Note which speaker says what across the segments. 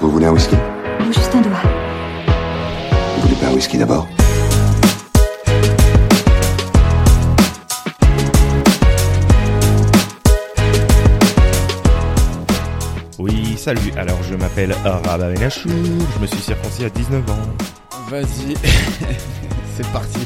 Speaker 1: Vous voulez un whisky
Speaker 2: Non, juste un doigt.
Speaker 1: Vous voulez pas un whisky d'abord
Speaker 3: Oui, salut, alors je m'appelle Rabah Benachou, je me suis circoncis à 19 ans.
Speaker 4: Vas-y, c'est parti.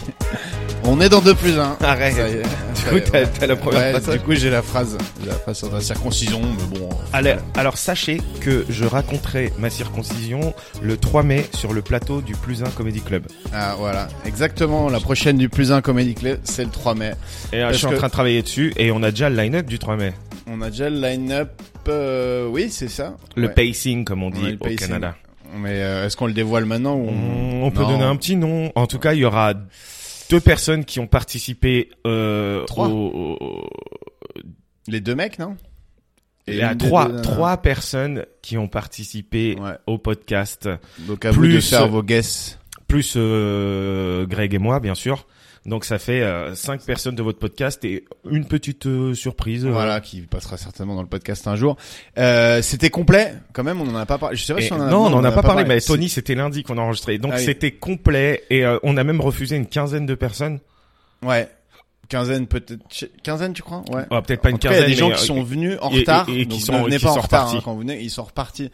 Speaker 4: On est dans 2 plus 1.
Speaker 3: Arrête. Du coup, t'as- t'as la première phrase.
Speaker 4: Du coup, j'ai la phrase. J'ai la phrase sur la circoncision, mais bon.
Speaker 3: Allez, alors sachez que je raconterai ma circoncision le 3 mai sur le plateau du Plus 1 Comedy Club.
Speaker 4: Ah, voilà. Exactement. La prochaine du plus 1 Comedy Club, c'est le 3 mai.
Speaker 3: Et là, je
Speaker 4: Parce
Speaker 3: suis en
Speaker 4: que-
Speaker 3: train de travailler dessus et on a déjà le line-up du 3 mai.
Speaker 4: On a déjà le line-up. euh, oui, c'est ça.
Speaker 3: Le
Speaker 4: Ouais.
Speaker 3: pacing, comme on
Speaker 4: On a
Speaker 3: dit
Speaker 4: le
Speaker 3: au
Speaker 4: pacing.
Speaker 3: Canada. Mmh,
Speaker 4: Mais euh, est-ce qu'on le dévoile maintenant ou
Speaker 3: On, on peut
Speaker 4: Non.
Speaker 3: donner un petit nom. En tout cas, il y aura deux personnes qui ont participé euh,
Speaker 4: Trois.
Speaker 3: au- au-
Speaker 4: Les deux mecs, non
Speaker 3: il y a
Speaker 4: une des
Speaker 3: trois,
Speaker 4: deux, euh,
Speaker 3: trois personnes qui ont participé
Speaker 4: Ouais.
Speaker 3: au podcast.
Speaker 4: Donc à vous de
Speaker 3: Plus- euh,
Speaker 4: faire vos guesses.
Speaker 3: plus euh, Greg et moi, bien sûr. Donc ça fait euh, cinq personnes de votre podcast et une petite euh, surprise. euh.
Speaker 4: Voilà, qui passera certainement dans le podcast un jour. Euh, c'était complet, quand même. On en a pas parlé. Je sais pas
Speaker 3: Et-
Speaker 4: Ah si on en a.
Speaker 3: non, on n'en a pas parlé, mais
Speaker 4: Si-
Speaker 3: Tony, c'était lundi qu'on a enregistré. Donc
Speaker 4: Ah oui.
Speaker 3: c'était complet et euh, on a même refusé une quinzaine de personnes.
Speaker 4: Ouais. Quinzaine peut-être. je- Quinzaine, tu crois Ouais.
Speaker 3: Ah, Peut-être pas une
Speaker 4: En tout cas, Il y a
Speaker 3: quinzaine.
Speaker 4: des gens
Speaker 3: mais,
Speaker 4: qui
Speaker 3: euh,
Speaker 4: sont venus en
Speaker 3: et- et-
Speaker 4: retard.
Speaker 3: et qui
Speaker 4: donc
Speaker 3: sont-
Speaker 4: ne venez
Speaker 3: qui
Speaker 4: pas
Speaker 3: sont
Speaker 4: en retard. hein,
Speaker 3: repartis.
Speaker 4: quand vous venez, ils sont repartis.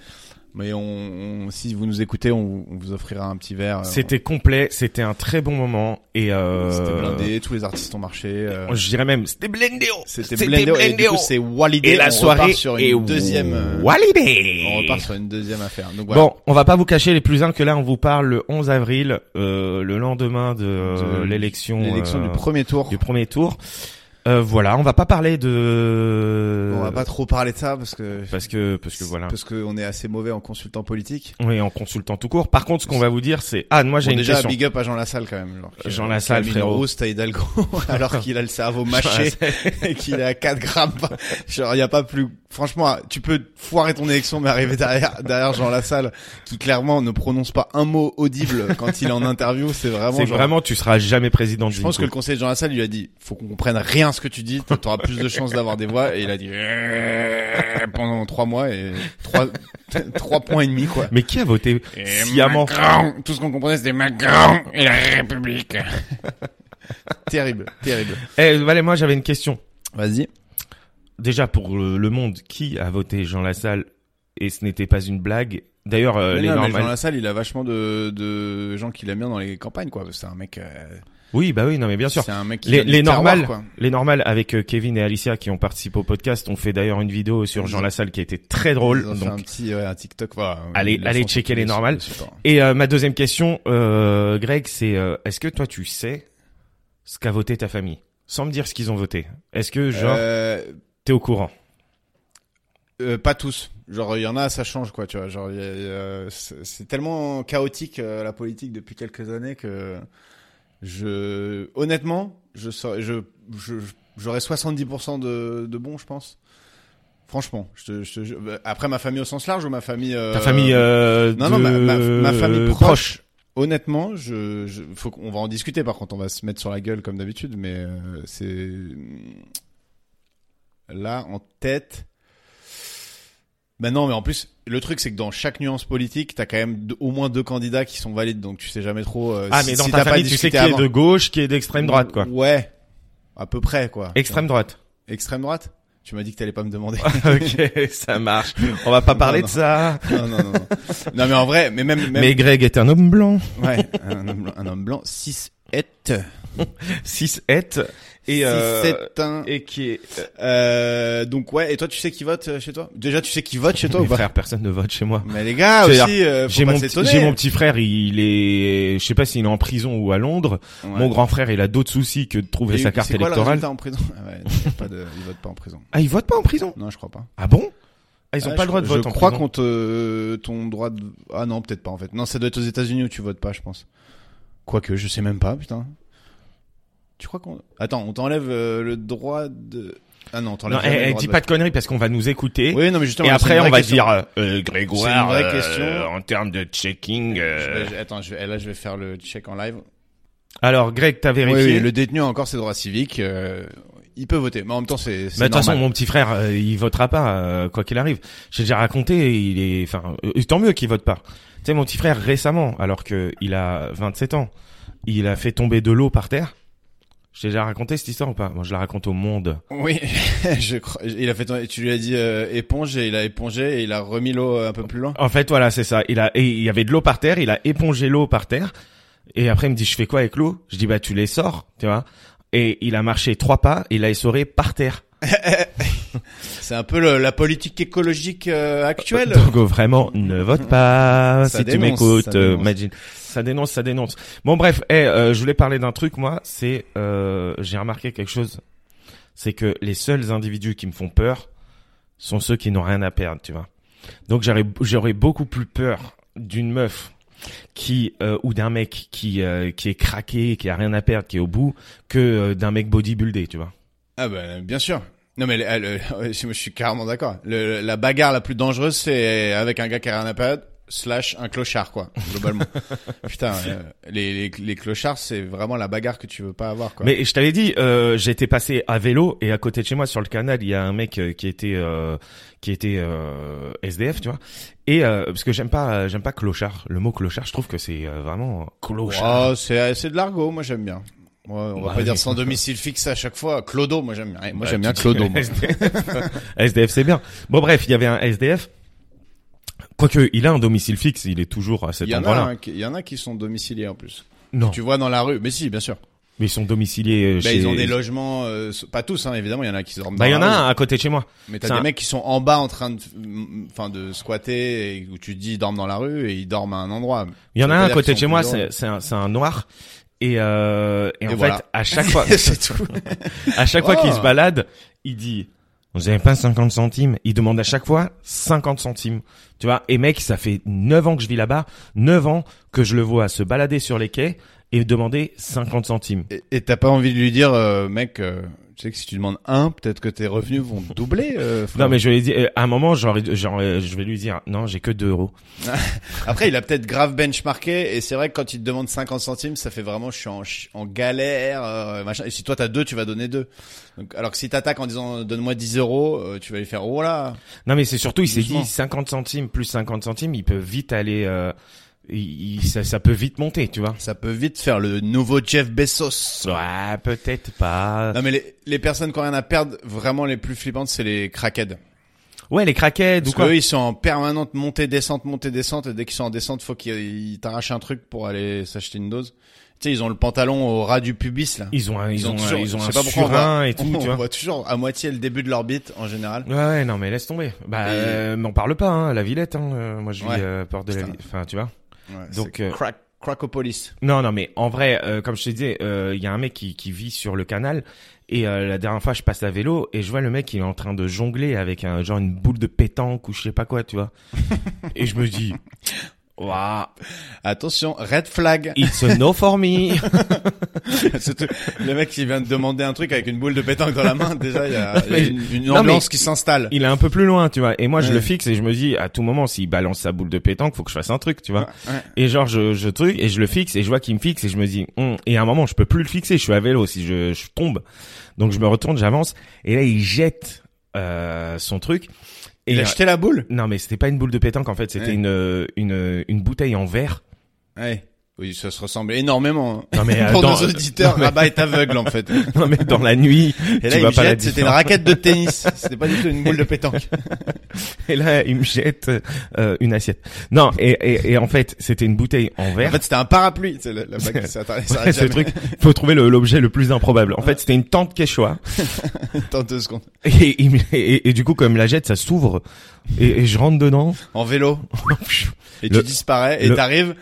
Speaker 4: Mais on, on- si vous nous écoutez, on, vous- on vous offrira un petit verre. euh,
Speaker 3: C'était complet, c'était un très bon moment et euh,
Speaker 4: C'était blindé, tous les artistes ont marché. euh,
Speaker 3: Je dirais même, c'était blindé. oh.
Speaker 4: C'était blindé. Et du coup, c'est Walidé.
Speaker 3: Et la
Speaker 4: on
Speaker 3: soirée
Speaker 4: repart sur
Speaker 3: est
Speaker 4: une deuxième. euh,
Speaker 3: Walidé.
Speaker 4: On repart sur une deuxième affaire. Donc voilà.
Speaker 3: Bon, on va pas vous cacher les plus uns que là on vous parle le 11 avril, euh, le lendemain de euh,
Speaker 4: De-
Speaker 3: l'élection
Speaker 4: L'élection
Speaker 3: euh,
Speaker 4: du premier tour.
Speaker 3: du premier tour. Euh, voilà, on va pas parler de
Speaker 4: On va pas trop parler de ça parce que
Speaker 3: parce que parce que voilà.
Speaker 4: parce qu'on est assez mauvais en consultant politique.
Speaker 3: Oui, en consultant tout court. Par contre, ce qu'on va vous dire c'est ah moi j'ai
Speaker 4: Bon,
Speaker 3: une
Speaker 4: déjà
Speaker 3: question.
Speaker 4: big up à Jean Lassalle quand même. alors que-
Speaker 3: Jean Lassalle,
Speaker 4: Camille
Speaker 3: frérot.
Speaker 4: Rousse, t'as Hidalgo, alors qu'il a le cerveau mâché et qu'il est à 4 grammes. Genre, il y a pas plus. Franchement, tu peux foirer ton élection, mais arriver derrière, derrière Jean Lassalle, qui clairement ne prononce pas un mot audible quand il est en interview, c'est vraiment.
Speaker 3: c'est
Speaker 4: genre-
Speaker 3: vraiment tu seras jamais président de
Speaker 4: Je pense que
Speaker 3: Zinco.
Speaker 4: le conseiller de Jean Lassalle lui a dit, faut qu'on comprenne rien à ce que tu dis, t'auras plus de chances d'avoir des voix, et il a dit, pendant trois mois, et trois, trois points et demi, quoi.
Speaker 3: Mais qui a voté
Speaker 5: Et
Speaker 3: sciemment
Speaker 5: Macron, tout ce qu'on comprenait, c'était Macron et la République.
Speaker 4: Terrible, terrible.
Speaker 3: Eh Valé, moi j'avais une question.
Speaker 4: Vas-y.
Speaker 3: Déjà pour le, le monde, qui a voté Jean Lassalle et ce n'était pas une blague. D'ailleurs euh,
Speaker 4: Mais
Speaker 3: les
Speaker 4: non, mais
Speaker 3: normales-
Speaker 4: Jean Lassalle, il a vachement de, de gens qui l'aiment bien dans les campagnes, quoi. C'est un mec, euh,
Speaker 3: Oui, bah oui, non mais bien sûr.
Speaker 4: c'est un mec qui
Speaker 3: Les,
Speaker 4: vient du
Speaker 3: les
Speaker 4: terroir,
Speaker 3: normales,
Speaker 4: quoi.
Speaker 3: les normales avec euh, Kevin et Alicia qui ont participé au podcast, ont fait d'ailleurs une vidéo sur Jean Lassalle qui a été très drôle.
Speaker 4: Ils ont fait un
Speaker 3: Donc.
Speaker 4: petit, ouais, un TikTok, voilà.
Speaker 3: Allez-
Speaker 4: Ils le
Speaker 3: allez
Speaker 4: font sur
Speaker 3: checker
Speaker 4: tous
Speaker 3: les
Speaker 4: sur-
Speaker 3: normales.
Speaker 4: supports.
Speaker 3: Et euh, ma deuxième question, euh, Greg, c'est euh, est-ce que toi tu sais ce qu'a voté ta famille sans me dire ce qu'ils ont voté Est-ce que genre
Speaker 4: Euh,
Speaker 3: t'es au courant
Speaker 4: Euh, pas tous. Genre, il y en a, ça change, quoi, tu vois. Genre, il y a- il y a- c'est c'est tellement chaotique, euh, la politique, depuis quelques années, que je, honnêtement, je saurais- je, je- j'aurais 70% de, de bons, je pense. Franchement, je te- je te- je- après ma famille au sens large ou ma famille, euh,
Speaker 3: Ta famille euh,
Speaker 4: non, non,
Speaker 3: de-
Speaker 4: ma- ma- ma famille proche.
Speaker 3: proche.
Speaker 4: honnêtement, je, je faut qu'on va en discuter. Par contre, on va se mettre sur la gueule comme d'habitude, mais euh, c'est là en tête. Ben non, mais en plus, le truc c'est que dans chaque nuance politique, t'as quand même deux- au moins deux candidats qui sont valides, donc tu sais jamais trop. euh,
Speaker 3: Ah
Speaker 4: si-
Speaker 3: mais dans
Speaker 4: si
Speaker 3: ta
Speaker 4: t'as pas
Speaker 3: famille tu sais
Speaker 4: discuté
Speaker 3: qui
Speaker 4: avant.
Speaker 3: est de gauche, qui est d'extrême droite quoi.
Speaker 4: Ouais, à peu près quoi.
Speaker 3: Extrême droite.
Speaker 4: Extrême droite. Tu m'as dit que t'allais pas me demander.
Speaker 3: ok, ça marche. On va pas parler
Speaker 4: Non,
Speaker 3: de ça.
Speaker 4: non, non, non, non. Non, mais en vrai, mais même, même
Speaker 3: Mais Greg est un homme blanc.
Speaker 4: ouais, un homme, blanc- un homme blanc, 6 et
Speaker 3: 6 est et euh, et qui est
Speaker 4: Euh, donc ouais, et toi tu sais qui vote euh, chez toi Déjà tu sais qui vote chez toi
Speaker 3: Mes
Speaker 4: ou pas
Speaker 3: frères, personne ne vote chez moi.
Speaker 4: Mais les gars
Speaker 3: C'est-à-dire,
Speaker 4: aussi, euh, faut
Speaker 3: J'ai
Speaker 4: bah. pas
Speaker 3: mon, petit-
Speaker 4: s'étonner.
Speaker 3: j'ai mon petit frère, il est, je sais pas s'il est en prison ou à Londres.
Speaker 4: Ouais.
Speaker 3: Mon grand frère, il a d'autres soucis que de trouver
Speaker 4: Et
Speaker 3: sa carte
Speaker 4: c'est quoi le
Speaker 3: électorale.
Speaker 4: résultat en prison ah ouais, il y a pas de... Ils votent pas en prison.
Speaker 3: Ah, ils votent pas en prison
Speaker 4: Non, je crois pas.
Speaker 3: Ah bon Ah, ils ont
Speaker 4: Ah,
Speaker 3: pas
Speaker 4: je-
Speaker 3: le droit de vote
Speaker 4: Je
Speaker 3: en
Speaker 4: crois
Speaker 3: prison.
Speaker 4: qu'on te ton droit de Ah non, peut-être pas en fait. Non, ça doit être aux États-Unis où tu votes pas, je pense. Quoique, je sais même pas, putain. Tu crois qu'on Attends, on t'enlève euh, le droit de Ah non, on t'enlève
Speaker 3: Non, eh,
Speaker 4: jamais
Speaker 3: eh,
Speaker 4: le droit
Speaker 3: dis
Speaker 4: de
Speaker 3: pas
Speaker 4: vote.
Speaker 3: de conneries parce qu'on va nous écouter.
Speaker 4: Oui, non, mais justement,
Speaker 3: et
Speaker 4: c'est une
Speaker 3: après, on
Speaker 4: vraie
Speaker 3: va
Speaker 4: question.
Speaker 3: dire, euh, euh, Grégoire,
Speaker 4: C'est une vraie
Speaker 3: euh,
Speaker 4: question.
Speaker 3: en termes de checking,
Speaker 4: Je-
Speaker 3: euh,
Speaker 4: je- attends, je vais- là je vais faire le check en live.
Speaker 3: Alors, Greg, t'as
Speaker 4: Oui,
Speaker 3: vérifié
Speaker 4: oui, le détenu a encore ses droits civiques. euh, il peut voter, mais en même temps, c'est c'est
Speaker 3: Bah, de toute façon,
Speaker 4: normal.
Speaker 3: mon petit frère, euh, il votera pas, euh, quoi qu'il arrive. J'ai déjà raconté, il est, enfin, euh, tant mieux qu'il vote pas. Tu sais, mon petit frère, récemment, alors que il a 27 ans, il a fait tomber de l'eau par terre. J'ai déjà raconté cette histoire ou pas Moi, je la raconte au monde.
Speaker 4: Oui, je crois. Il a fait. ton- Tu lui as dit euh, éponge et il a épongé et il a remis l'eau euh, un peu plus loin.
Speaker 3: En fait, voilà, c'est ça. Il a, et il y avait de l'eau par terre, il a épongé l'eau par terre. Et après, il me dit, je fais quoi avec l'eau Je dis, bah, tu les sors, tu vois. Et il a marché trois pas, il a essoré par terre.
Speaker 4: C'est un peu le- la politique écologique euh, actuelle.
Speaker 3: Donc euh, vraiment, ne vote pas
Speaker 4: Ça
Speaker 3: si tu
Speaker 4: dénonce,
Speaker 3: m'écoutes,
Speaker 4: ça
Speaker 3: euh,
Speaker 4: dénonce.
Speaker 3: Majid. Ça dénonce, ça dénonce. Bon bref, eh, euh, je voulais parler d'un truc moi, c'est euh, j'ai remarqué quelque chose, c'est que les seuls individus qui me font peur sont ceux qui n'ont rien à perdre, tu vois. Donc j'aurais j'aurais beaucoup plus peur d'une meuf qui euh, ou d'un mec qui euh, qui est craqué, qui a rien à perdre, qui est au bout, que euh, d'un mec bodybuildé, tu vois.
Speaker 4: Ah ben bien sûr. Non mais le- le- ouais, je suis carrément d'accord. Le- La bagarre la plus dangereuse c'est avec un gars qui a rien à perdre slash un clochard quoi globalement. Putain euh, les, les les clochards c'est vraiment la bagarre que tu veux pas avoir quoi.
Speaker 3: Mais je t'avais dit, euh, j'étais passé à vélo et à côté de chez moi sur le canal, il y a un mec euh, qui était euh, qui était euh, SDF, tu vois. Et euh, parce que j'aime pas euh, j'aime pas clochard, le mot clochard, je trouve que c'est euh, vraiment clochard.
Speaker 4: Oh, c'est c'est de l'argot moi j'aime bien. Ouais, on va
Speaker 3: Bah,
Speaker 4: pas
Speaker 3: oui.
Speaker 4: dire sans domicile fixe à chaque fois. Clodo moi j'aime bien. Eh, Moi
Speaker 3: Bah,
Speaker 4: j'aime bien
Speaker 3: tu-
Speaker 4: Clodo. moi.
Speaker 3: SDF, c'est bien. Bon bref, il y avait un SDF. Quoique, il a un domicile fixe, il est toujours à
Speaker 4: Il
Speaker 3: cet
Speaker 4: y en a
Speaker 3: endroit-là.
Speaker 4: un qui- il y en a qui sont domiciliés en plus.
Speaker 3: Non,
Speaker 4: Tu vois dans la rue mais si bien sûr.
Speaker 3: mais ils sont domiciliés euh,
Speaker 4: Bah,
Speaker 3: chez.
Speaker 4: ils ont des logements euh, pas tous hein évidemment il y en a qui dorment.
Speaker 3: bah, il y
Speaker 4: dans
Speaker 3: en
Speaker 4: la
Speaker 3: a
Speaker 4: rue.
Speaker 3: un à côté de chez moi.
Speaker 4: Mais t'as
Speaker 3: C'est
Speaker 4: des
Speaker 3: un-
Speaker 4: mecs qui sont en bas en train de, enfin, de squatter et où tu te dis ils dorment dans la rue et ils dorment à un endroit.
Speaker 3: Il y en
Speaker 4: Ça
Speaker 3: a
Speaker 4: veut
Speaker 3: un
Speaker 4: pas
Speaker 3: à
Speaker 4: dire
Speaker 3: côté
Speaker 4: qu'ils
Speaker 3: de
Speaker 4: sont
Speaker 3: chez moi,
Speaker 4: plus
Speaker 3: c'est c'est un, c'est un noir. Et, euh, et,
Speaker 4: Et
Speaker 3: en
Speaker 4: voilà.
Speaker 3: fait, à chaque fois,
Speaker 4: C'est tout.
Speaker 3: À chaque fois
Speaker 4: Oh.
Speaker 3: qu'il se balade, il dit vous avez pas 50 centimes Il demande à chaque fois 50 centimes. Tu vois Et mec, ça fait 9 ans que je vis là-bas, 9 ans que je le vois se balader sur les quais et demander 50 centimes.
Speaker 4: Et- Et t'as pas envie de lui dire, euh, mec, euh, tu sais que si tu demandes un, peut-être que tes revenus vont doubler. euh, frère.
Speaker 3: Non mais je lui ai dit, euh, à un moment, genre, genre, euh, je vais lui dire, non, j'ai que 2 euros.
Speaker 4: Après, il a peut-être grave benchmarké et c'est vrai que quand il te demande 50 centimes, ça fait vraiment je suis en, ch- en galère, euh, machin. Et si toi t'as deux, tu vas donner deux. Donc, alors que si t'attaques en disant donne-moi 10 euros, euh, tu vas lui faire oh là.
Speaker 3: Non mais c'est surtout, il s'est
Speaker 4: Doucement.
Speaker 3: dit 50 centimes plus 50 centimes, il peut vite aller, euh, il- il- ça, ça peut vite monter, tu vois
Speaker 4: Ça peut vite faire le nouveau Jeff Bezos.
Speaker 3: Ouais, Ah, peut-être pas.
Speaker 4: Non mais les, les personnes qui ont rien à perdre, vraiment les plus flippantes, c'est les crackheads.
Speaker 3: Ouais, les craquettes ou
Speaker 4: Parce
Speaker 3: quoi
Speaker 4: qu'eux, ils sont en permanente montée, descente, montée, descente. Et dès qu'ils sont en descente, faut qu'ils ils t'arrachent un truc pour aller s'acheter une dose. Tu sais, ils ont le pantalon au ras du pubis, là.
Speaker 3: Ils ont, un, ils, ont, un-
Speaker 4: toujours-
Speaker 3: ils ont
Speaker 4: je
Speaker 3: un
Speaker 4: sais pas pourquoi on
Speaker 3: surin
Speaker 4: voit-
Speaker 3: et tout,
Speaker 4: on
Speaker 3: tu vois.
Speaker 4: voit toujours à moitié le début de l'orbite, en général.
Speaker 3: Ouais, ouais, non, mais laisse tomber. Bah,
Speaker 4: Et-
Speaker 3: euh, m'en parle pas, hein, la Villette. Hein. euh, Moi, je vis
Speaker 4: Ouais.
Speaker 3: euh, porte de la
Speaker 4: Putain.
Speaker 3: Ville. Enfin, tu vois.
Speaker 4: Ouais,
Speaker 3: Donc,
Speaker 4: c'est
Speaker 3: euh,
Speaker 4: crack, crackopolis.
Speaker 3: Non, non, mais en vrai, euh, comme je te disais, euh, il y a un mec qui, qui vit sur le canal. Et euh, la dernière fois, je passe à vélo et je vois le mec, il est en train de jongler avec un genre une boule de pétanque ou je sais pas quoi, tu vois. et je me dis, waouh,
Speaker 4: Attention, red flag.
Speaker 3: it's a no for me.
Speaker 4: C'est tout. le mec qui vient de demander un truc avec une boule de pétanque dans la main, déjà, il y a, il y a
Speaker 3: Mais-
Speaker 4: une, une
Speaker 3: non, mais-
Speaker 4: ambiance qui s'installe.
Speaker 3: il est un peu plus loin, tu vois. Et moi, je
Speaker 4: Ouais.
Speaker 3: le fixe et je me dis, à tout moment, s'il balance sa boule de pétanque, faut que je fasse un truc, tu vois.
Speaker 4: Ouais.
Speaker 3: Et genre, je, je truc, et je le fixe, et je vois qu'il me fixe, et je me dis, Hum. et à un moment, je peux plus le fixer, je suis à vélo, si je, je tombe. Donc, je me retourne, j'avance, et là, il jette euh, son truc. Et euh,
Speaker 4: Il a jeté la boule?
Speaker 3: Non, mais c'était pas une boule de pétanque, en fait, c'était
Speaker 4: Ouais.
Speaker 3: une, euh, une, une bouteille en verre.
Speaker 4: Ouais. Oui, ça se ressemble énormément. hein.
Speaker 3: Non, mais, euh,
Speaker 4: Pour
Speaker 3: dans-
Speaker 4: nos auditeurs,
Speaker 3: non, mais-
Speaker 4: Rabat est aveugle en fait.
Speaker 3: Non, mais dans la nuit,
Speaker 4: Et
Speaker 3: tu
Speaker 4: là, il
Speaker 3: vois
Speaker 4: me
Speaker 3: pas la
Speaker 4: jette, c'était une
Speaker 3: différence.
Speaker 4: raquette de tennis. C'était pas du tout une boule de pétanque.
Speaker 3: et là, il me jette euh, une assiette. Non, et, et, et en fait, c'était une bouteille en
Speaker 4: En
Speaker 3: verre.
Speaker 4: fait, c'était un parapluie. C'est la, la bague, ça arrête- ça
Speaker 3: Ouais,
Speaker 4: arrête
Speaker 3: ce
Speaker 4: jamais.
Speaker 3: truc, faut trouver le- l'objet le plus improbable. En fait, c'était une tente quechua.
Speaker 4: Attends deux secondes.
Speaker 3: Et, il me- et, et- et du coup, comme la jette, ça s'ouvre. Et, et je rentre dedans.
Speaker 4: En vélo. Et
Speaker 3: Le-
Speaker 4: tu disparais. Et
Speaker 3: le-
Speaker 4: t'arrives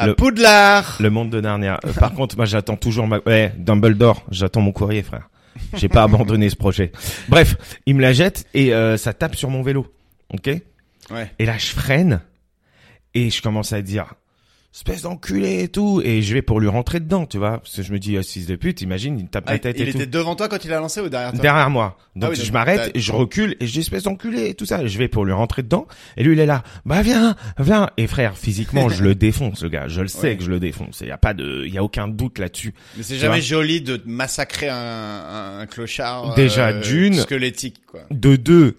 Speaker 4: à
Speaker 3: Le-
Speaker 4: Poudlard.
Speaker 3: Le monde de Narnia. Euh, Par contre, moi, j'attends toujours ma... Ouais, Dumbledore, j'attends mon courrier, frère. J'ai pas abandonné ce projet. Bref, il me la jette et euh, ça tape sur mon vélo. Ok
Speaker 4: Ouais.
Speaker 3: Et là, je freine. Et je commence à dire... espèce d'enculé et tout et je vais pour lui rentrer dedans tu vois parce que je me dis assise de pute imagine il me tape
Speaker 4: Ah,
Speaker 3: la
Speaker 4: il
Speaker 3: tête et tout
Speaker 4: était devant toi quand il a lancé ou derrière toi
Speaker 3: derrière moi.
Speaker 4: Ah
Speaker 3: Donc
Speaker 4: oui,
Speaker 3: je
Speaker 4: donc
Speaker 3: m'arrête,
Speaker 4: t'as-
Speaker 3: je recule et je dis espèce d'enculé et tout ça. Je vais pour lui rentrer dedans et lui il est là. Bah viens, viens. Et frère, physiquement je le défonce le gars. Je le sais
Speaker 4: Ouais.
Speaker 3: que je le défonce. Il y a pas de, il y a aucun doute là-dessus.
Speaker 4: Mais c'est
Speaker 3: Tu
Speaker 4: jamais
Speaker 3: vois.
Speaker 4: joli de massacrer un, un- un clochard.
Speaker 3: Déjà,
Speaker 4: euh,
Speaker 3: d'une.
Speaker 4: Squelettique, quoi.
Speaker 3: De deux.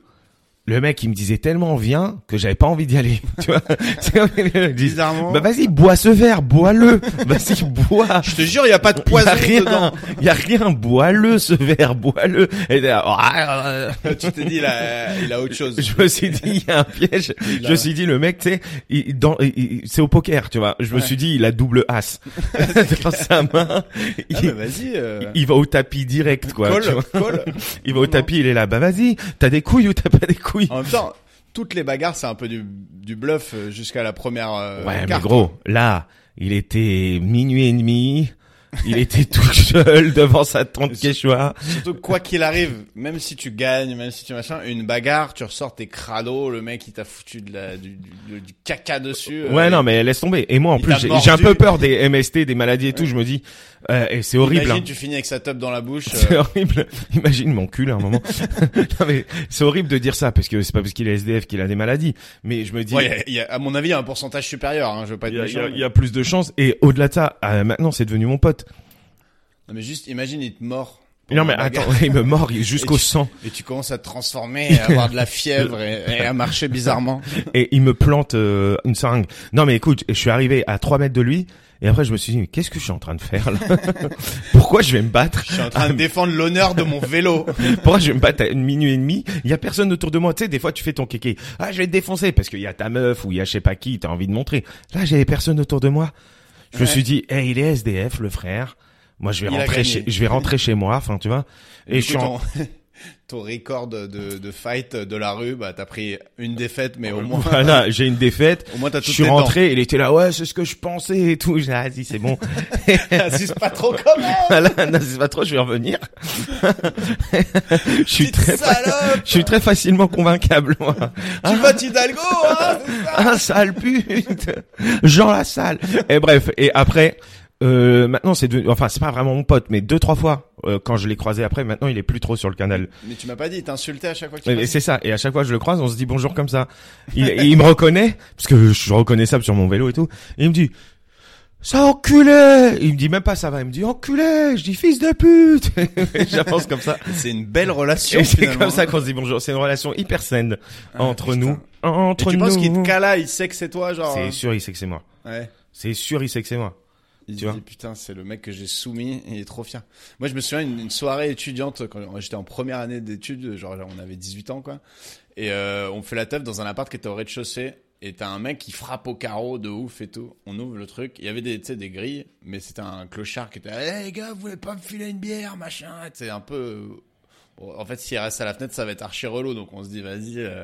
Speaker 3: Le mec, il me disait tellement viens que j'avais pas envie d'y aller. Tu vois, C'est comme il dit,
Speaker 4: Bizarrement.
Speaker 3: bah vas-y, bois ce verre, bois-le. Vas-y, bois.
Speaker 4: Je te jure, il y a pas de
Speaker 3: Il y
Speaker 4: poison
Speaker 3: a rien,
Speaker 4: dedans.
Speaker 3: il y a rien. Bois-le ce verre, bois-le. Et là, ah, euh,
Speaker 4: tu t'es dit, là, euh, il a autre chose.
Speaker 3: Je me suis dit, il y a un piège.
Speaker 4: Il
Speaker 3: Je
Speaker 4: a-
Speaker 3: me suis dit, le mec, tu sais, il- il- dans- il- il- c'est au poker, tu vois. Je me
Speaker 4: Ouais.
Speaker 3: suis dit, il a double as dans sa main. Il,
Speaker 4: Ah, bah, vas-y. euh,
Speaker 3: il va au tapis direct, quoi. tu
Speaker 4: Call,
Speaker 3: vois.
Speaker 4: call.
Speaker 3: Il va au tapis, il est là. Bah vas-y, t'as des couilles ou t'as pas des couilles
Speaker 4: En même temps, toutes les bagarres, c'est un peu du, du bluff euh, jusqu'à la première. euh,
Speaker 3: Ouais, mais
Speaker 4: carte.
Speaker 3: gros, là, il était minuit et demi. Il était tout seul devant sa tante Quechua.
Speaker 4: Surtout que quoi qu'il arrive, même si tu gagnes, même si tu machin, une bagarre, tu ressors tes crados, le mec il t'a foutu de la, du, du, du- du caca dessus. euh,
Speaker 3: Ouais, non, mais laisse tomber. Et moi, en
Speaker 4: il
Speaker 3: plus,
Speaker 4: t'a
Speaker 3: j'ai
Speaker 4: mordu.
Speaker 3: j'ai un peu peur des MST, des maladies et tout. Je me dis, euh, et c'est horrible.
Speaker 4: Imagine,
Speaker 3: hein.
Speaker 4: tu finis avec sa top dans la bouche.
Speaker 3: C'est
Speaker 4: euh,
Speaker 3: horrible. Imagine mon cul à un moment. non mais c'est horrible de dire ça parce que c'est pas parce qu'il est SDF qu'il a des maladies. Mais je me dis,
Speaker 4: bon, il y a- il y a- à mon avis, il y a un pourcentage supérieur. Hein, je veux pas
Speaker 3: il y
Speaker 4: être
Speaker 3: a- il y
Speaker 4: méchant.
Speaker 3: a- il y a plus de chances. Et au-delà de ça, euh, maintenant c'est devenu mon pote.
Speaker 4: Non, mais juste, imagine, il te mord. pendant
Speaker 3: Non mais
Speaker 4: la
Speaker 3: attends,
Speaker 4: bagarre,
Speaker 3: il me mord jusqu'au
Speaker 4: Et tu-
Speaker 3: sang
Speaker 4: Et tu commences à te transformer, à avoir de la fièvre et, et à marcher bizarrement.
Speaker 3: et il me plante euh, une seringue. Non mais écoute, je suis arrivé à 3 mètres de lui et après je me suis dit, mais qu'est-ce que je suis en train de faire là Pourquoi je vais me battre
Speaker 4: Je suis en train de défendre l'honneur de mon vélo.
Speaker 3: Pourquoi je vais me battre à une minuit et demi Il y a personne autour de moi. Tu sais, des fois, tu fais ton kéké. Ah, je vais te défoncer parce qu'il y a ta meuf ou il y a je sais pas qui, t'as envie de montrer. Là, j'avais personne autour de moi. Je me
Speaker 4: Ouais.
Speaker 3: suis dit, eh, il est SDF, le frère. Moi, je vais
Speaker 4: Il a
Speaker 3: rentrer
Speaker 4: gagné.
Speaker 3: chez, je vais rentrer chez moi. Enfin, tu vois. Et
Speaker 4: Du
Speaker 3: je
Speaker 4: coup,
Speaker 3: suis en-
Speaker 4: ton, ton record de, de, de fight de la rue, bah t'as pris une défaite, mais au moins,
Speaker 3: voilà, j'ai une défaite.
Speaker 4: au moins t'as
Speaker 3: Oh, Je
Speaker 4: toutes
Speaker 3: suis
Speaker 4: tes
Speaker 3: rentré, il était là, ouais, c'est ce que je pensais et tout. J'ai dit, vas-y, c'est bon.
Speaker 4: dents. Assiste pas trop quand même.
Speaker 3: Voilà, non, c'est pas trop, je vais revenir. je suis
Speaker 4: Petite
Speaker 3: très, fa-
Speaker 4: salope.
Speaker 3: je suis très facilement convaincable, moi.
Speaker 4: Tu votes Hidalgo, hein c'est ça
Speaker 3: un sale pute Jean la salle et bref et après euh, maintenant c'est devenu enfin c'est pas vraiment mon pote mais deux trois fois euh, quand je l'ai croisé après maintenant il est plus trop sur le canal
Speaker 4: Mais tu m'as pas dit, il t'insultait à chaque fois que tu
Speaker 3: et
Speaker 4: passais.
Speaker 3: c'est ça et à chaque fois que je le croise on se dit bonjour comme ça il, il me reconnaît parce que je suis reconnaissable sur mon vélo et tout et il me dit ça enculé il me dit même pas ça va il me dit enculé je dis fils de pute Et j'avance comme ça
Speaker 4: C'est une belle relation.
Speaker 3: et c'est
Speaker 4: finalement.
Speaker 3: comme ça qu'on se dit bonjour c'est une relation hyper saine
Speaker 4: Ah,
Speaker 3: entre
Speaker 4: putain.
Speaker 3: nous
Speaker 4: Et
Speaker 3: entre
Speaker 4: tu
Speaker 3: nous
Speaker 4: penses qu'il te cala, il sait que hein. c'est toi, genre.
Speaker 3: c'est
Speaker 4: euh,
Speaker 3: sûr il sait que c'est moi
Speaker 4: Ouais.
Speaker 3: c'est sûr il sait que c'est moi
Speaker 4: Il
Speaker 3: Tu
Speaker 4: se
Speaker 3: vois.
Speaker 4: dit putain, c'est le mec que j'ai soumis, il est trop fier. Moi, je me souviens une, une soirée étudiante quand j'étais en première année d'études, genre on avait 18 ans quoi, et euh, on fait la teuf dans un appart qui était au rez-de-chaussée. Et t'as un mec qui frappe au carreau de ouf et tout. On ouvre le truc. Il y avait des, tu sais, des grilles, mais c'était un clochard qui était Eh les gars, vous voulez pas me filer une bière, machin C'est un peu. Bon, en fait, s'il reste à la fenêtre, ça va être archi relou. Donc on se dit Vas-y, euh,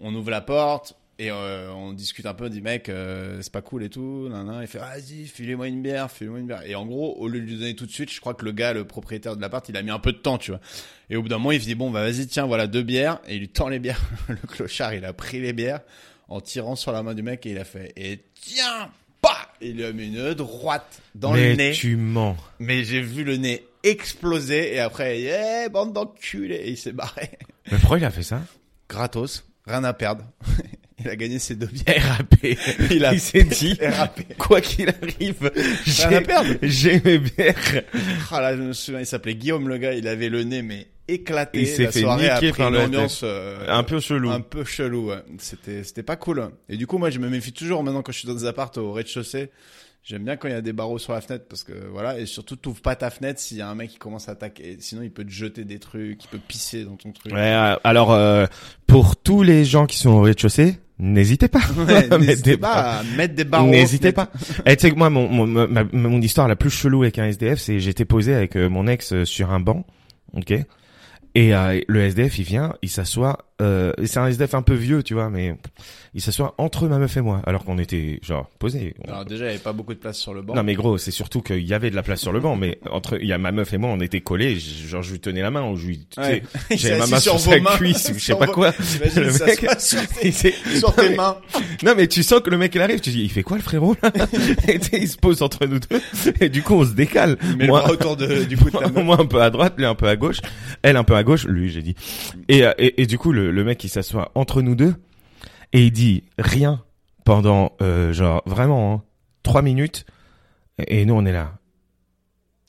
Speaker 4: on ouvre la porte et euh, on discute un peu, on dit mec, euh, c'est pas cool et tout, nan, nan. il fait vas-y, filez-moi une bière, filez-moi une bière. Et en gros, au lieu de lui donner tout de suite, je crois que le gars, le propriétaire de l'appart, il a mis un peu de temps, tu vois. Et au bout d'un moment, il se dit bon, bah vas-y, tiens, voilà deux bières, et il lui tend les bières. le clochard, il a pris les bières en tirant sur la main du mec et il a fait et tiens, pas, il lui a mis une droite dans
Speaker 3: mais
Speaker 4: le nez.
Speaker 3: tu mens.
Speaker 4: Mais j'ai vu le nez exploser et après, eh, bande d'enculés, et il s'est barré.
Speaker 3: Mais pourquoi il a fait ça
Speaker 4: Gratos, rien à perdre. il a gagné ses deux bières.
Speaker 3: RAP.
Speaker 4: Il a
Speaker 3: Il s'est dit,
Speaker 4: rappé.
Speaker 3: quoi qu'il arrive,
Speaker 4: Rien à
Speaker 3: j'ai,
Speaker 4: perdre.
Speaker 3: j'ai mes bières.
Speaker 4: Ah là, je me souviens, il s'appelait Guillaume le gars, il avait le nez mais éclaté.
Speaker 3: Il s'est
Speaker 4: La
Speaker 3: fait
Speaker 4: soirée a
Speaker 3: niquer
Speaker 4: pris
Speaker 3: par
Speaker 4: une
Speaker 3: le
Speaker 4: ambiance euh,
Speaker 3: Un peu chelou.
Speaker 4: un peu chelou. ouais. C'était c'était pas cool. Et du coup, moi, je me méfie toujours maintenant quand je suis dans des appartes au rez-de-chaussée. J'aime bien quand il y a des barreaux sur la fenêtre parce que voilà et surtout t'ouvres pas ta fenêtre s'il y a un mec qui commence à attaquer sinon il peut te jeter des trucs il peut pisser dans ton truc
Speaker 3: Ouais, euh, alors, euh, pour tous les gens qui sont au rez-de-chaussée, n'hésitez pas.
Speaker 4: Ouais,
Speaker 3: à mettre
Speaker 4: n'hésitez
Speaker 3: des
Speaker 4: pas à mettre des barreaux aux
Speaker 3: N'hésitez
Speaker 4: fenêtres.
Speaker 3: pas. Et tu sais que moi, mon, mon, ma- ma- mon histoire la plus chelou avec un SDF, c'est j'étais posé avec euh, mon ex euh, sur un banc, ok. Et euh, le SDF, il vient, il s'assoit euh, et c'est un SDF un peu vieux, tu vois, mais il s'assoit entre ma meuf et moi, alors qu'on était genre posé.
Speaker 4: Alors déjà, il n'y avait pas beaucoup de place sur le banc.
Speaker 3: Non mais gros, c'est surtout qu'il y avait de la place sur le banc, mais entre il y a ma meuf et moi, on était collés, j- genre je lui tenais la main ou je lui, tu sais,
Speaker 4: Ouais. Il s'est
Speaker 3: j'avais ma
Speaker 4: assis
Speaker 3: main sur,
Speaker 4: sur vos
Speaker 3: sa
Speaker 4: mains,
Speaker 3: cuisse ou je sais
Speaker 4: sur
Speaker 3: pas
Speaker 4: vos-
Speaker 3: quoi.
Speaker 4: J'imagine
Speaker 3: Le
Speaker 4: que ça
Speaker 3: mec-
Speaker 4: se passe sur
Speaker 3: Il
Speaker 4: tes,
Speaker 3: s'est-
Speaker 4: sur tes mains.
Speaker 3: Non mais tu sens que le mec il arrive, tu dis il fait quoi le frérot là Et tu sais, il se pose entre nous deux et du coup on se décale.
Speaker 4: Mais
Speaker 3: Moi-
Speaker 4: le bras autour de, du coup de ta main.
Speaker 3: moi un peu à droite, lui un peu à gauche, elle un peu à gauche, lui j'ai dit. Et, euh, et, et du coup le, le mec il s'assoit entre nous deux et il dit rien pendant euh, genre vraiment hein, trois minutes et, et nous on est là.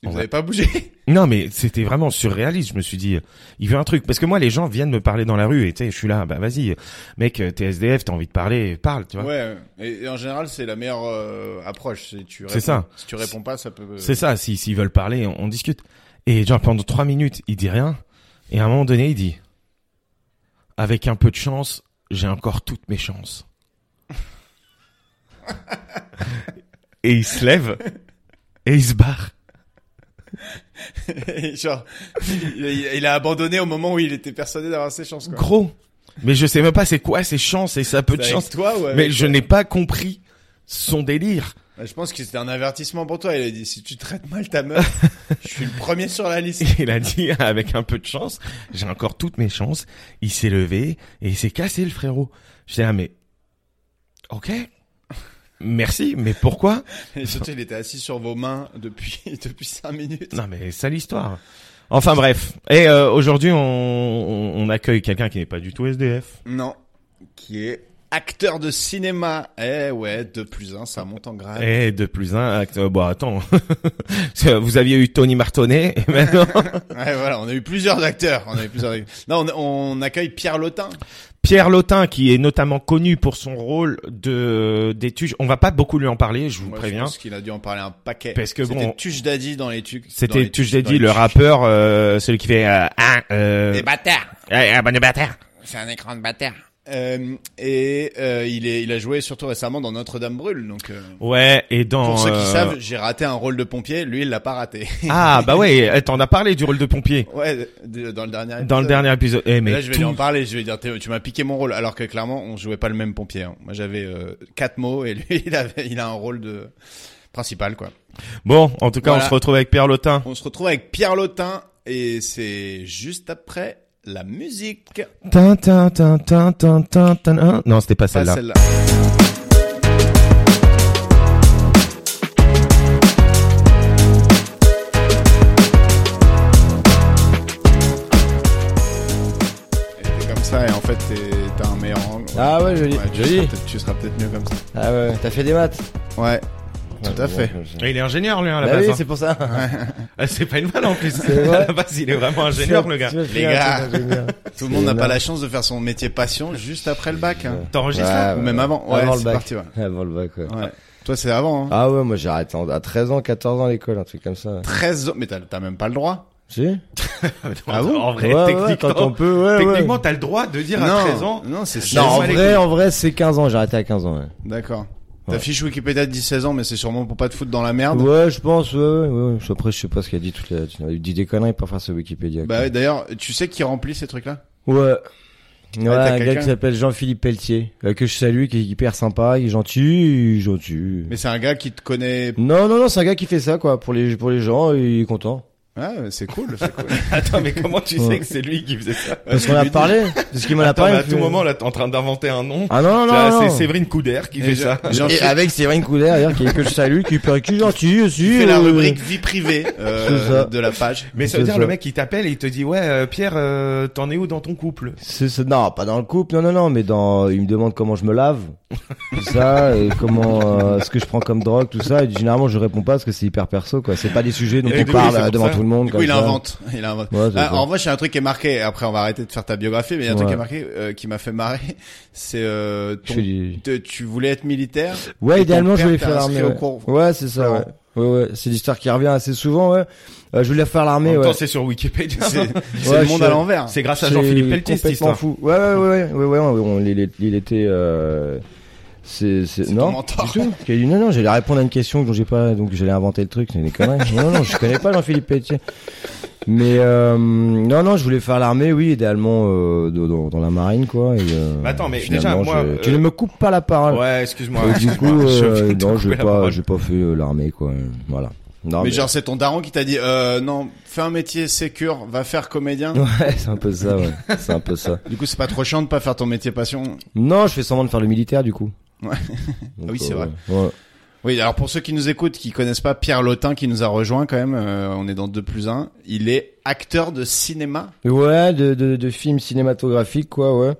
Speaker 4: Vous
Speaker 3: Ouais.
Speaker 4: n'avez pas bougé.
Speaker 3: Non mais c'était vraiment surréaliste, je me suis dit euh, il veut un truc parce que moi les gens viennent me parler dans la rue et tu sais je suis là bah vas-y mec euh, t'es SDF t'as envie de parler parle tu vois.
Speaker 4: Ouais. Et, et en général, c'est la meilleure euh, approche. Si tu
Speaker 3: C'est
Speaker 4: réponds-
Speaker 3: ça.
Speaker 4: Si tu réponds pas, ça peut.
Speaker 3: C'est ça, si- s'ils veulent parler, on, on discute. Et genre pendant trois minutes, il dit rien. Et à un moment donné, il dit Avec un peu de chance, j'ai encore toutes mes chances. et il se lève et il se barre.
Speaker 4: Genre, il, il a abandonné au moment où il était persuadé d'avoir ses chances. Quoi.
Speaker 3: Gros. Mais je sais même pas c'est quoi ces chances et ça peu de
Speaker 4: C'est avec
Speaker 3: chance.
Speaker 4: Toi, ouais.
Speaker 3: Mais je n'ai pas compris son délire.
Speaker 4: Je pense que c'était un avertissement pour toi. Il a dit si tu traites mal ta meuf, je suis le premier sur la liste.
Speaker 3: Il a dit avec un peu de chance, j'ai encore toutes mes chances. Il s'est levé et il s'est cassé le frérot. J'étais là mais OK. Merci, mais pourquoi
Speaker 4: Et surtout, il était assis sur vos mains depuis depuis cinq minutes.
Speaker 3: Non mais sale histoire. Enfin bref, et euh, aujourd'hui on, on- on accueille quelqu'un qui n'est pas du tout SDF.
Speaker 4: Non, qui est acteur de cinéma. Eh ouais, 2 plus 1, ça monte en grade.
Speaker 3: Et de plus un acte euh, bon attends. Parce que Vous aviez eu Tony Martonnet et maintenant
Speaker 4: Ouais, voilà, on a eu plusieurs acteurs. On a eu plusieurs... non, on, on accueille Pierre Lotin.
Speaker 3: Pierre Lotin qui est notamment connu pour son rôle de d'étude. On va pas beaucoup lui en parler, je vous
Speaker 4: Moi,
Speaker 3: préviens.
Speaker 4: Je pense qu'il a dû en parler un paquet.
Speaker 3: Parce que
Speaker 4: C'était
Speaker 3: bon,
Speaker 4: Tuche Daddy dans les tucs. dans
Speaker 3: C'était
Speaker 4: les
Speaker 3: tu
Speaker 4: tucs,
Speaker 3: j'ai
Speaker 4: dans
Speaker 3: dit
Speaker 4: les Eh ben.
Speaker 3: le
Speaker 4: tucs.
Speaker 3: rappeur euh, celui qui fait euh, ah euh,
Speaker 5: Des bâtards.
Speaker 3: ouais, ah, bah, des bâtards.
Speaker 5: C'est un écran de bâtard.
Speaker 4: Euh, et euh, il, est, il a joué surtout récemment dans Notre-Dame Brûle. Donc, euh,
Speaker 3: Ouais et dans
Speaker 4: pour ceux qui
Speaker 3: euh,
Speaker 4: savent, j'ai raté un rôle de pompier. Lui, il l'a pas raté.
Speaker 3: ah bah ouais euh, t'en as parlé du rôle de pompier
Speaker 4: ouais, de- dans le dernier.
Speaker 3: dans le
Speaker 4: épisode.
Speaker 3: dernier épisode Eh, mais
Speaker 4: là, je vais lui
Speaker 3: tout-
Speaker 4: en parler. Je vais lui dire, Théo, tu m'as piqué mon rôle. Alors que clairement, on jouait pas le même pompier. hein. Moi, j'avais euh, quatre mots et lui, il avait, il a un rôle de principal, quoi.
Speaker 3: bon en tout cas
Speaker 4: Voilà.
Speaker 3: on se retrouve avec Pierre Lotin
Speaker 4: On se retrouve avec Pierre Lotin et c'est juste après la musique.
Speaker 3: Tin, tin, tin, tin, tin, tin, tin, hein. non c'était pas
Speaker 4: Pas
Speaker 3: celle-là
Speaker 4: celle-là. Et t'es comme ça et en fait t'es- t'as un meilleur angle.
Speaker 2: Ah ouais, joli.
Speaker 4: tu,
Speaker 2: Joli.
Speaker 4: Seras peut-être, tu seras peut-être mieux comme ça.
Speaker 2: Ah ouais, t'as fait des maths
Speaker 4: Ouais, tout à fait.
Speaker 3: Et il est ingénieur lui hein, à la
Speaker 2: Bah
Speaker 3: base
Speaker 2: oui,
Speaker 3: hein.
Speaker 2: c'est pour ça.
Speaker 3: Ah, c'est pas une balle en plus
Speaker 2: C'est vrai.
Speaker 3: à la base il est vraiment ingénieur le gars
Speaker 2: Tu vas finir
Speaker 4: Les gars.
Speaker 2: un truc d'ingénieur.
Speaker 4: Tout le monde n'a pas
Speaker 2: énorme.
Speaker 4: la chance de faire son métier passion juste après le bac. hein.
Speaker 3: t'enregistres
Speaker 2: Ouais,
Speaker 3: là
Speaker 4: Ou même avant. Ouais,
Speaker 2: avant
Speaker 4: c'est
Speaker 2: le bac.
Speaker 4: parti, ouais.
Speaker 2: Avant le bac, ouais.
Speaker 4: Ouais. Toi c'est avant. Hein.
Speaker 2: Ah ouais, moi j'ai arrêté en- à 13 ans, 14 ans l'école, un truc comme ça.
Speaker 4: 13 ans, mais t'as, t'as même pas le droit.
Speaker 2: Si
Speaker 4: Ah bon
Speaker 3: en vrai
Speaker 2: ouais, ouais, quand
Speaker 3: techniquement
Speaker 2: on peut, ouais,
Speaker 3: techniquement
Speaker 2: ouais.
Speaker 3: t'as le droit de dire
Speaker 4: non,
Speaker 3: à 13 ans
Speaker 4: non, c'est
Speaker 2: Non, en
Speaker 3: Laisse-moi les
Speaker 2: vrai,
Speaker 3: couilles.
Speaker 2: en vrai, c'est 15 ans, j'ai arrêté à 15 ans, ouais.
Speaker 4: D'accord. Ta
Speaker 2: Ouais.
Speaker 4: fiche Wikipédia de 16 ans, mais c'est sûrement pour pas te foutre dans la merde.
Speaker 2: Ouais, je pense, ouais, ouais, ouais. Après, je sais pas ce qu'il a dit toute la... Il dit des conneries pour faire ce Wikipédia.
Speaker 4: Bah ouais,
Speaker 2: quoi.
Speaker 4: d'ailleurs, tu sais qui remplit ces trucs-là
Speaker 2: ouais. Ouais,
Speaker 4: t'as
Speaker 2: un gars
Speaker 4: quelqu'un
Speaker 2: qui s'appelle Jean-Philippe Pelletier, euh, que je salue, qui est hyper sympa, qui est gentil, gentil.
Speaker 4: Mais c'est un gars qui te connaît.
Speaker 2: Non, non, non, c'est un gars qui fait ça, quoi, pour les, pour les gens, il est content.
Speaker 4: Ouais, c'est cool. c'est cool.
Speaker 3: attends mais comment tu
Speaker 2: Ouais.
Speaker 3: sais que c'est lui qui faisait ça
Speaker 2: Parce qu'on a parlé, parce qu'il m'en a
Speaker 3: Attends, mais
Speaker 2: parlé.
Speaker 3: à
Speaker 2: il
Speaker 3: tout
Speaker 2: fait-
Speaker 3: moment là t'es en train d'inventer un nom
Speaker 2: Ah non, non,
Speaker 3: Là,
Speaker 2: non,
Speaker 3: c'est
Speaker 2: non.
Speaker 3: Séverine Coudert qui fait
Speaker 4: je-
Speaker 3: ça.
Speaker 4: Jean-
Speaker 2: Et avec Séverine Coudet, d'ailleurs, qui est que je salue, qui est qui est gentil aussi.
Speaker 4: Tu fais la
Speaker 2: euh,
Speaker 4: rubrique vie privée euh,
Speaker 2: C'est ça.
Speaker 4: de la page.
Speaker 3: Mais ça veut
Speaker 2: C'est
Speaker 3: dire
Speaker 2: ça.
Speaker 3: le mec il t'appelle et il te dit ouais euh, Pierre euh, t'en es où dans ton couple
Speaker 2: C'est ça. Non, pas dans le couple, non, non, non, mais dans. Il me demande comment je me lave, tout ça, et comment euh, ce que je prends comme drogue, tout ça. Et généralement, je réponds pas parce que c'est hyper perso, quoi. C'est pas des sujets dont
Speaker 3: Et
Speaker 2: on
Speaker 3: du coup,
Speaker 2: parle
Speaker 3: c'est pour
Speaker 2: euh, devant
Speaker 3: ça.
Speaker 2: tout le monde.
Speaker 4: Du coup,
Speaker 2: comme
Speaker 4: il
Speaker 2: ça.
Speaker 4: invente. Il invente.
Speaker 2: Ouais, c'est
Speaker 4: Ah,
Speaker 2: ça.
Speaker 4: en revanche, il y a un truc qui est marqué. Après, on va arrêter de faire ta biographie, mais il y a un truc
Speaker 2: Ouais.
Speaker 4: qui est marqué euh, qui m'a fait marrer. C'est euh,
Speaker 2: Je
Speaker 4: ton-
Speaker 2: fais du-
Speaker 4: te- tu voulais être militaire. Et
Speaker 2: Ouais,
Speaker 4: ton
Speaker 2: idéalement, je
Speaker 4: père
Speaker 2: voulais
Speaker 4: t'a
Speaker 2: faire euh, l'armée.
Speaker 4: inscrit au
Speaker 2: Ouais,
Speaker 4: cours.
Speaker 2: Ouais, c'est
Speaker 3: Ah
Speaker 2: ça. Ouais, ouais, ouais. C'est l'histoire qui revient assez souvent. Ouais, Euh, je voulais faire
Speaker 3: En
Speaker 2: l'armée.
Speaker 3: même
Speaker 2: Ouais.
Speaker 3: temps c'est sur Wikipédia.
Speaker 4: C'est
Speaker 3: C'est
Speaker 4: c'est
Speaker 2: Ouais,
Speaker 4: le
Speaker 2: je
Speaker 4: monde
Speaker 2: suis-
Speaker 4: à l'envers.
Speaker 3: c'est grâce à
Speaker 2: C'est
Speaker 3: Jean-Philippe Pelletier cette
Speaker 2: complètement
Speaker 3: histoire.
Speaker 2: fou. Ouais, ouais, ouais, ouais, ouais, ouais, on- il, il- il était, euh, C'est, c'est,
Speaker 4: C'est ton
Speaker 2: non,
Speaker 4: mentor.
Speaker 2: du tout. Qui a dit, non, non, j'allais répondre à une question dont j'ai pas, donc j'allais inventer le truc, c'est des conneries. non, non, je connais pas Jean-Philippe Pelletier. Mais, euh, non, non, je voulais faire l'armée, oui, idéalement, euh, dans- dans, dans la marine, quoi. Et, euh,
Speaker 3: Bah attends, mais
Speaker 2: finalement,
Speaker 3: déjà, moi,
Speaker 2: je-
Speaker 3: euh,
Speaker 2: Tu ne me coupes pas la parole.
Speaker 3: Ouais, excuse-moi.
Speaker 2: Et du
Speaker 3: excuse-moi,
Speaker 2: coup,
Speaker 3: j'ai envie
Speaker 2: euh,
Speaker 3: de te
Speaker 2: non,
Speaker 3: couper
Speaker 2: j'ai
Speaker 3: la
Speaker 2: pas,
Speaker 3: parole.
Speaker 2: j'ai pas fait euh, l'armée, quoi. euh, Voilà. Non,
Speaker 4: mais genre, c'est ton daron qui t'a dit, euh, non, fais un métier sécure, va faire comédien.
Speaker 2: Ouais, c'est un peu ça, ouais. C'est un peu ça.
Speaker 4: Du coup, c'est pas trop chiant de pas faire ton métier passion.
Speaker 2: Non, je fais semblant de faire le militaire, du coup.
Speaker 4: Ouais.
Speaker 2: Donc, euh,
Speaker 4: Ah oui, c'est vrai.
Speaker 2: ouais.
Speaker 4: Oui, alors pour ceux qui nous écoutent, qui connaissent pas Pierre Lotin, qui nous a rejoint quand même, euh, on est dans 2 plus 1. Il est acteur de cinéma,
Speaker 2: Ouais, de, de, de films cinématographiques, quoi, ouais.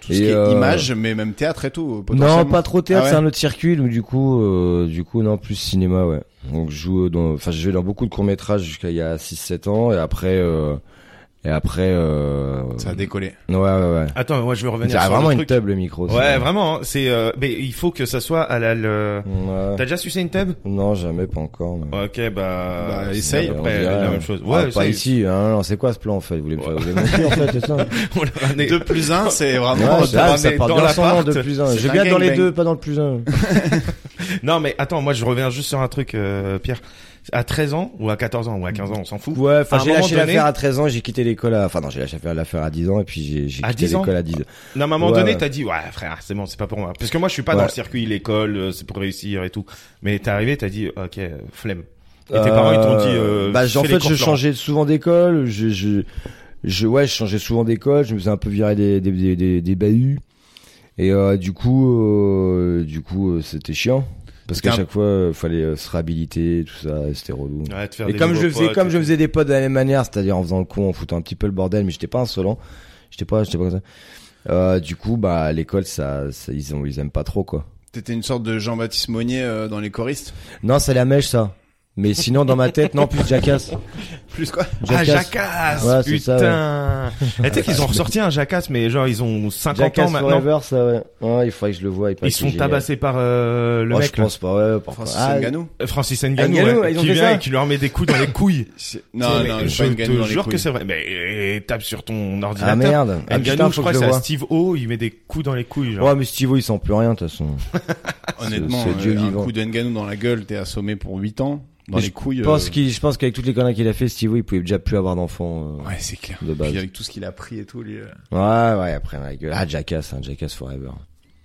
Speaker 4: tout ce qui est
Speaker 2: euh,
Speaker 4: image, mais même théâtre et tout. euh,
Speaker 2: Non,
Speaker 4: potentiellement.
Speaker 2: pas trop théâtre,
Speaker 4: Ah ouais
Speaker 2: c'est un autre circuit, donc du coup, euh, du coup, non, plus cinéma, ouais. Donc je joue euh, dans, enfin, je jouais dans beaucoup de courts métrages jusqu'à il y a 6-7 ans, et après, euh, et après, euh,
Speaker 4: Ça a décollé.
Speaker 2: ouais, ouais, ouais.
Speaker 3: Attends, moi, je veux revenir
Speaker 2: C'est
Speaker 3: sur le
Speaker 2: vraiment une
Speaker 3: truc.
Speaker 2: table le micro. c'est
Speaker 3: Ouais,
Speaker 2: vrai.
Speaker 3: vraiment, hein, c'est euh, mais il faut que ça soit à la le...
Speaker 2: Ouais.
Speaker 3: T'as déjà sucé une tub
Speaker 2: Non, jamais, pas encore. mais-
Speaker 3: Ok, bah,
Speaker 4: Bah,
Speaker 3: c'est
Speaker 4: essaye,
Speaker 3: à peu
Speaker 2: on
Speaker 3: près
Speaker 2: dirait,
Speaker 3: la
Speaker 2: euh,
Speaker 3: même chose.
Speaker 2: Ah,
Speaker 3: Ouais,
Speaker 2: pas
Speaker 3: essaye.
Speaker 2: ici, hein, non, c'est quoi ce plan en fait Vous voulez me faire vous voulez mentir, en fait, c'est ça
Speaker 3: On l'a ramené.
Speaker 4: 2 plus 1, c'est vraiment...
Speaker 2: Ouais,
Speaker 3: te
Speaker 2: ça, ça
Speaker 3: ramener
Speaker 2: part
Speaker 3: dans
Speaker 2: bien sans nom
Speaker 3: l'appart,
Speaker 2: de plus un.
Speaker 4: c'est
Speaker 2: J'ai
Speaker 4: un
Speaker 2: bien dans les
Speaker 4: gangbang.
Speaker 2: deux, pas dans le plus un.
Speaker 3: Non, mais attends, moi je reviens juste sur un truc, euh, Pierre. À 13 ans ou à 14 ans ou à 15 ans, on s'en fout.
Speaker 2: Ouais, enfin,
Speaker 3: À un
Speaker 2: j'ai
Speaker 3: moment
Speaker 2: lâché
Speaker 3: donné-
Speaker 2: l'affaire à 13 ans, j'ai quitté l'école à, enfin, non, j'ai lâché l'affaire à 10 ans, et puis j'ai, j'ai
Speaker 3: À
Speaker 2: quitté
Speaker 3: 10 ans
Speaker 2: l'école à 10 ans.
Speaker 3: Non, mais à un moment
Speaker 2: Ouais,
Speaker 3: donné,
Speaker 2: ouais.
Speaker 3: t'as dit, ouais, frère, c'est bon, c'est pas pour moi. Parce que moi, je suis pas
Speaker 2: Ouais.
Speaker 3: dans le circuit, l'école, euh, c'est pour réussir et tout. Mais t'es arrivé, t'as dit, ok, euh, flemme. Et tes parents, ils t'ont dit, euh,
Speaker 2: bah, j'ai- en
Speaker 3: fais les
Speaker 2: fait, je
Speaker 3: cours, Florent.
Speaker 2: changeais souvent d'école, je, je, je, ouais, je changeais souvent d'école, je me faisais un peu virer des, des, des, des, des bahuts. Et, euh, du coup, euh, du coup, euh, c'était chiant. Parce
Speaker 4: C'était
Speaker 2: qu'à
Speaker 4: un-
Speaker 2: chaque fois, euh, fallait euh, se réhabiliter, tout ça, et c'était relou.
Speaker 3: Ouais, te faire
Speaker 2: Et
Speaker 3: des
Speaker 2: comme je
Speaker 3: nouveaux
Speaker 2: faisais,
Speaker 3: potes
Speaker 2: comme
Speaker 3: et
Speaker 2: je
Speaker 3: tout.
Speaker 2: faisais des potes de la même manière, c'est-à-dire en faisant le con, en foutant un petit peu le bordel, mais j'étais pas insolent, j'étais pas, j'étais pas comme ça. Euh, du coup, bah, à l'école, ça, ça, ils ont, ils aiment pas trop, quoi.
Speaker 4: T'étais une sorte de Jean-Baptiste Monnier euh, dans les choristes.
Speaker 2: Non, c'est la mèche, ça. Mais sinon, dans ma tête, non, plus Jackass.
Speaker 4: Plus quoi
Speaker 3: Ah,
Speaker 2: Jackass.
Speaker 3: Jackass,
Speaker 2: Ouais, c'est ça,
Speaker 3: putain. Et tu sais qu'ils ont ressorti un Jackass, mais genre, ils ont 50 ans
Speaker 2: Jackass
Speaker 3: maintenant.
Speaker 2: Forever, ça, ouais. Ouais, il faudrait que je le voie. il paraît
Speaker 3: Ils
Speaker 2: que
Speaker 3: se font
Speaker 2: c'est génial.
Speaker 3: tabasser par euh, le
Speaker 2: Oh,
Speaker 3: mec,
Speaker 2: je pense pas, ouais, par
Speaker 4: Francis
Speaker 2: Ah,
Speaker 4: Ngannou
Speaker 3: là. Francis Ngannou,
Speaker 2: Ngannou,
Speaker 3: ouais,
Speaker 2: ils ont
Speaker 3: qui
Speaker 2: fait
Speaker 3: vient
Speaker 2: ça
Speaker 3: et qui leur met des coups dans les couilles.
Speaker 4: Non,
Speaker 3: Mais
Speaker 4: non, je,
Speaker 3: je
Speaker 4: suis
Speaker 3: te
Speaker 4: Ngannou dans les
Speaker 3: jure que
Speaker 4: couilles.
Speaker 3: c'est vrai. Mais et tape sur ton ordinateur.
Speaker 2: Ah merde. Ah,
Speaker 3: Ngannou,
Speaker 2: putain,
Speaker 3: je
Speaker 2: faut
Speaker 3: crois
Speaker 2: que
Speaker 3: que c'est
Speaker 2: je
Speaker 3: hein. à
Speaker 2: le voie.
Speaker 3: Steve O, il met des coups dans les couilles, genre.
Speaker 2: Ouais, mais Steve, il sent plus rien, de toute façon.
Speaker 4: Honnêtement,
Speaker 2: c'est Dieu
Speaker 4: euh, un
Speaker 2: vivant.
Speaker 4: coup de Ngannou dans la gueule, t'es assommé pour 8 ans. Dans
Speaker 2: Mais
Speaker 4: les couilles...
Speaker 2: Je
Speaker 4: euh,
Speaker 2: pense qu'il, je pense qu'avec toutes les conneries qu'il a fait, Steve, il pouvait déjà plus avoir d'enfants, euh,
Speaker 4: Ouais, c'est clair.
Speaker 2: de base.
Speaker 4: Puis
Speaker 2: Ouais,
Speaker 4: avec tout ce qu'il a pris et tout, lui... euh,
Speaker 2: ouais, après, ma gueule. Ah, Jackass, hein, Jackass Forever.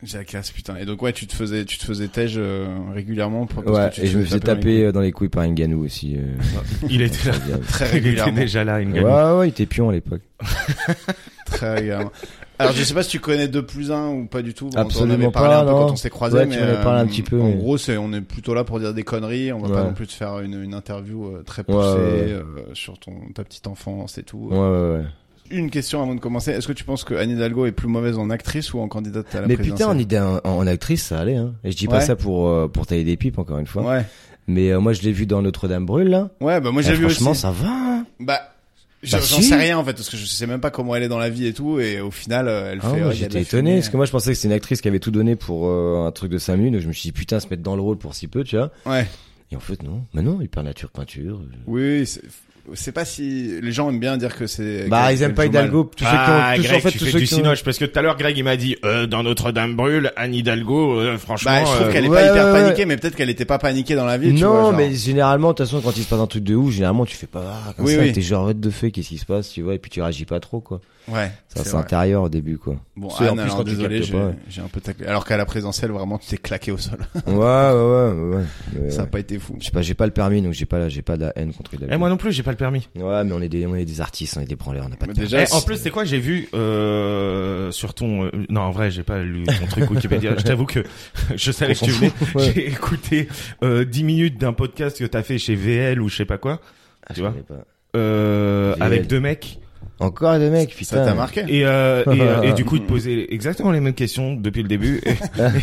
Speaker 4: Jackass, putain. Et donc ouais, tu te faisais, tu te faisais tège euh, régulièrement pour parce
Speaker 2: Ouais,
Speaker 4: que tu te
Speaker 2: et je me faisais
Speaker 4: dans les
Speaker 2: taper euh, dans les couilles par Ngannou aussi. euh,
Speaker 3: Il était là.
Speaker 2: incroyable.
Speaker 4: couilles. très
Speaker 3: Il était
Speaker 4: régulièrement,
Speaker 3: déjà là,
Speaker 2: ouais,
Speaker 3: Ngannou.
Speaker 2: ouais, il était pion à l'époque.
Speaker 4: très régulièrement. Alors je sais pas si tu connais 2 plus 1 ou pas du tout. On
Speaker 2: Absolument
Speaker 4: en avait parlé
Speaker 2: pas,
Speaker 4: un peu
Speaker 2: non.
Speaker 4: quand on s'est croisés,
Speaker 2: Ouais, tu
Speaker 4: mais euh,
Speaker 2: en avais parlé un petit peu,
Speaker 4: En
Speaker 2: mais-
Speaker 4: gros, c'est on est plutôt là pour dire des conneries. On va pas
Speaker 2: Ouais.
Speaker 4: non plus te faire une, une interview euh, très
Speaker 2: Ouais,
Speaker 4: poussée
Speaker 2: ouais, ouais.
Speaker 4: euh, sur ton ta petite enfance et tout. euh,
Speaker 2: Ouais, ouais, ouais.
Speaker 4: Une question avant de commencer. Est-ce que tu penses que Anne Hidalgo est plus mauvaise en actrice ou en candidate à la
Speaker 2: Mais putain,
Speaker 4: présidentielle
Speaker 2: en, idée- en, en actrice, ça allait, hein. Et je dis pas
Speaker 4: Ouais.
Speaker 2: ça pour, euh, pour tailler des pipes, encore une fois.
Speaker 4: Ouais,
Speaker 2: Mais euh, moi, je l'ai vu dans Notre-Dame brûle, là.
Speaker 4: ouais. Bah moi j'ai
Speaker 2: Eh,
Speaker 4: vu aussi.
Speaker 2: franchement, ça va. hein.
Speaker 4: Bah, je-
Speaker 2: Bah,
Speaker 4: j'en
Speaker 2: si.
Speaker 4: sais rien en fait, parce que je sais même pas comment elle est dans la vie et tout, et au final, euh, elle
Speaker 2: Ah,
Speaker 4: fait.
Speaker 2: moi,
Speaker 4: euh, il y a de
Speaker 2: J'étais
Speaker 4: la
Speaker 2: étonné,
Speaker 4: fumée.
Speaker 2: parce que moi, je pensais que c'était une actrice qui avait tout donné pour euh, un truc de 5 minutes. Donc, je me suis dit, putain, se mettre dans le rôle pour si peu, tu vois.
Speaker 4: Ouais.
Speaker 2: Et en fait, non. Mais non, hypernature peinture. euh.
Speaker 4: Oui, c'est- c'est pas si les gens aiment bien dire que c'est.
Speaker 2: Bah,
Speaker 4: que-
Speaker 2: ils aiment
Speaker 4: que
Speaker 2: pas
Speaker 4: le journal-
Speaker 2: Hidalgo. Tous ceux qui ont,
Speaker 3: Ah,
Speaker 2: tous,
Speaker 3: Greg,
Speaker 2: en fait,
Speaker 3: tu
Speaker 2: tous
Speaker 3: fais
Speaker 2: ceux
Speaker 3: du
Speaker 2: qui ont-
Speaker 3: cinoche parce que tout à l'heure Greg il m'a dit euh, dans Notre-Dame brûle Anne Hidalgo euh, franchement
Speaker 4: Bah, je trouve
Speaker 3: euh,
Speaker 4: qu'elle est
Speaker 2: ouais,
Speaker 4: pas hyper
Speaker 2: ouais, ouais.
Speaker 4: paniquée, mais peut-être qu'elle était pas paniquée dans la vie. tu vois,
Speaker 2: Non,
Speaker 4: genre.
Speaker 2: mais généralement, de toute façon, quand il se passe un truc de ouf, généralement, tu fais pas, ah, comme
Speaker 4: Oui,
Speaker 2: ça,
Speaker 4: oui.
Speaker 2: t'es genre, what the fuck, qu'est-ce qui se passe, tu vois, et puis tu réagis pas trop, quoi.
Speaker 4: Ouais.
Speaker 2: Ça, c'est
Speaker 4: vrai.
Speaker 2: intérieur au début, quoi.
Speaker 4: Bon,
Speaker 2: C'est- en
Speaker 4: Anne,
Speaker 2: plus,
Speaker 4: alors,
Speaker 2: quand tu
Speaker 4: désolé,
Speaker 2: captes
Speaker 4: j'ai
Speaker 2: pas, ouais.
Speaker 4: j'ai un peu taclé. Alors qu'à la présentielle, vraiment, tu t'es claqué au sol.
Speaker 2: Ouais, ouais, ouais, ouais, ouais. Mais,
Speaker 4: Ça a
Speaker 2: ouais.
Speaker 4: pas été fou.
Speaker 2: Je sais pas, j'ai pas le permis, donc j'ai pas, j'ai pas de la haine contre Hidalgo.
Speaker 3: Eh, moi non plus j'ai pas le permis
Speaker 2: Ouais, mais on est des, on est des artistes, on est des branleurs, on n'a pas de
Speaker 4: Mais
Speaker 2: permis.
Speaker 4: déjà,
Speaker 3: Eh, en plus, c'est quoi J'ai vu euh, sur ton. euh, non, en vrai, j'ai pas lu ton truc Wikipédia. je t'avoue que je savais
Speaker 2: On
Speaker 3: que
Speaker 2: s'en
Speaker 3: tu venais.
Speaker 2: fout, ouais.
Speaker 3: J'ai écouté euh, 10 minutes d'un podcast que t'as fait chez VL ou je sais pas quoi,
Speaker 2: Ah,
Speaker 3: tu
Speaker 2: je
Speaker 3: vois.
Speaker 2: connais pas.
Speaker 3: euh,
Speaker 2: VL.
Speaker 3: avec deux mecs.
Speaker 2: Encore des mecs, putain.
Speaker 4: ça t'a marqué.
Speaker 3: Et, euh, et, euh, et du coup, ils te posaient exactement les mêmes questions depuis le début.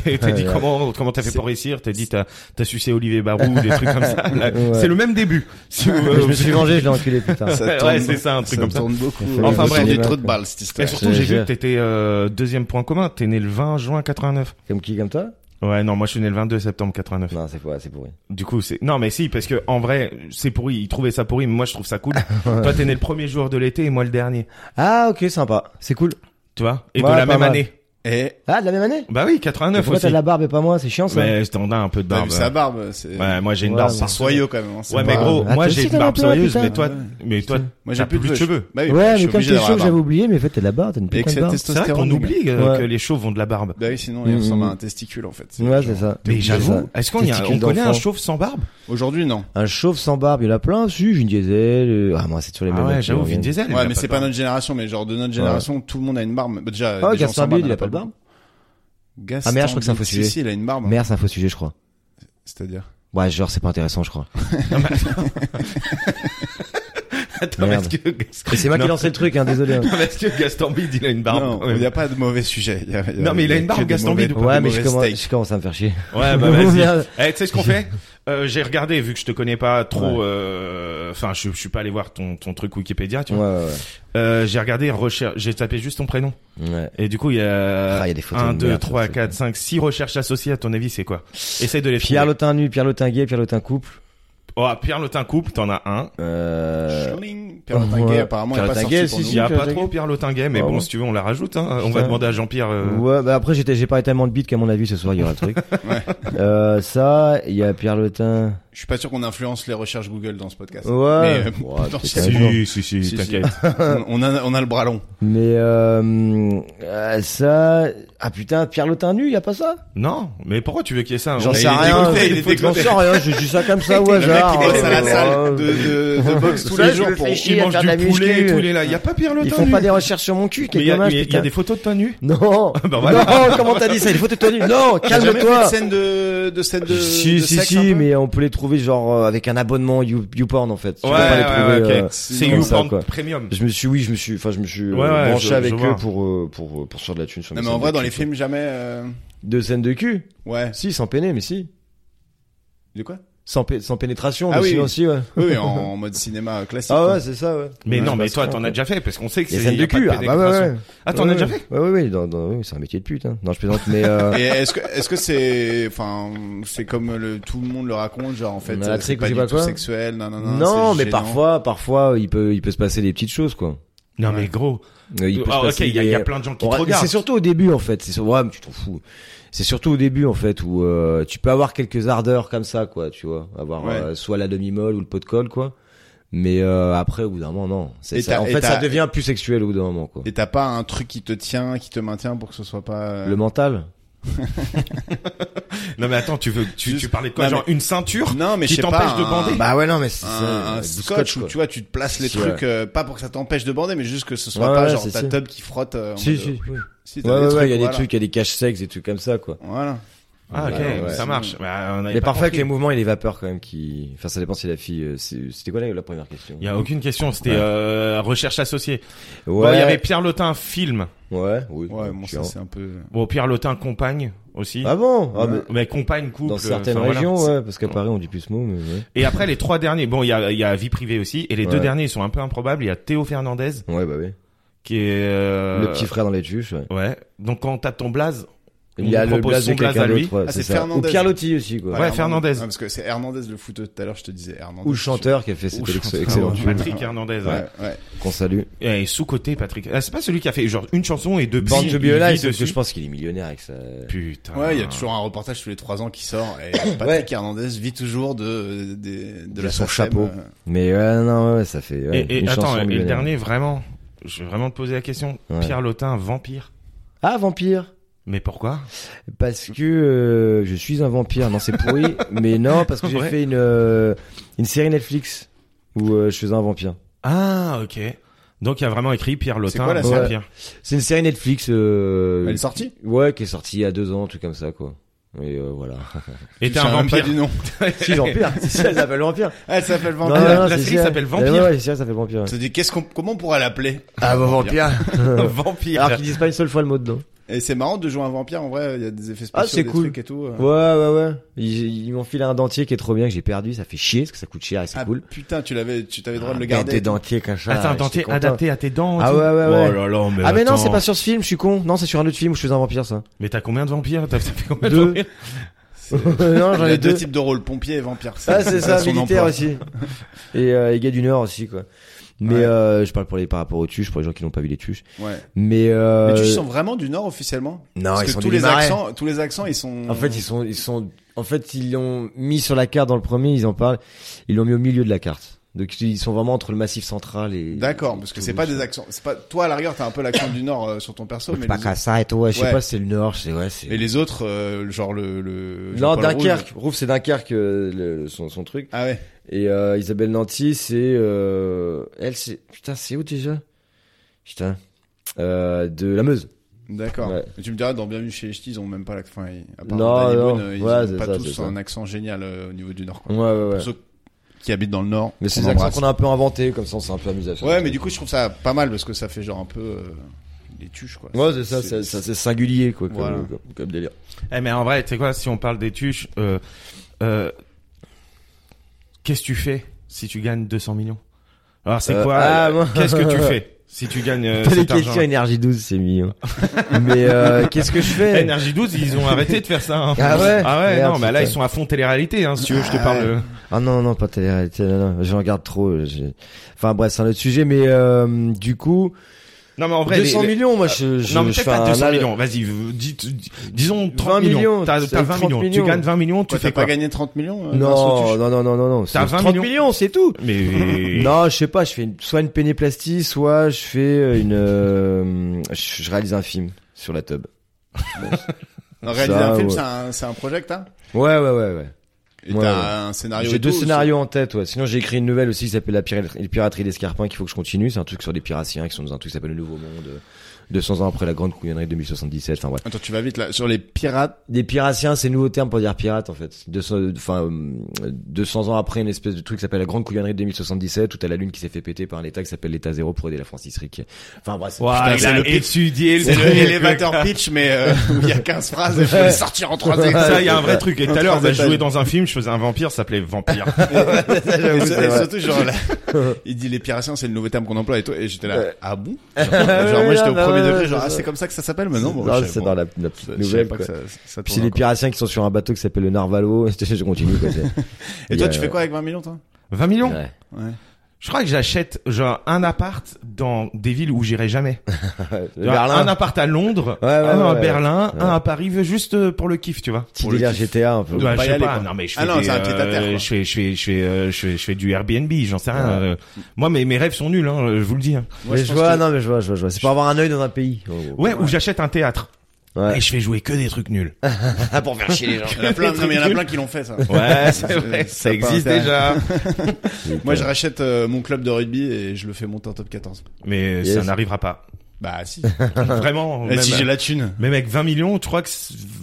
Speaker 3: Et- Et t'as dit
Speaker 2: Ouais.
Speaker 3: comment comment t'as fait pour réussir T'as dit t'as t'as sucé Olivier Barou, des trucs comme ça. Là,
Speaker 2: Ouais.
Speaker 3: C'est le même début. Si vous-
Speaker 2: Je me suis vengé, je l'ai enculé, putain.
Speaker 4: Ça
Speaker 3: Ouais,
Speaker 4: tourne-
Speaker 3: ouais, c'est ça, un truc comme ça.
Speaker 4: tourne beaucoup.
Speaker 2: Ça fait
Speaker 4: Enfin
Speaker 3: beaucoup
Speaker 4: bref,
Speaker 3: de
Speaker 4: des
Speaker 2: mal,
Speaker 4: trous de
Speaker 2: quoi.
Speaker 4: balles cette
Speaker 3: Et
Speaker 4: histoire.
Speaker 3: surtout, j'ai vu
Speaker 2: Gère.
Speaker 3: que t'étais euh, deuxième point commun. T'es né le 20 juin 89.
Speaker 2: Comme qui, comme toi
Speaker 3: Ouais, non, moi je suis né le 22 septembre 89.
Speaker 2: Non, c'est quoi, c'est pourri.
Speaker 3: Du coup, c'est non, mais si, parce que en vrai, c'est pourri. Ils trouvaient ça pourri, mais moi je trouve ça cool. Toi, t'es né le premier jour de l'été et moi le dernier.
Speaker 2: Ah, ok, sympa. C'est cool.
Speaker 3: Tu vois Et
Speaker 2: Ouais,
Speaker 3: de la
Speaker 2: pas
Speaker 3: même
Speaker 2: mal.
Speaker 3: année.
Speaker 4: Et
Speaker 2: Ah, de la même année
Speaker 3: Bah oui,
Speaker 2: Mais
Speaker 3: 89
Speaker 2: Pourquoi
Speaker 3: aussi.
Speaker 2: t'as de la hein barbe et pas moi C'est chiant ça.
Speaker 3: Mais t'en as un peu de
Speaker 4: t'as
Speaker 3: barbe. hein.
Speaker 4: vu sa barbe, c'est
Speaker 3: Ouais, moi j'ai une
Speaker 2: Ouais,
Speaker 3: barbe
Speaker 2: mais-
Speaker 4: c'est
Speaker 3: sans
Speaker 4: soyeux quand même. hein, c'est
Speaker 3: Ouais,
Speaker 4: pas-
Speaker 3: mais gros,
Speaker 2: Ah,
Speaker 3: moi
Speaker 2: toi
Speaker 3: j'ai
Speaker 2: aussi,
Speaker 3: une
Speaker 2: t'en as
Speaker 3: barbe
Speaker 2: plein,
Speaker 3: sérieuse,
Speaker 2: putain.
Speaker 3: mais toi,
Speaker 4: Ah ouais.
Speaker 3: mais toi,
Speaker 4: moi
Speaker 3: t'as
Speaker 4: j'ai plus de cheveux. Bah oui,
Speaker 2: ouais,
Speaker 4: je suis
Speaker 2: mais comme
Speaker 4: obligé
Speaker 2: j'étais
Speaker 4: d'avoir
Speaker 2: chaud,
Speaker 4: la
Speaker 2: j'avais
Speaker 4: barbe.
Speaker 2: oublié, mais en fait, t'as de la barbe, t'as une
Speaker 4: Avec
Speaker 2: putain de
Speaker 4: cette
Speaker 2: barbe.
Speaker 3: C'est vrai
Speaker 4: testostérone.
Speaker 3: qu'on
Speaker 4: les gars.
Speaker 3: oublie euh,
Speaker 2: Ouais.
Speaker 3: que les chauves ont de la barbe.
Speaker 4: Bah oui, sinon il
Speaker 2: Mm,
Speaker 4: ressemble à
Speaker 2: mm.
Speaker 4: un testicule en fait.
Speaker 2: Ouais, c'est ça.
Speaker 3: Mais
Speaker 2: C'est ça.
Speaker 3: j'avoue, est-ce qu'on y a, on
Speaker 2: Testicule
Speaker 3: connaît un
Speaker 2: d'enfant.
Speaker 3: chauve sans barbe
Speaker 4: Aujourd'hui non.
Speaker 2: Un chauve sans barbe, il y en a plein, si, Vin Diesel, euh, ah, moi, c'est toujours les
Speaker 3: Ah
Speaker 2: mêmes.
Speaker 3: ouais,
Speaker 2: mecs qui
Speaker 3: j'avoue, Vin
Speaker 2: reviennent.
Speaker 3: Diesel. il a
Speaker 4: Ouais, mais c'est
Speaker 3: de
Speaker 4: pas
Speaker 3: barbe.
Speaker 4: notre génération, mais genre de notre génération, tout le monde a une barbe. Bah, déjà,
Speaker 2: Ah,
Speaker 4: des gens sans
Speaker 2: Gaston
Speaker 4: barbe,
Speaker 2: Bide,
Speaker 4: on
Speaker 2: il
Speaker 4: en
Speaker 2: a pas de barbe?
Speaker 4: Gaston
Speaker 2: Ah, merde, je crois que c'est un
Speaker 4: Bide,
Speaker 2: faux
Speaker 4: si,
Speaker 2: sujet.
Speaker 4: Si, il a une barbe.
Speaker 2: Merde, c'est un faux sujet, je crois.
Speaker 4: C'est-à-dire.
Speaker 2: Ouais, genre, c'est pas intéressant, je crois.
Speaker 3: Attends, mais est-ce que
Speaker 2: Et
Speaker 3: Gaston-
Speaker 2: c'est moi qui
Speaker 3: Non.
Speaker 2: lançais le truc, hein, désolé.
Speaker 3: Non, mais est-ce que Gaston Bide, il a une barbe
Speaker 4: Non,
Speaker 3: Ouais.
Speaker 4: il n'y a pas de mauvais sujet. Il y a- il y a-
Speaker 3: Non, mais il a
Speaker 4: il y
Speaker 3: une
Speaker 4: que
Speaker 3: barbe,
Speaker 4: des
Speaker 3: Gaston
Speaker 4: mauvais-
Speaker 3: Bide, ou
Speaker 2: Ouais,
Speaker 4: des
Speaker 2: mais je
Speaker 4: mauvais
Speaker 2: commence,
Speaker 4: steaks.
Speaker 2: je commence à me faire chier.
Speaker 3: Ouais, bah vas-y.
Speaker 2: Merde.
Speaker 3: Eh, tu sais ce qu'on fait Euh, J'ai regardé, vu que je te connais pas trop. euh, Enfin, je, je suis pas allé voir ton, ton truc Wikipédia, tu
Speaker 2: Ouais,
Speaker 3: vois.
Speaker 2: ouais,
Speaker 3: Euh, j'ai regardé recherche. J'ai tapé juste ton prénom.
Speaker 2: ouais. ouais.
Speaker 3: Et du coup, il y a.
Speaker 2: Ah, il y a des photos
Speaker 3: 1,
Speaker 2: de
Speaker 3: 2,
Speaker 2: merde,
Speaker 3: 3,
Speaker 2: c'est-
Speaker 3: 4, 5, 6 recherches associées à ton avis, c'est quoi Essaye de les
Speaker 2: Pierre
Speaker 3: trouver.
Speaker 2: Lotin nu, Pierre Lotin gay, Pierre Lotin couple.
Speaker 3: Oh, Pierre Lotin couple, t'en as un.
Speaker 2: Euh...
Speaker 4: Schling. Pierre Tinguet,
Speaker 2: ouais.
Speaker 4: apparemment, il est
Speaker 2: Pierre
Speaker 4: pas sorti
Speaker 2: Tinguet,
Speaker 4: pour nous.
Speaker 2: si,
Speaker 3: Il
Speaker 2: si.
Speaker 3: y a
Speaker 2: Pierre
Speaker 3: pas
Speaker 2: Lotin.
Speaker 3: trop Pierre Lotin gay, mais
Speaker 2: Ah
Speaker 3: bon,
Speaker 2: bon
Speaker 3: si tu veux, on la rajoute. Hein. On va
Speaker 2: Putain.
Speaker 3: demander à Jean-Pierre. euh,
Speaker 2: Ouais, bah après j'étais, j'ai pas tellement de beat qu'à mon avis ce soir il y aura le truc. euh, ça, il y a Pierre Lotin.
Speaker 4: Je suis pas sûr qu'on influence les recherches Google dans ce podcast.
Speaker 2: Ouais.
Speaker 4: Mais, euh,
Speaker 2: Ouais,
Speaker 4: dans
Speaker 2: peut-être.
Speaker 4: ce-
Speaker 3: Si, si, si,
Speaker 4: Si,
Speaker 3: t'inquiète.
Speaker 4: on a, on a le bras long.
Speaker 2: Mais euh, euh, ça, ah putain, Pierre Lotin nu, y a pas ça
Speaker 3: Non, mais pourquoi tu veux qu'il Ah, y ait ça
Speaker 2: J'en
Speaker 3: On-
Speaker 4: il
Speaker 2: sais
Speaker 4: est
Speaker 2: rien.
Speaker 4: dégoûté,
Speaker 2: je-
Speaker 4: il est
Speaker 2: faut que j'en
Speaker 4: dégoûté.
Speaker 2: sais rien. Je dis hein, ça comme ça au
Speaker 4: Le mec,
Speaker 2: hasard.
Speaker 4: il est à la
Speaker 2: euh,
Speaker 4: salle
Speaker 2: euh,
Speaker 4: de, de, de boxe tous les jours pour.
Speaker 2: réfléchis.
Speaker 3: Il
Speaker 2: à
Speaker 3: mange
Speaker 2: faire de la
Speaker 3: du poulet et
Speaker 2: muscu.
Speaker 3: tout, il est là. Il y a pas Pierre Lotin
Speaker 2: Ils font pas
Speaker 3: lui.
Speaker 2: des recherches sur mon cul,
Speaker 3: Mais
Speaker 2: quel
Speaker 3: il y a-
Speaker 2: dommage.
Speaker 3: mais il y
Speaker 2: putain.
Speaker 3: a des photos de toi nu.
Speaker 2: Non,
Speaker 3: Bah voilà.
Speaker 2: non, comment t'as dit ça Il faut te tenir. Non,
Speaker 4: T'as jamais fait de
Speaker 2: calme-toi.
Speaker 4: scène de, de scène de.
Speaker 2: si,
Speaker 4: de
Speaker 2: si,
Speaker 4: sexe un
Speaker 2: si,
Speaker 4: peu
Speaker 2: mais on peut les trouver genre euh, avec un abonnement You- YouPorn en fait. Tu
Speaker 3: Ouais,
Speaker 2: peux pas les
Speaker 3: ouais,
Speaker 2: trouver,
Speaker 3: ouais,
Speaker 2: euh,
Speaker 3: ok. C'est
Speaker 2: comme ça,
Speaker 3: YouPorn
Speaker 2: quoi.
Speaker 3: Premium.
Speaker 2: Je me suis, oui, je me suis, enfin, je me suis euh,
Speaker 3: Ouais, ouais,
Speaker 2: branché
Speaker 3: je-
Speaker 2: avec
Speaker 3: je vois.
Speaker 2: eux pour, euh, pour, euh, pour se faire de la thune sur
Speaker 4: Non, mais
Speaker 2: mes
Speaker 4: en
Speaker 2: scènes
Speaker 4: vrai,
Speaker 2: de
Speaker 4: dans
Speaker 2: cul,
Speaker 4: les
Speaker 2: quoi.
Speaker 4: films, jamais, euh,
Speaker 2: De scènes de cul
Speaker 4: ouais.
Speaker 2: Si, sans peiner, mais si.
Speaker 4: De quoi?
Speaker 2: Sans, pé- sans pénétration,
Speaker 4: Ah
Speaker 2: mais
Speaker 4: oui.
Speaker 2: sinon, si, ouais.
Speaker 4: Oui, oui, en, en mode cinéma classique.
Speaker 2: Ah
Speaker 4: quoi.
Speaker 2: ouais, c'est ça, ouais.
Speaker 3: Mais
Speaker 2: Ouais,
Speaker 3: non,
Speaker 2: je
Speaker 3: mais
Speaker 2: passe
Speaker 3: toi,
Speaker 2: ça,
Speaker 3: t'en
Speaker 2: quoi.
Speaker 3: as déjà fait, parce qu'on sait que
Speaker 2: Les
Speaker 3: c'est.
Speaker 2: scènes
Speaker 3: y a
Speaker 2: de
Speaker 3: pas
Speaker 2: cul, ah bah ouais,
Speaker 3: pénétration.
Speaker 2: ouais.
Speaker 3: Ah, t'en
Speaker 2: Ouais,
Speaker 3: as déjà
Speaker 2: ouais.
Speaker 3: fait
Speaker 2: Ouais, ouais, ouais, dans, dans, oui, c'est un métier de pute, hein. Non, je plaisante, mais euh,
Speaker 4: Et est-ce que est-ce que c'est enfin c'est comme le tout le monde le raconte genre en fait
Speaker 2: On a
Speaker 4: euh,
Speaker 2: la
Speaker 4: c'est
Speaker 2: trique,
Speaker 4: pas
Speaker 2: je
Speaker 4: du
Speaker 2: sais pas
Speaker 4: tout
Speaker 2: quoi.
Speaker 4: sexuel non non non
Speaker 2: non,
Speaker 4: c'est
Speaker 2: mais
Speaker 4: gênant.
Speaker 2: parfois, parfois, il peut, il peut se passer des petites choses, quoi.
Speaker 3: Non, mais gros.
Speaker 2: Euh, Il peut
Speaker 3: Ah,
Speaker 2: se
Speaker 3: ok,
Speaker 2: passer
Speaker 3: il y a- il y a
Speaker 2: des-
Speaker 3: plein de gens qui
Speaker 2: On
Speaker 3: te
Speaker 2: ra-
Speaker 3: regardent.
Speaker 2: C'est surtout au début en fait. C'est sur- ouais, mais tu t'en fous. C'est surtout au début en fait où euh, tu peux avoir quelques ardeurs comme ça quoi, tu vois, avoir
Speaker 4: Ouais.
Speaker 2: euh, soit la demi molle ou le pot de colle quoi. Mais euh, après au bout d'un moment non. C'est
Speaker 4: Et
Speaker 2: ça-
Speaker 4: t'as-
Speaker 2: En
Speaker 4: et
Speaker 2: fait ça
Speaker 4: t'as-
Speaker 2: devient plus sexuel au bout d'un moment quoi.
Speaker 4: et t'as pas un truc qui te tient qui te maintient pour que ce soit pas euh,
Speaker 2: Le mental.
Speaker 3: Non, mais attends, tu veux, tu,
Speaker 4: Juste-
Speaker 3: tu parlais de quoi?
Speaker 4: Non,
Speaker 3: Genre une ceinture?
Speaker 4: non mais
Speaker 3: qui
Speaker 4: je sais pas
Speaker 3: t'empêche de
Speaker 4: un-
Speaker 3: bander.
Speaker 2: Bah ouais non mais c'est ça,
Speaker 4: un, un
Speaker 2: du
Speaker 4: scotch, où
Speaker 2: quoi.
Speaker 4: tu vois tu te places les
Speaker 2: Si,
Speaker 4: trucs
Speaker 2: ouais.
Speaker 4: euh, pas pour que ça t'empêche de bander mais juste que ce soit
Speaker 2: Ouais,
Speaker 4: pas
Speaker 2: ouais,
Speaker 4: genre
Speaker 2: c'est
Speaker 4: ta
Speaker 2: ça.
Speaker 4: tube qui frotte euh, en
Speaker 2: Si
Speaker 4: mode-
Speaker 2: si. oui.
Speaker 4: Si,
Speaker 2: Ouais
Speaker 4: t'as
Speaker 2: ouais
Speaker 4: des
Speaker 2: ouais, il y a des
Speaker 4: voilà.
Speaker 2: trucs, il y a des cache sexes des trucs comme ça quoi.
Speaker 4: voilà
Speaker 3: Ah, ok,
Speaker 2: Ouais, ouais.
Speaker 3: ça marche. Bah, on avait
Speaker 2: Mais
Speaker 3: pas
Speaker 2: parfois avec
Speaker 3: compris.
Speaker 2: les mouvements et les vapeurs quand même qui. Enfin ça dépend si la fille. euh, c'est- C'était quoi la la première question
Speaker 3: Il y a aucune question, c'était
Speaker 2: Ouais.
Speaker 3: euh, recherche associée. Bon,
Speaker 2: Ouais.
Speaker 3: il y avait Pierre Lotin film.
Speaker 2: Ouais. Oui.
Speaker 4: ouais bon ça
Speaker 2: chiant.
Speaker 4: c'est un peu
Speaker 3: Bon, Pierre Lotin compagne aussi.
Speaker 2: Ah bon Ah,
Speaker 4: Ouais.
Speaker 2: mais-
Speaker 3: Mais compagne couple.
Speaker 2: Dans certaines
Speaker 3: enfin, voilà.
Speaker 2: régions, ouais, parce qu'à Paris on dit plus ce mot, mais ouais.
Speaker 3: Et après les trois derniers, bon, il y a, il y a vie privée aussi, et les deux
Speaker 2: Ouais.
Speaker 3: derniers ils sont un peu improbables. Il y a Théo Fernandez
Speaker 2: Ouais, bah oui.
Speaker 3: qui est euh,
Speaker 2: Le petit frère dans les tuches, ouais.
Speaker 3: Ouais. Donc quand on tape ton blaze,
Speaker 2: Il
Speaker 3: on
Speaker 2: y a
Speaker 3: nous
Speaker 2: le
Speaker 3: propose
Speaker 2: blaze
Speaker 3: son
Speaker 2: de
Speaker 3: blaze à
Speaker 2: quelqu'un
Speaker 3: lui.
Speaker 2: d'autre, ouais,
Speaker 4: Ah,
Speaker 2: c'est
Speaker 4: c'est
Speaker 2: ça. Ou
Speaker 4: Fernandez.
Speaker 2: Pierre Lotti aussi, quoi.
Speaker 3: Ouais. Fernandez.
Speaker 4: Ah, parce que c'est Hernandez le footeux tout à l'heure je te disais Hernandez
Speaker 2: Ou le chanteur qui a fait cet
Speaker 3: Ouh, je
Speaker 2: ex-
Speaker 3: pense-
Speaker 2: excellent
Speaker 3: Ah,
Speaker 2: film
Speaker 3: Patrick Hernandez.
Speaker 4: ouais
Speaker 3: Ouais.
Speaker 4: ouais
Speaker 2: qu'on salue.
Speaker 3: Et sous côté Patrick. Ah, c'est pas celui qui a fait genre une chanson et deux
Speaker 2: Born
Speaker 3: psy,
Speaker 2: to be
Speaker 3: il vit
Speaker 2: alive, parce
Speaker 3: dessus.
Speaker 2: que je pense qu'il est millionnaire avec ça.
Speaker 3: Putain.
Speaker 4: Ouais, il y a toujours un reportage tous les trois ans qui sort. Et Patrick Hernandez vit toujours de de, de,
Speaker 2: De
Speaker 4: la
Speaker 2: son
Speaker 4: SACEM,
Speaker 2: chapeau.
Speaker 4: euh,
Speaker 2: Mais ouais, non, ouais, ça fait. ouais,
Speaker 3: Et, et
Speaker 2: une
Speaker 3: attends,
Speaker 2: chanson
Speaker 3: et le
Speaker 2: millionnaire.
Speaker 3: dernier vraiment, je vais vraiment te poser la question.
Speaker 2: Ouais.
Speaker 3: Pierre Lotin vampire.
Speaker 2: Ah, vampire.
Speaker 3: Mais pourquoi
Speaker 2: Parce que euh, je suis un vampire. Non, c'est pourri. mais non, parce que j'ai
Speaker 3: Ouais.
Speaker 2: fait une euh, une série Netflix où euh, je faisais un vampire.
Speaker 3: Ah, ok. Donc il y a vraiment écrit Pierre
Speaker 4: C'est
Speaker 3: Lotin
Speaker 4: quoi la
Speaker 2: série
Speaker 3: vampire.
Speaker 2: C'est une série Netflix. euh,
Speaker 4: Elle est sortie.
Speaker 2: Ouais, qui est sorti il y a deux ans, un truc comme ça, quoi. Et euh, voilà.
Speaker 3: Et
Speaker 4: Je
Speaker 3: t'es
Speaker 4: sais
Speaker 3: un
Speaker 4: même
Speaker 3: vampire.
Speaker 4: Pas du nom.
Speaker 2: si, vampire. si, ça s'appelle vampire.
Speaker 4: Elle s'appelle
Speaker 2: Non,
Speaker 4: Vampire.
Speaker 2: non,
Speaker 3: la-
Speaker 2: non,
Speaker 3: la
Speaker 2: c'est
Speaker 3: série
Speaker 2: sûr.
Speaker 3: s'appelle Vampire.
Speaker 2: Eh Ouais, ouais, c'est sûr, ça fait vampire.
Speaker 4: On se dit qu'est-ce qu'on comment on pourrait l'appeler
Speaker 2: Ah, bah, vampire.
Speaker 3: vampire.
Speaker 2: Alors qu'ils disent pas une seule fois le mot dedans.
Speaker 4: Et c'est marrant de jouer un vampire en vrai. Il y a des effets spéciaux,
Speaker 2: Ah, c'est
Speaker 4: des
Speaker 2: cool.
Speaker 4: trucs et tout. euh.
Speaker 2: Ouais, ouais, ouais. Ils, ils m'ont filé un dentier qui est trop bien, que j'ai perdu. Ça fait chier, parce que ça coûte cher et c'est
Speaker 4: Ah,
Speaker 2: cool.
Speaker 4: Putain, tu l'avais, tu t'avais le droit
Speaker 2: Ah,
Speaker 4: de le
Speaker 2: bête
Speaker 4: garder.
Speaker 2: de dentier, qu'un chat.
Speaker 3: Attends,
Speaker 4: Ah,
Speaker 2: j'étais
Speaker 3: dentier
Speaker 2: content.
Speaker 3: adapté à tes dents. et
Speaker 2: Ah
Speaker 3: tout.
Speaker 2: ouais, ouais,
Speaker 3: Oh
Speaker 2: ouais.
Speaker 3: là là, mais
Speaker 2: Ah, mais non,
Speaker 3: attends.
Speaker 2: c'est pas sur ce film, je suis con. Non, c'est sur un autre film où je faisais un vampire, ça.
Speaker 3: Mais t'as combien de vampires T'as t'as fait combien de
Speaker 2: Deux.
Speaker 3: vampires
Speaker 2: non,
Speaker 4: Il y
Speaker 2: j'en
Speaker 4: a
Speaker 2: ai
Speaker 4: deux
Speaker 2: deux.
Speaker 4: types de rôles, pompier et vampire.
Speaker 2: Ah, c'est ça,
Speaker 4: son
Speaker 2: militaire
Speaker 4: emploi.
Speaker 2: aussi. Et, euh, et gars du Nord aussi, quoi. Mais
Speaker 4: Ouais.
Speaker 2: euh, je parle pour les par rapport aux tuches, pour les gens qui n'ont pas vu les tuches.
Speaker 4: Ouais.
Speaker 2: Mais, euh,
Speaker 4: Mais tu sens vraiment du Nord officiellement
Speaker 2: non,
Speaker 4: Parce
Speaker 2: Ah ils
Speaker 4: que
Speaker 2: sont
Speaker 4: tous
Speaker 2: des
Speaker 4: les
Speaker 2: Marais.
Speaker 4: accents, tous les accents, ils sont.
Speaker 2: En fait, ils sont, ils sont, en fait, ils l'ont mis sur la carte dans le premier. Ils en parlent. Ils l'ont mis au milieu de la carte. Donc ils sont vraiment entre le massif central et.
Speaker 4: D'accord, parce que c'est pas des accents. C'est pas toi à l'arrière, t'as un peu l'accent du Nord euh, sur ton perso, mais
Speaker 2: Pas
Speaker 4: les,
Speaker 2: qu'à ça et tout. Ouais, je sais
Speaker 4: Ouais.
Speaker 2: pas, c'est le nord. C'est ouais, c'est.
Speaker 4: mais les autres, euh, genre le. le
Speaker 2: Non,
Speaker 4: Jean-Paul
Speaker 2: Dunkerque.
Speaker 4: Rouge.
Speaker 2: Rouf, c'est Dunkerque euh, le- son, son truc.
Speaker 4: Ah ouais.
Speaker 2: Et euh, Isabelle Nanty, c'est euh, elle, c'est putain, c'est où déjà Putain, euh, de la Meuse.
Speaker 4: D'accord.
Speaker 2: Ouais.
Speaker 4: Mais Tu me diras, dans Bienvenue chez les Ch'tis, ils ont même pas l'accent. Enfin, ils- à part
Speaker 2: Non,
Speaker 4: Danny
Speaker 2: non.
Speaker 4: Boone, euh, ils
Speaker 2: Ouais,
Speaker 4: ont
Speaker 2: c'est
Speaker 4: pas
Speaker 2: ça, c'est
Speaker 4: tous
Speaker 2: ça.
Speaker 4: un accent génial euh, au niveau du Nord. Quoi.
Speaker 2: Ouais, ouais, ouais.
Speaker 4: Pour ceux qui habitent dans le Nord.
Speaker 2: Mais c'est
Speaker 4: qu'on
Speaker 2: des accents
Speaker 4: embrasse.
Speaker 2: qu'on a un peu inventés, comme ça, on s'est un peu amusé à faire.
Speaker 4: Ouais, mais du coup, je trouve ça pas mal parce que ça fait genre un peu euh, les tuches quoi.
Speaker 2: Ouais, c'est ça, c'est ça, c'est singulier, quoi, comme,
Speaker 4: Voilà.
Speaker 2: comme, comme délire.
Speaker 3: Eh mais en vrai, tu sais quoi, si on parle des tuches, euh, euh, qu'est-ce que tu fais si tu gagnes 200 millions Alors c'est
Speaker 2: Euh,
Speaker 3: quoi
Speaker 2: ah,
Speaker 3: euh,
Speaker 2: moi-
Speaker 3: Qu'est-ce que tu fais si tu gagnes euh,
Speaker 2: T'as des
Speaker 3: cet
Speaker 2: questions
Speaker 3: argent
Speaker 2: énergie 12, c'est mignon. mais euh, qu'est-ce que je fais
Speaker 3: Energy 12, ils ont arrêté de faire ça. hein.
Speaker 2: Ah ouais
Speaker 3: Ah ouais,
Speaker 2: Merde,
Speaker 3: non, mais là ils
Speaker 2: putain.
Speaker 3: sont à fond télé-réalité, hein, si tu veux, je te parle. euh,
Speaker 2: Ah non, non, pas télé-réalité, non, non, j'en regarde trop. euh, j'ai- Enfin bref, c'est un autre sujet, mais euh, du coup,
Speaker 3: Non mais en vrai, les-
Speaker 2: 200
Speaker 3: les- Euh,
Speaker 2: millions, moi, je, je,
Speaker 3: non, mais peut-être
Speaker 2: je fais
Speaker 3: pas
Speaker 2: un
Speaker 3: 200
Speaker 2: al-
Speaker 3: millions. Vas-y, euh, dis- dis- disons 30
Speaker 2: millions.
Speaker 3: millions. T'as
Speaker 2: C'est
Speaker 3: t'as 20
Speaker 2: 30
Speaker 3: millions.
Speaker 2: millions.
Speaker 3: Tu gagnes 20 millions, tu
Speaker 4: Quoi,
Speaker 3: fais
Speaker 4: t'as
Speaker 3: quoi
Speaker 4: pas gagné 30 millions euh, grâce aux
Speaker 2: Non,
Speaker 4: tuches
Speaker 2: non, non, non, non, non. c'est
Speaker 3: T'as 20
Speaker 2: 30
Speaker 3: millions.
Speaker 2: millions, c'est tout.
Speaker 3: Mais
Speaker 2: Non, je sais pas, je fais une- soit une pénéplastie, soit je fais une, euh, je je réalise un film sur la tub.
Speaker 4: Non, Réaliser
Speaker 2: Ça,
Speaker 4: un film,
Speaker 2: ouais.
Speaker 4: c'est un, c'est un projet, hein
Speaker 2: Ouais, ouais, ouais, ouais.
Speaker 4: Et
Speaker 2: Ouais,
Speaker 4: t'as un scénario.
Speaker 2: J'ai
Speaker 4: et
Speaker 2: deux
Speaker 4: tout,
Speaker 2: scénarios en tête, ouais. Sinon, j'ai écrit une nouvelle aussi qui s'appelle La pira- la piraterie d'Escarpin qu'il faut que je continue. C'est un truc sur des piraciens qui sont dans un truc qui s'appelle Le Nouveau Monde. euh, 200 ans après la Grande Couillonnerie de 2077. Enfin, ouais.
Speaker 4: Attends, tu vas vite là. Sur les pirates.
Speaker 2: Des piraciens, c'est nouveau terme pour dire pirate, en fait. 200, enfin, euh, 200 ans après une espèce de truc qui s'appelle la Grande Couillonnerie de 2077, où t'as la Lune qui s'est fait péter par un état qui s'appelle l'État Zéro pour aider la franchisserie qui... Enfin, bref. c'est-
Speaker 3: Ouah,
Speaker 4: Putain,
Speaker 3: il
Speaker 4: c'est
Speaker 3: a
Speaker 4: le pitch.
Speaker 3: étudié
Speaker 4: C'est le
Speaker 3: truc.
Speaker 4: elevator pitch, mais euh, où il y a 15 phrases et faut les sortir en 3 étages.
Speaker 3: Ah, Ça, il y a un vrai truc. Et tout à
Speaker 4: En
Speaker 3: l'heure,
Speaker 4: trois
Speaker 3: bah, je
Speaker 4: étages.
Speaker 3: jouais dans un film, je faisais un vampire, ça s'appelait Vampire.
Speaker 4: Et,
Speaker 2: J'avoue,
Speaker 4: sur-
Speaker 2: c'est
Speaker 4: et
Speaker 2: vrai.
Speaker 4: surtout, genre, là, il dit les pirations, c'est le nouveau terme qu'on emploie et tout. Et j'étais là,
Speaker 2: Ouais.
Speaker 4: ah bon
Speaker 2: Ouais,
Speaker 4: Genre, moi, j'étais au
Speaker 2: bah,
Speaker 4: premier
Speaker 2: ouais,
Speaker 4: degré,
Speaker 2: ouais,
Speaker 4: genre,
Speaker 2: c'est
Speaker 4: ah,
Speaker 2: ça.
Speaker 4: c'est comme ça que ça s'appelle maintenant bon,
Speaker 2: Non,
Speaker 4: je sais-
Speaker 2: c'est
Speaker 4: bon,
Speaker 2: dans la, la
Speaker 4: je-
Speaker 2: petite
Speaker 4: je savais
Speaker 2: nouvelle,
Speaker 4: pas
Speaker 2: quoi.
Speaker 4: que ça- ça
Speaker 2: Puis
Speaker 4: tourne
Speaker 2: c'est les
Speaker 4: encore.
Speaker 2: piraciens qui sont sur un bateau qui s'appelle le Narvalo. je continue, quoi. c'est-
Speaker 4: Et toi,
Speaker 2: Il y a-
Speaker 4: tu fais quoi avec 20 millions, toi
Speaker 3: 20 millions
Speaker 2: Ouais.
Speaker 4: Ouais.
Speaker 3: Je crois que j'achète genre un appart dans des villes où j'irai jamais. Genre, Un
Speaker 2: Berlin.
Speaker 3: appart à Londres,
Speaker 2: Ouais, ouais,
Speaker 3: un à
Speaker 2: ouais, ouais.
Speaker 3: Berlin,
Speaker 2: Ouais.
Speaker 3: un à Paris, juste euh, pour le kiff, tu vois.
Speaker 2: Petit
Speaker 4: pour le
Speaker 2: délire
Speaker 4: kiff.
Speaker 2: GTA, un peu.
Speaker 3: Ouais,
Speaker 4: pas
Speaker 3: je
Speaker 4: y
Speaker 3: sais
Speaker 4: aller,
Speaker 3: pas.
Speaker 4: quoi.
Speaker 3: Non mais je fais
Speaker 4: Ah non,
Speaker 3: des,
Speaker 4: c'est un pied-à-terre,
Speaker 3: euh,
Speaker 4: quoi.
Speaker 3: je fais je fais je fais euh, je fais je fais du Airbnb, j'en sais rien.
Speaker 2: Ouais.
Speaker 3: euh, moi mes mes rêves sont nuls hein, euh, je vous le dis. hein.
Speaker 4: Moi,
Speaker 2: mais
Speaker 4: je
Speaker 2: je
Speaker 4: pense
Speaker 2: vois,
Speaker 4: que-
Speaker 2: non, mais je vois, je vois, je vois. C'est pour avoir un œil dans un pays. Oh,
Speaker 3: Ouais, ou j'achète un théâtre
Speaker 2: Ouais.
Speaker 3: et je fais jouer que des trucs nuls.
Speaker 2: pour faire chier les gens.
Speaker 4: Il y en a plein, non, mais il y en a plein qui l'ont fait, ça.
Speaker 3: Ouais, c'est
Speaker 4: Ça-
Speaker 3: vrai,
Speaker 4: ça
Speaker 3: ça
Speaker 4: a pas
Speaker 3: existe
Speaker 4: intérêt.
Speaker 3: déjà.
Speaker 4: Moi, je rachète euh, mon club de rugby et je le fais monter en top 14.
Speaker 3: Mais
Speaker 2: Yes.
Speaker 3: ça n'arrivera pas.
Speaker 4: Bah, si.
Speaker 3: Vraiment.
Speaker 4: Et
Speaker 3: même-
Speaker 4: si
Speaker 2: hein.
Speaker 4: j'ai la thune.
Speaker 3: Même avec 20 millions, tu crois que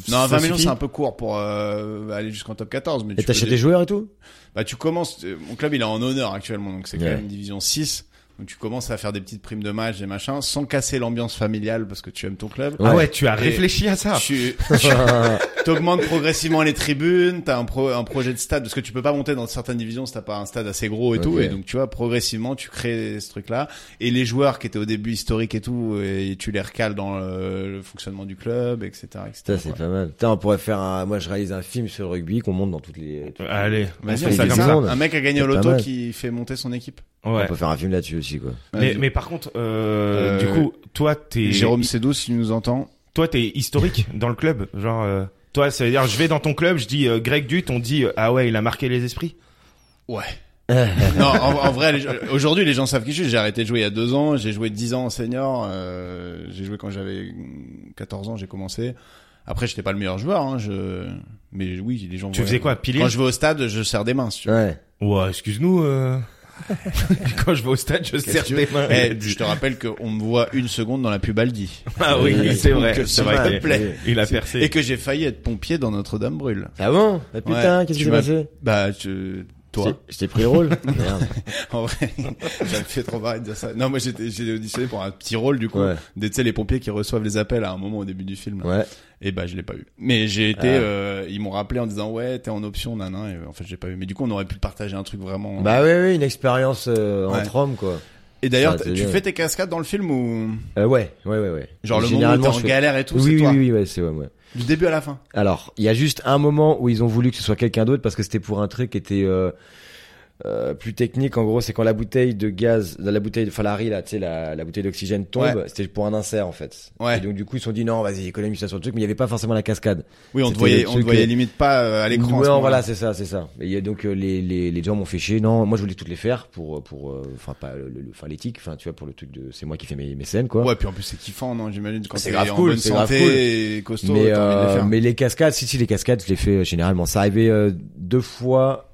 Speaker 4: Non, 20 millions, c'est un peu court pour euh, aller jusqu'en top 14. Mais
Speaker 2: Et
Speaker 4: tu
Speaker 2: t'achètes
Speaker 4: peux-
Speaker 2: des joueurs et tout?
Speaker 4: Bah, tu commences. euh, Mon club, il est en honneur actuellement, donc c'est quand
Speaker 2: Ouais.
Speaker 4: même division 6. Donc tu commences à faire des petites primes de match, des machins, sans casser l'ambiance familiale parce que tu aimes ton club.
Speaker 3: Ah ouais, tu as
Speaker 4: Et-
Speaker 3: réfléchi à ça.
Speaker 4: Tu
Speaker 2: Ah,
Speaker 4: augmentes progressivement les tribunes, t'as un, pro, un projet de stade parce que tu peux pas monter dans certaines divisions si t'as pas un stade assez gros et tout.
Speaker 2: Ok.
Speaker 4: Et donc tu vois progressivement tu crées ce truc-là et les joueurs qui étaient au début historiques et tout, et tu les recales dans le, le fonctionnement du club, etc.,
Speaker 2: Putain,
Speaker 4: etc.
Speaker 2: c'est pas mal. Putain, on pourrait faire un, moi, je réalise un film sur le rugby qu'on monte dans toutes les, toutes les-
Speaker 3: Allez, on
Speaker 4: Vas-y,
Speaker 2: on
Speaker 3: fait
Speaker 2: fait
Speaker 3: ça
Speaker 2: des
Speaker 3: comme
Speaker 2: millions,
Speaker 3: ça.
Speaker 2: là.
Speaker 4: Un mec a gagné
Speaker 2: C'est
Speaker 4: au
Speaker 2: pas
Speaker 4: loto
Speaker 2: mal.
Speaker 4: qui fait monter son équipe.
Speaker 2: On
Speaker 3: Ouais.
Speaker 2: peut faire un film là-dessus aussi, quoi.
Speaker 3: Mais,
Speaker 4: Vas-y.
Speaker 3: mais par contre, euh,
Speaker 4: Euh,
Speaker 3: du coup, toi, t'es,
Speaker 4: Jérôme Cédou, si tu nous entends.
Speaker 3: toi, t'es historique dans le club. Genre, euh, toi, ça veut dire, je vais dans ton club, je dis euh, Greg Dut, on dit, euh, ah ouais, il a marqué les esprits.
Speaker 4: Ouais. non, en, en vrai, les- aujourd'hui, les gens savent qui je suis. J'ai arrêté de jouer il y a deux ans. J'ai joué 10 ans en senior. euh, j'ai joué quand j'avais 14 ans. J'ai commencé. Après, j'étais pas le meilleur joueur. Hein, je... Mais oui, les gens.
Speaker 3: Tu
Speaker 4: voient-
Speaker 3: faisais quoi, pilier
Speaker 4: Quand je vais au stade, je serre des mains. Si tu veux.
Speaker 2: Ouais.
Speaker 3: Ouais, excuse-nous. euh, Quand je vais au stade, je
Speaker 4: Qu'est-ce
Speaker 3: serre
Speaker 4: que tu
Speaker 3: tes
Speaker 4: veux
Speaker 3: mains.
Speaker 4: Eh, je te rappelle qu'on me voit une seconde dans la pub Aldi
Speaker 3: Ah oui, c'est vrai.
Speaker 4: que
Speaker 3: C'est
Speaker 4: ça va,
Speaker 3: vrai.
Speaker 4: te plaît.
Speaker 3: Il a percé.
Speaker 4: et que j'ai failli être pompier dans Notre-Dame brûle.
Speaker 2: Ah bon? Ah, putain,
Speaker 4: Ouais,
Speaker 2: qu'est-ce
Speaker 4: tu
Speaker 2: qui s'est
Speaker 4: m'as-
Speaker 2: passé?
Speaker 4: Bah, tu... toi.
Speaker 2: Je t'ai- Je t'ai pris le rôle. Merde.
Speaker 4: En vrai, ça me fait trop marrer de dire ça. Non, moi j'étais j'ai auditionné pour un petit rôle du coup.
Speaker 2: Ouais.
Speaker 4: Des, tu sais, les pompiers qui reçoivent les appels à un moment au début du film. là.
Speaker 2: Ouais.
Speaker 4: Et bah je l'ai pas eu. Mais j'ai été,
Speaker 2: Ah.
Speaker 4: euh, ils m'ont rappelé en disant ouais t'es en option nanan. Et euh, en fait j'ai pas eu. Mais du coup on aurait pu partager un truc vraiment.
Speaker 2: Bah oui, oui, une expérience euh,
Speaker 4: Ouais.
Speaker 2: entre hommes, quoi.
Speaker 4: et d'ailleurs
Speaker 2: ça,
Speaker 4: t-
Speaker 2: c'est
Speaker 4: tu
Speaker 2: bien.
Speaker 4: fais tes cascades dans le film ou
Speaker 2: Euh, ouais, ouais, ouais, ouais.
Speaker 4: genre le moment où
Speaker 2: Généralement,
Speaker 4: t'es en
Speaker 2: je fais-
Speaker 4: galère et tout
Speaker 2: Oui,
Speaker 4: c'est
Speaker 2: oui,
Speaker 4: toi
Speaker 2: oui, ouais, c'est ouais, ouais.
Speaker 4: du début à la fin.
Speaker 2: Alors, il y a juste un moment où ils ont voulu que ce soit quelqu'un d'autre parce que c'était pour un truc qui était euh, euh, plus technique, en gros, c'est quand la bouteille de gaz, la bouteille de Falari, là, tu sais, la, la bouteille d'oxygène tombe,
Speaker 4: Ouais.
Speaker 2: c'était pour un insert, en fait.
Speaker 4: Ouais.
Speaker 2: Et donc, du coup, ils se sont dit, non, vas-y, économise ça sur le truc, mais il n'y avait pas forcément la cascade.
Speaker 4: Oui, on te
Speaker 2: C'était
Speaker 4: voyait, on
Speaker 2: le
Speaker 4: te
Speaker 2: truc,
Speaker 4: voyait
Speaker 2: euh,
Speaker 4: limite pas euh, à l'écran. à
Speaker 2: Ouais,
Speaker 4: ce moment-là.
Speaker 2: voilà, c'est ça, c'est ça. Et il y a donc, euh, les, les, les gens m'ont fait chier, non, moi, je voulais toutes les faire pour, euh, pour, euh, enfin, pas, le, le- enfin, l'éthique, enfin, tu vois, pour le truc de, c'est moi qui fais mes, mes scènes, quoi.
Speaker 4: Ouais, puis en plus c'est kiffant, non J'imagine quand
Speaker 2: C'est
Speaker 4: t'es
Speaker 2: grave
Speaker 4: en
Speaker 2: cool,
Speaker 4: bonne
Speaker 2: c'est grave
Speaker 4: santé
Speaker 2: cool.
Speaker 4: et costaud,
Speaker 2: mais,
Speaker 4: t'as envie de les
Speaker 2: euh,
Speaker 4: faire.
Speaker 2: mais les cascades, si, si, les cascades, je les fais euh, généralement. Ça arrivait euh, deux fois,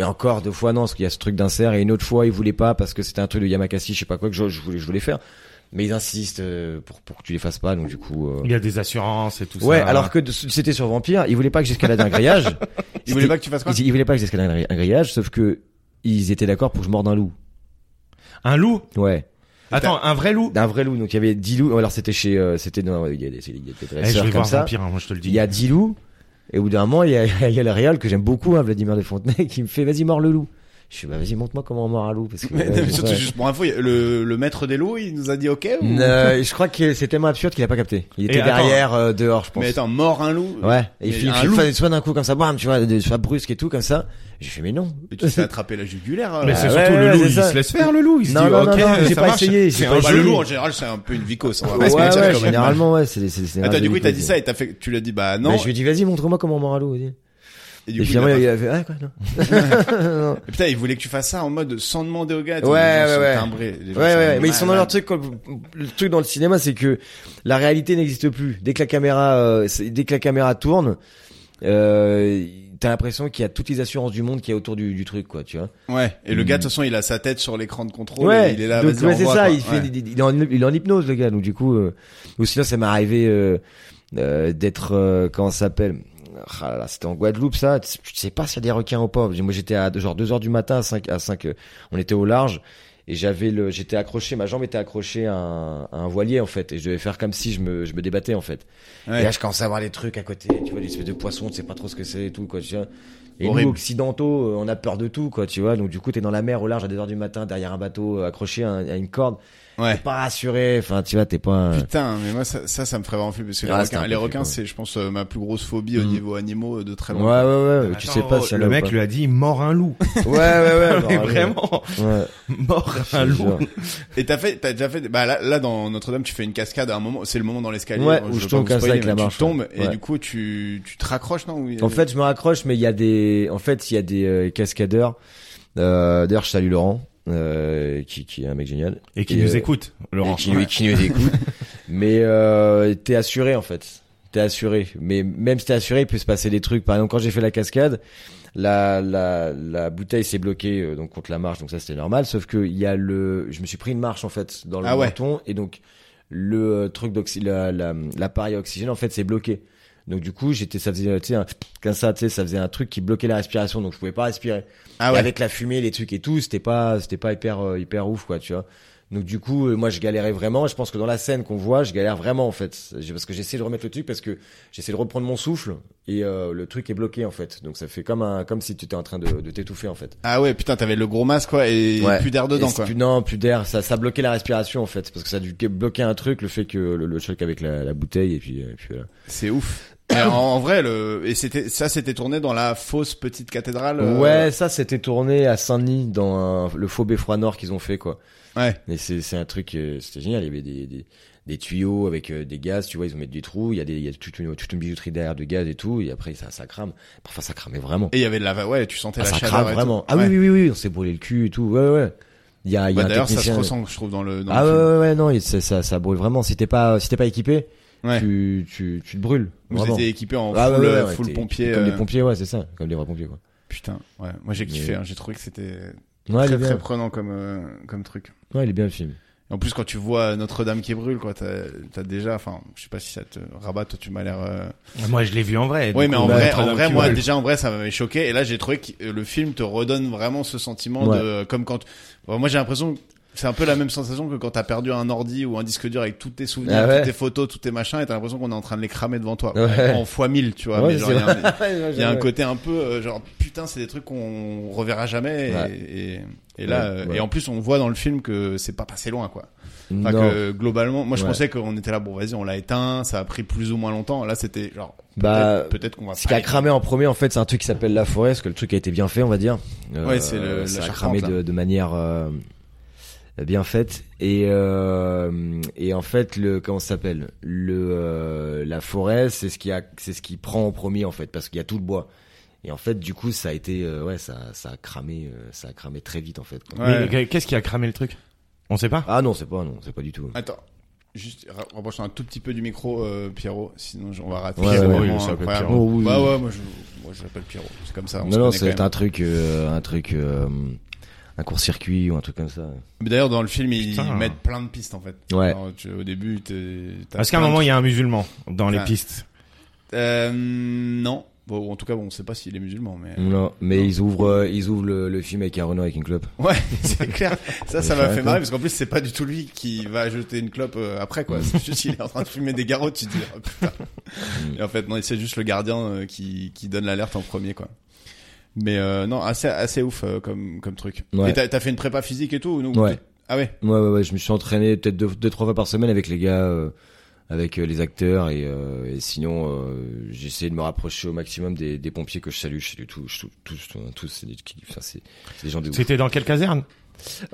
Speaker 2: et encore deux fois, non, parce qu'il y a ce truc d'insert, et une autre fois, ils voulaient pas, parce que c'était un truc de Yamakasi, je sais pas quoi, que je, je voulais, je voulais faire. Mais ils insistent euh, pour, pour que tu les fasses pas, donc du coup. euh,
Speaker 3: Il y a des assurances et tout ça.
Speaker 2: Ouais, alors que de- c'était sur Vampire, ils voulaient pas que j'escalade un grillage.
Speaker 4: Ils voulaient pas que tu fasses quoi
Speaker 2: Ils, ils voulaient pas que j'escalade un gri- un grillage, sauf que ils étaient d'accord pour que je morde un loup.
Speaker 3: Un loup
Speaker 2: Ouais,
Speaker 3: Attends, un vrai loup
Speaker 2: d'un vrai loup. Donc il y avait 10 loups. Alors c'était chez, euh, c'était non, il y a des, il y a des
Speaker 3: Eh,
Speaker 2: dresseurs
Speaker 3: Je vais
Speaker 2: comme
Speaker 3: voir
Speaker 2: ça.
Speaker 3: Vampire, hein, moi je te le dis.
Speaker 2: Il y a 10 loups, et au bout d'un moment, il y a, il y a le Real que j'aime beaucoup, hein, Vladimir de Fontenay, qui me fait vas-y, mord le loup. Je suis bah vas-y, montre-moi comment on mord un loup. Parce que,
Speaker 4: Mais,
Speaker 2: euh,
Speaker 4: mais
Speaker 2: je-
Speaker 4: surtout,
Speaker 2: ouais.
Speaker 4: juste pour info, il y a- le, le maître des loups, il nous a dit OK ou...
Speaker 2: Euh, je crois que c'est tellement absurde qu'il a pas capté. Il était
Speaker 3: Et attends.
Speaker 2: derrière, euh, dehors, je pense.
Speaker 4: Mais attends, mort un loup
Speaker 2: Ouais, et il
Speaker 4: Mais
Speaker 2: fait- il
Speaker 4: un
Speaker 2: fait
Speaker 4: loup.
Speaker 2: fa- soit d'un coup comme ça, bam, tu vois, de- soit brusque et tout comme ça. J'ai fait mais non.
Speaker 4: Mais tu t'es attrapé la jugulaire. euh.
Speaker 3: Mais c'est
Speaker 2: ouais,
Speaker 3: surtout
Speaker 2: Bah ouais,
Speaker 3: le loup,
Speaker 2: c'est
Speaker 3: il
Speaker 2: ça.
Speaker 3: se laisse faire le loup. Il se
Speaker 2: Non,
Speaker 3: dit,
Speaker 2: non,
Speaker 3: ok,
Speaker 2: non, non, j'ai
Speaker 3: ça
Speaker 2: pas
Speaker 3: marche.
Speaker 2: essayé, j'ai
Speaker 3: C'est
Speaker 2: pas
Speaker 3: un
Speaker 4: Bah,
Speaker 2: essayé.
Speaker 3: jeu.
Speaker 4: le loup, en général, c'est un peu une vicose. hein. on va pas
Speaker 2: Ouais,
Speaker 4: se mentir,
Speaker 2: ouais,
Speaker 4: quand même.
Speaker 2: généralement ouais, c'est c'est- c'est.
Speaker 4: Attends, du coup, il t'a dit ça
Speaker 2: Et...
Speaker 4: et t'as fait, tu l'as dit, bah non.
Speaker 2: Non. je lui ai dit vas-y montre-moi comment on mord un loup. vas-y.
Speaker 4: et du
Speaker 2: Et
Speaker 4: coup,
Speaker 2: finalement
Speaker 4: il a pas
Speaker 2: il a fait ah quoi non.
Speaker 4: fait. Et putain, il voulait que tu fasses ça en mode sans demander au gars. tu
Speaker 2: Ouais,
Speaker 4: vois, les gens
Speaker 2: ouais,
Speaker 4: sont
Speaker 2: ouais.
Speaker 4: timbrés, les gens
Speaker 2: Ouais, ouais,
Speaker 4: sont
Speaker 2: mais ils sont dans
Speaker 4: malades.
Speaker 2: leur truc. quoi. Le truc dans le cinéma, c'est que la réalité n'existe plus. Dès que la caméra, euh, c'est- dès que la caméra tourne, euh, t'as l'impression qu'il y a toutes les assurances du monde qui est autour du, du truc, quoi. Tu vois.
Speaker 4: Ouais. Et le gars, de toute façon, il a sa tête sur l'écran de contrôle. et Oh, il est là.
Speaker 2: donc,
Speaker 4: vas-y,
Speaker 2: Mm. ouais,
Speaker 4: au
Speaker 2: c'est
Speaker 4: revoir,
Speaker 2: ça.
Speaker 4: quoi.
Speaker 2: Il, fait,
Speaker 4: Ouais.
Speaker 2: il, il est en, il est en hypnose, le gars. Donc du coup, euh, ou sinon, ça m'est arrivé euh, euh, d'être, euh, comment ça s'appelle Ah là là, C'était en Guadeloupe, ça. Je sais pas s'il y a des requins ou pas. Moi, j'étais à genre 2 heures du matin à 5 à 5 on était au large et j'avais le j'étais accroché ma jambe était accrochée à un, à un voilier en fait et je devais faire comme si je me je me débattais en fait
Speaker 4: Ouais.
Speaker 2: et là je commençais à voir les trucs à côté tu vois des espèces de poissons tu sais pas trop ce que c'est et tout quoi tu vois et
Speaker 4: Horrible.
Speaker 2: nous occidentaux euh, on a peur de tout quoi tu vois donc du coup t'es dans la mer au large à 2 heures du matin derrière un bateau euh, accroché à, un- à une corde
Speaker 4: Ouais.
Speaker 2: t'es pas rassuré enfin tu vois t'es pas un-
Speaker 4: Putain, mais moi ça, ça, ça me ferait vraiment flipper parce que
Speaker 2: Ah,
Speaker 4: les
Speaker 2: c'était un
Speaker 4: requins, les
Speaker 2: peu flippant,
Speaker 4: requins,
Speaker 2: ouais.
Speaker 4: c'est, je pense, euh, ma plus grosse phobie au
Speaker 2: Mm.
Speaker 4: niveau animaux euh, de très
Speaker 2: ouais ouais
Speaker 4: loin.
Speaker 2: ouais tu sais
Speaker 3: Attends, oh,
Speaker 2: pas si
Speaker 3: le mec lui a dit, mort un loup.
Speaker 2: ouais ouais ouais
Speaker 3: Et
Speaker 2: non,
Speaker 3: vraiment,
Speaker 2: ouais,
Speaker 3: mort un
Speaker 2: je te jure.
Speaker 3: loup.
Speaker 4: Et t'as fait, t'as déjà fait, bah là, là dans Notre-Dame, tu fais une cascade à un moment, c'est le moment dans l'escalier
Speaker 2: Ouais,
Speaker 4: hein,
Speaker 2: où
Speaker 4: veux
Speaker 2: je
Speaker 4: pas
Speaker 2: tombe
Speaker 4: vous
Speaker 2: comme ça
Speaker 4: spoiler,
Speaker 2: avec la
Speaker 4: mais
Speaker 2: marche,
Speaker 4: Tu tombes
Speaker 2: ouais.
Speaker 4: et
Speaker 2: Ouais.
Speaker 4: du coup tu, tu te raccroches non Oui. euh,
Speaker 2: En fait, je me raccroche, mais il y a des, en fait, il y a des euh, cascadeurs. Euh, D'ailleurs, je salue Laurent, euh, qui, qui est un mec génial
Speaker 3: Et qui
Speaker 2: Et,
Speaker 3: nous
Speaker 2: euh,
Speaker 3: écoute, Laurent.
Speaker 2: et qui, lui- qui nous écoute. mais euh, t'es assuré en fait, t'es assuré. Mais même si t'es assuré, il peut se passer des trucs. Par exemple, quand j'ai fait la cascade, la la la bouteille s'est bloquée euh, donc contre la marche, donc ça c'était normal. Sauf que il y a le, je me suis pris une marche en fait dans le
Speaker 4: Ah ouais.
Speaker 2: menton et donc le euh, truc d'oxy, la- la- l'appareil à oxygène en fait s'est bloqué. Donc du coup, j'étais, ça faisait, tu sais, un- comme ça, tu sais, ça faisait un truc qui bloquait la respiration, donc je pouvais pas respirer.
Speaker 4: ah
Speaker 2: Et
Speaker 4: ouais.
Speaker 2: avec la fumée, les trucs et tout, c'était pas, c'était pas hyper, euh, hyper ouf, quoi, tu vois. Donc du coup, euh, moi, je galérais vraiment. Je pense que dans la scène qu'on voit, je galère vraiment en fait, J'ai- parce que j'essaie de remettre le truc, parce que j'essaie de reprendre mon souffle et euh, le truc est bloqué en fait. Donc ça fait comme un, comme si tu étais en train de, de t'étouffer en fait.
Speaker 4: Ah ouais, putain, t'avais le gros masque quoi et
Speaker 2: Ouais.
Speaker 4: plus d'air dedans
Speaker 2: Et
Speaker 4: quoi.
Speaker 2: Plus, non, plus d'air, ça, ça bloquait la respiration en fait, parce que ça a dû bloquer un truc, le fait que le, le choc avec la, la bouteille et puis, euh, et puis voilà.
Speaker 4: C'est ouf. Mais en, en vrai le et c'était ça c'était tourné dans la fausse petite cathédrale. euh,
Speaker 2: Ouais, ça c'était tourné à Saint-Denis dans un- le faux beffroi nord qu'ils ont fait quoi.
Speaker 4: Ouais.
Speaker 2: Mais c'est c'est un truc, euh, c'était génial. Il y avait des, des, des tuyaux avec euh, des gaz, tu vois, ils ont mis des trous. Il y a, des, il y a toute, une, toute une bijouterie derrière de gaz et tout. Et après, ça, ça crame. Parfois, ça cramait vraiment.
Speaker 4: Et il y avait de la ouais, tu sentais
Speaker 2: Ah,
Speaker 4: la
Speaker 2: ça
Speaker 4: chaleur.
Speaker 2: crame
Speaker 4: et
Speaker 2: vraiment.
Speaker 4: tout.
Speaker 2: Ah
Speaker 4: Ouais.
Speaker 2: oui, oui, oui, oui, on s'est brûlé le cul et tout. Ouais, ouais, ouais. Il y a, il y a
Speaker 4: Bah,
Speaker 2: un
Speaker 4: d'ailleurs ça se
Speaker 2: technicien-
Speaker 4: ressent je trouve dans le dans
Speaker 2: Ah
Speaker 4: le
Speaker 2: ouais,
Speaker 4: film.
Speaker 2: ouais, ouais, non, et c'est- ça, ça brûle vraiment. Si t'es pas, si t'es pas équipé,
Speaker 4: Ouais.
Speaker 2: tu, tu, tu te brûles.
Speaker 4: Vous
Speaker 2: vraiment.
Speaker 4: étiez équipés en
Speaker 2: Ah ouais,
Speaker 4: full,
Speaker 2: ouais,
Speaker 4: euh,
Speaker 2: ouais,
Speaker 4: full
Speaker 2: t'es-
Speaker 4: pompier.
Speaker 2: Comme
Speaker 4: euh,
Speaker 2: des pompiers, ouais, c'est ça. Comme des vrais pompiers, quoi.
Speaker 4: Putain, ouais. Moi j'ai kiffé,
Speaker 2: Mais-
Speaker 4: hein, j'ai trouvé que c'était
Speaker 2: Ouais, il
Speaker 4: très
Speaker 2: est bien.
Speaker 4: très prenant comme euh, comme truc.
Speaker 2: Ouais, il est bien le film.
Speaker 4: En plus, quand tu vois Notre-Dame qui brûle, quoi, t'as t'as déjà, enfin, je sais pas si ça te rabatte, toi, tu m'as l'air. euh,
Speaker 3: Moi, je l'ai vu en vrai.
Speaker 4: Oui,
Speaker 3: du
Speaker 4: mais
Speaker 3: coup,
Speaker 4: en
Speaker 2: bah,
Speaker 4: vrai, en
Speaker 3: Notre-Dame
Speaker 4: vrai,
Speaker 3: qui
Speaker 4: moi,
Speaker 3: brûle.
Speaker 4: déjà, en vrai, ça m'avait choqué. Et là, j'ai trouvé que euh, le film te redonne vraiment ce sentiment
Speaker 2: Ouais.
Speaker 4: de, comme quand, Bon, moi, j'ai l'impression, C'est un peu la même sensation que quand t'as perdu un ordi ou un disque dur avec tous tes souvenirs,
Speaker 2: Ah ouais.
Speaker 4: toutes tes photos, tous tes machins, et t'as l'impression qu'on est en train de les cramer devant toi.
Speaker 2: Ouais.
Speaker 4: En fois mille, tu vois.
Speaker 2: Ouais,
Speaker 4: mais genre,
Speaker 2: c'est
Speaker 4: il y a un-
Speaker 2: vrai.
Speaker 4: il y a un côté un peu euh, genre putain c'est des trucs qu'on reverra jamais et,
Speaker 2: Ouais.
Speaker 4: et, et là
Speaker 2: Ouais,
Speaker 4: euh,
Speaker 2: ouais.
Speaker 4: et en plus on voit dans le film que c'est pas passé loin quoi enfin
Speaker 2: Non.
Speaker 4: que globalement moi je
Speaker 2: Ouais.
Speaker 4: pensais qu'on était là bon vas-y on l'a éteint ça a pris plus ou moins longtemps là c'était genre peut-être
Speaker 2: Bah,
Speaker 4: peut-être qu'on va
Speaker 2: Ce qui a
Speaker 4: pas-
Speaker 2: cramé en premier, en fait, c'est un truc qui s'appelle la forêt, parce que le truc a été bien fait, on va dire. Euh,
Speaker 4: Ouais, c'est le-
Speaker 2: ça
Speaker 4: la
Speaker 2: a
Speaker 4: charpente,
Speaker 2: cramé
Speaker 4: là.
Speaker 2: de, de manière euh, bien faite. Et euh, et en fait, le comment ça s'appelle Le euh, la forêt, c'est ce qui a, c'est ce qui prend en premier en fait, parce qu'il y a tout le bois. Et en fait, du coup, ça a été, euh, ouais, ça, ça a cramé, euh, ça a cramé très vite en fait. quoi.
Speaker 4: Ouais.
Speaker 3: Mais euh, qu'est-ce qui a cramé le truc On sait pas.
Speaker 2: Ah non, c'est pas, non, c'est pas du tout.
Speaker 4: attends juste ra- rapproche-toi un tout petit peu du micro euh, Pierrot sinon je- on va rater
Speaker 2: Ouais,
Speaker 4: C'est
Speaker 2: ouais,
Speaker 4: vraiment
Speaker 3: oui, ça s'appelle
Speaker 4: incroyable.
Speaker 2: Pierrot. Oui, oui.
Speaker 4: bah ouais moi je moi je l'appelle Pierrot c'est comme ça Ah, on se
Speaker 2: non, non,
Speaker 4: connaît quand
Speaker 2: c'est
Speaker 4: même.
Speaker 2: un truc, euh, un truc, euh, un court-circuit ou un truc comme ça.
Speaker 4: Mais d'ailleurs dans le film ils
Speaker 3: Putain.
Speaker 4: mettent plein de pistes en fait
Speaker 2: Ouais.
Speaker 4: Genre, tu- au début t'es- t'as
Speaker 3: Parce qu'à un
Speaker 4: plein de
Speaker 3: moment, il y a un musulman dans les
Speaker 4: Ah.
Speaker 3: pistes.
Speaker 4: Euh, non. Bon, en tout cas, bon, on sait pas s'il est musulman, mais.
Speaker 2: Non, mais ils ouvrent, euh, ils ouvrent le, le film avec un Renault avec une clope.
Speaker 4: Ouais, c'est clair. Ça, ça
Speaker 2: Mais
Speaker 4: m'a fait
Speaker 2: c'est vrai,
Speaker 4: marrer
Speaker 2: quoi.
Speaker 4: parce qu'en plus, c'est pas du tout lui qui va jeter une clope euh, après, quoi. C'est juste qu'il est en train de fumer des garrots, tu te dis, oh, putain.
Speaker 2: Mm.
Speaker 4: Et en fait, non, c'est juste le gardien euh, qui, qui donne l'alerte en premier, quoi. Mais euh, non, assez, assez ouf euh, comme, comme truc.
Speaker 2: Ouais.
Speaker 4: Et t'as t'as fait une prépa physique et tout ou non
Speaker 2: Ouais.
Speaker 4: Ah ouais
Speaker 2: Ouais, ouais, ouais, je me suis entraîné peut-être deux, deux, trois fois par semaine avec les gars, euh, avec euh, les acteurs et, euh, et sinon euh, j'essayais de me rapprocher au maximum des, des pompiers que je salue. Je salue tous, je- tous, tous, tous, c'est des, qui- enfin, c'est- c'est des gens de ouf.
Speaker 3: C'était dans quelle caserne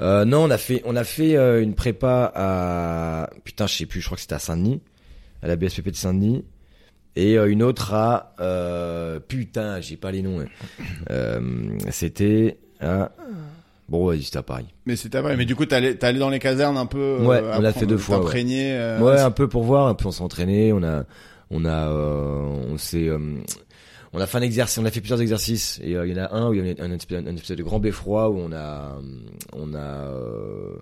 Speaker 2: Euh, non, on a fait, on a fait euh, une prépa à putain, je sais plus, je crois que c'était à Saint-Denis, à la BSPP de Saint-Denis, et euh, une autre à euh, putain, j'ai pas les noms. hein. Euh, c'était à bon, ouais, c'était à Paris.
Speaker 4: Mais c'était vrai. Mais du coup, t'es allé, t'es allé dans les casernes un peu. euh,
Speaker 2: Ouais, on l'a fait
Speaker 4: apprendre-
Speaker 2: deux fois, ouais.
Speaker 4: T'imprégner. euh,
Speaker 2: ouais, un peu pour voir, un peu on s'est entraîné, on a, on a, euh, on s'est, euh, on a fait un exercice, on a fait plusieurs exercices et euh, il y en a un où il y a un, un espèce, un espèce de grand beffroi où on a, euh, on a, euh,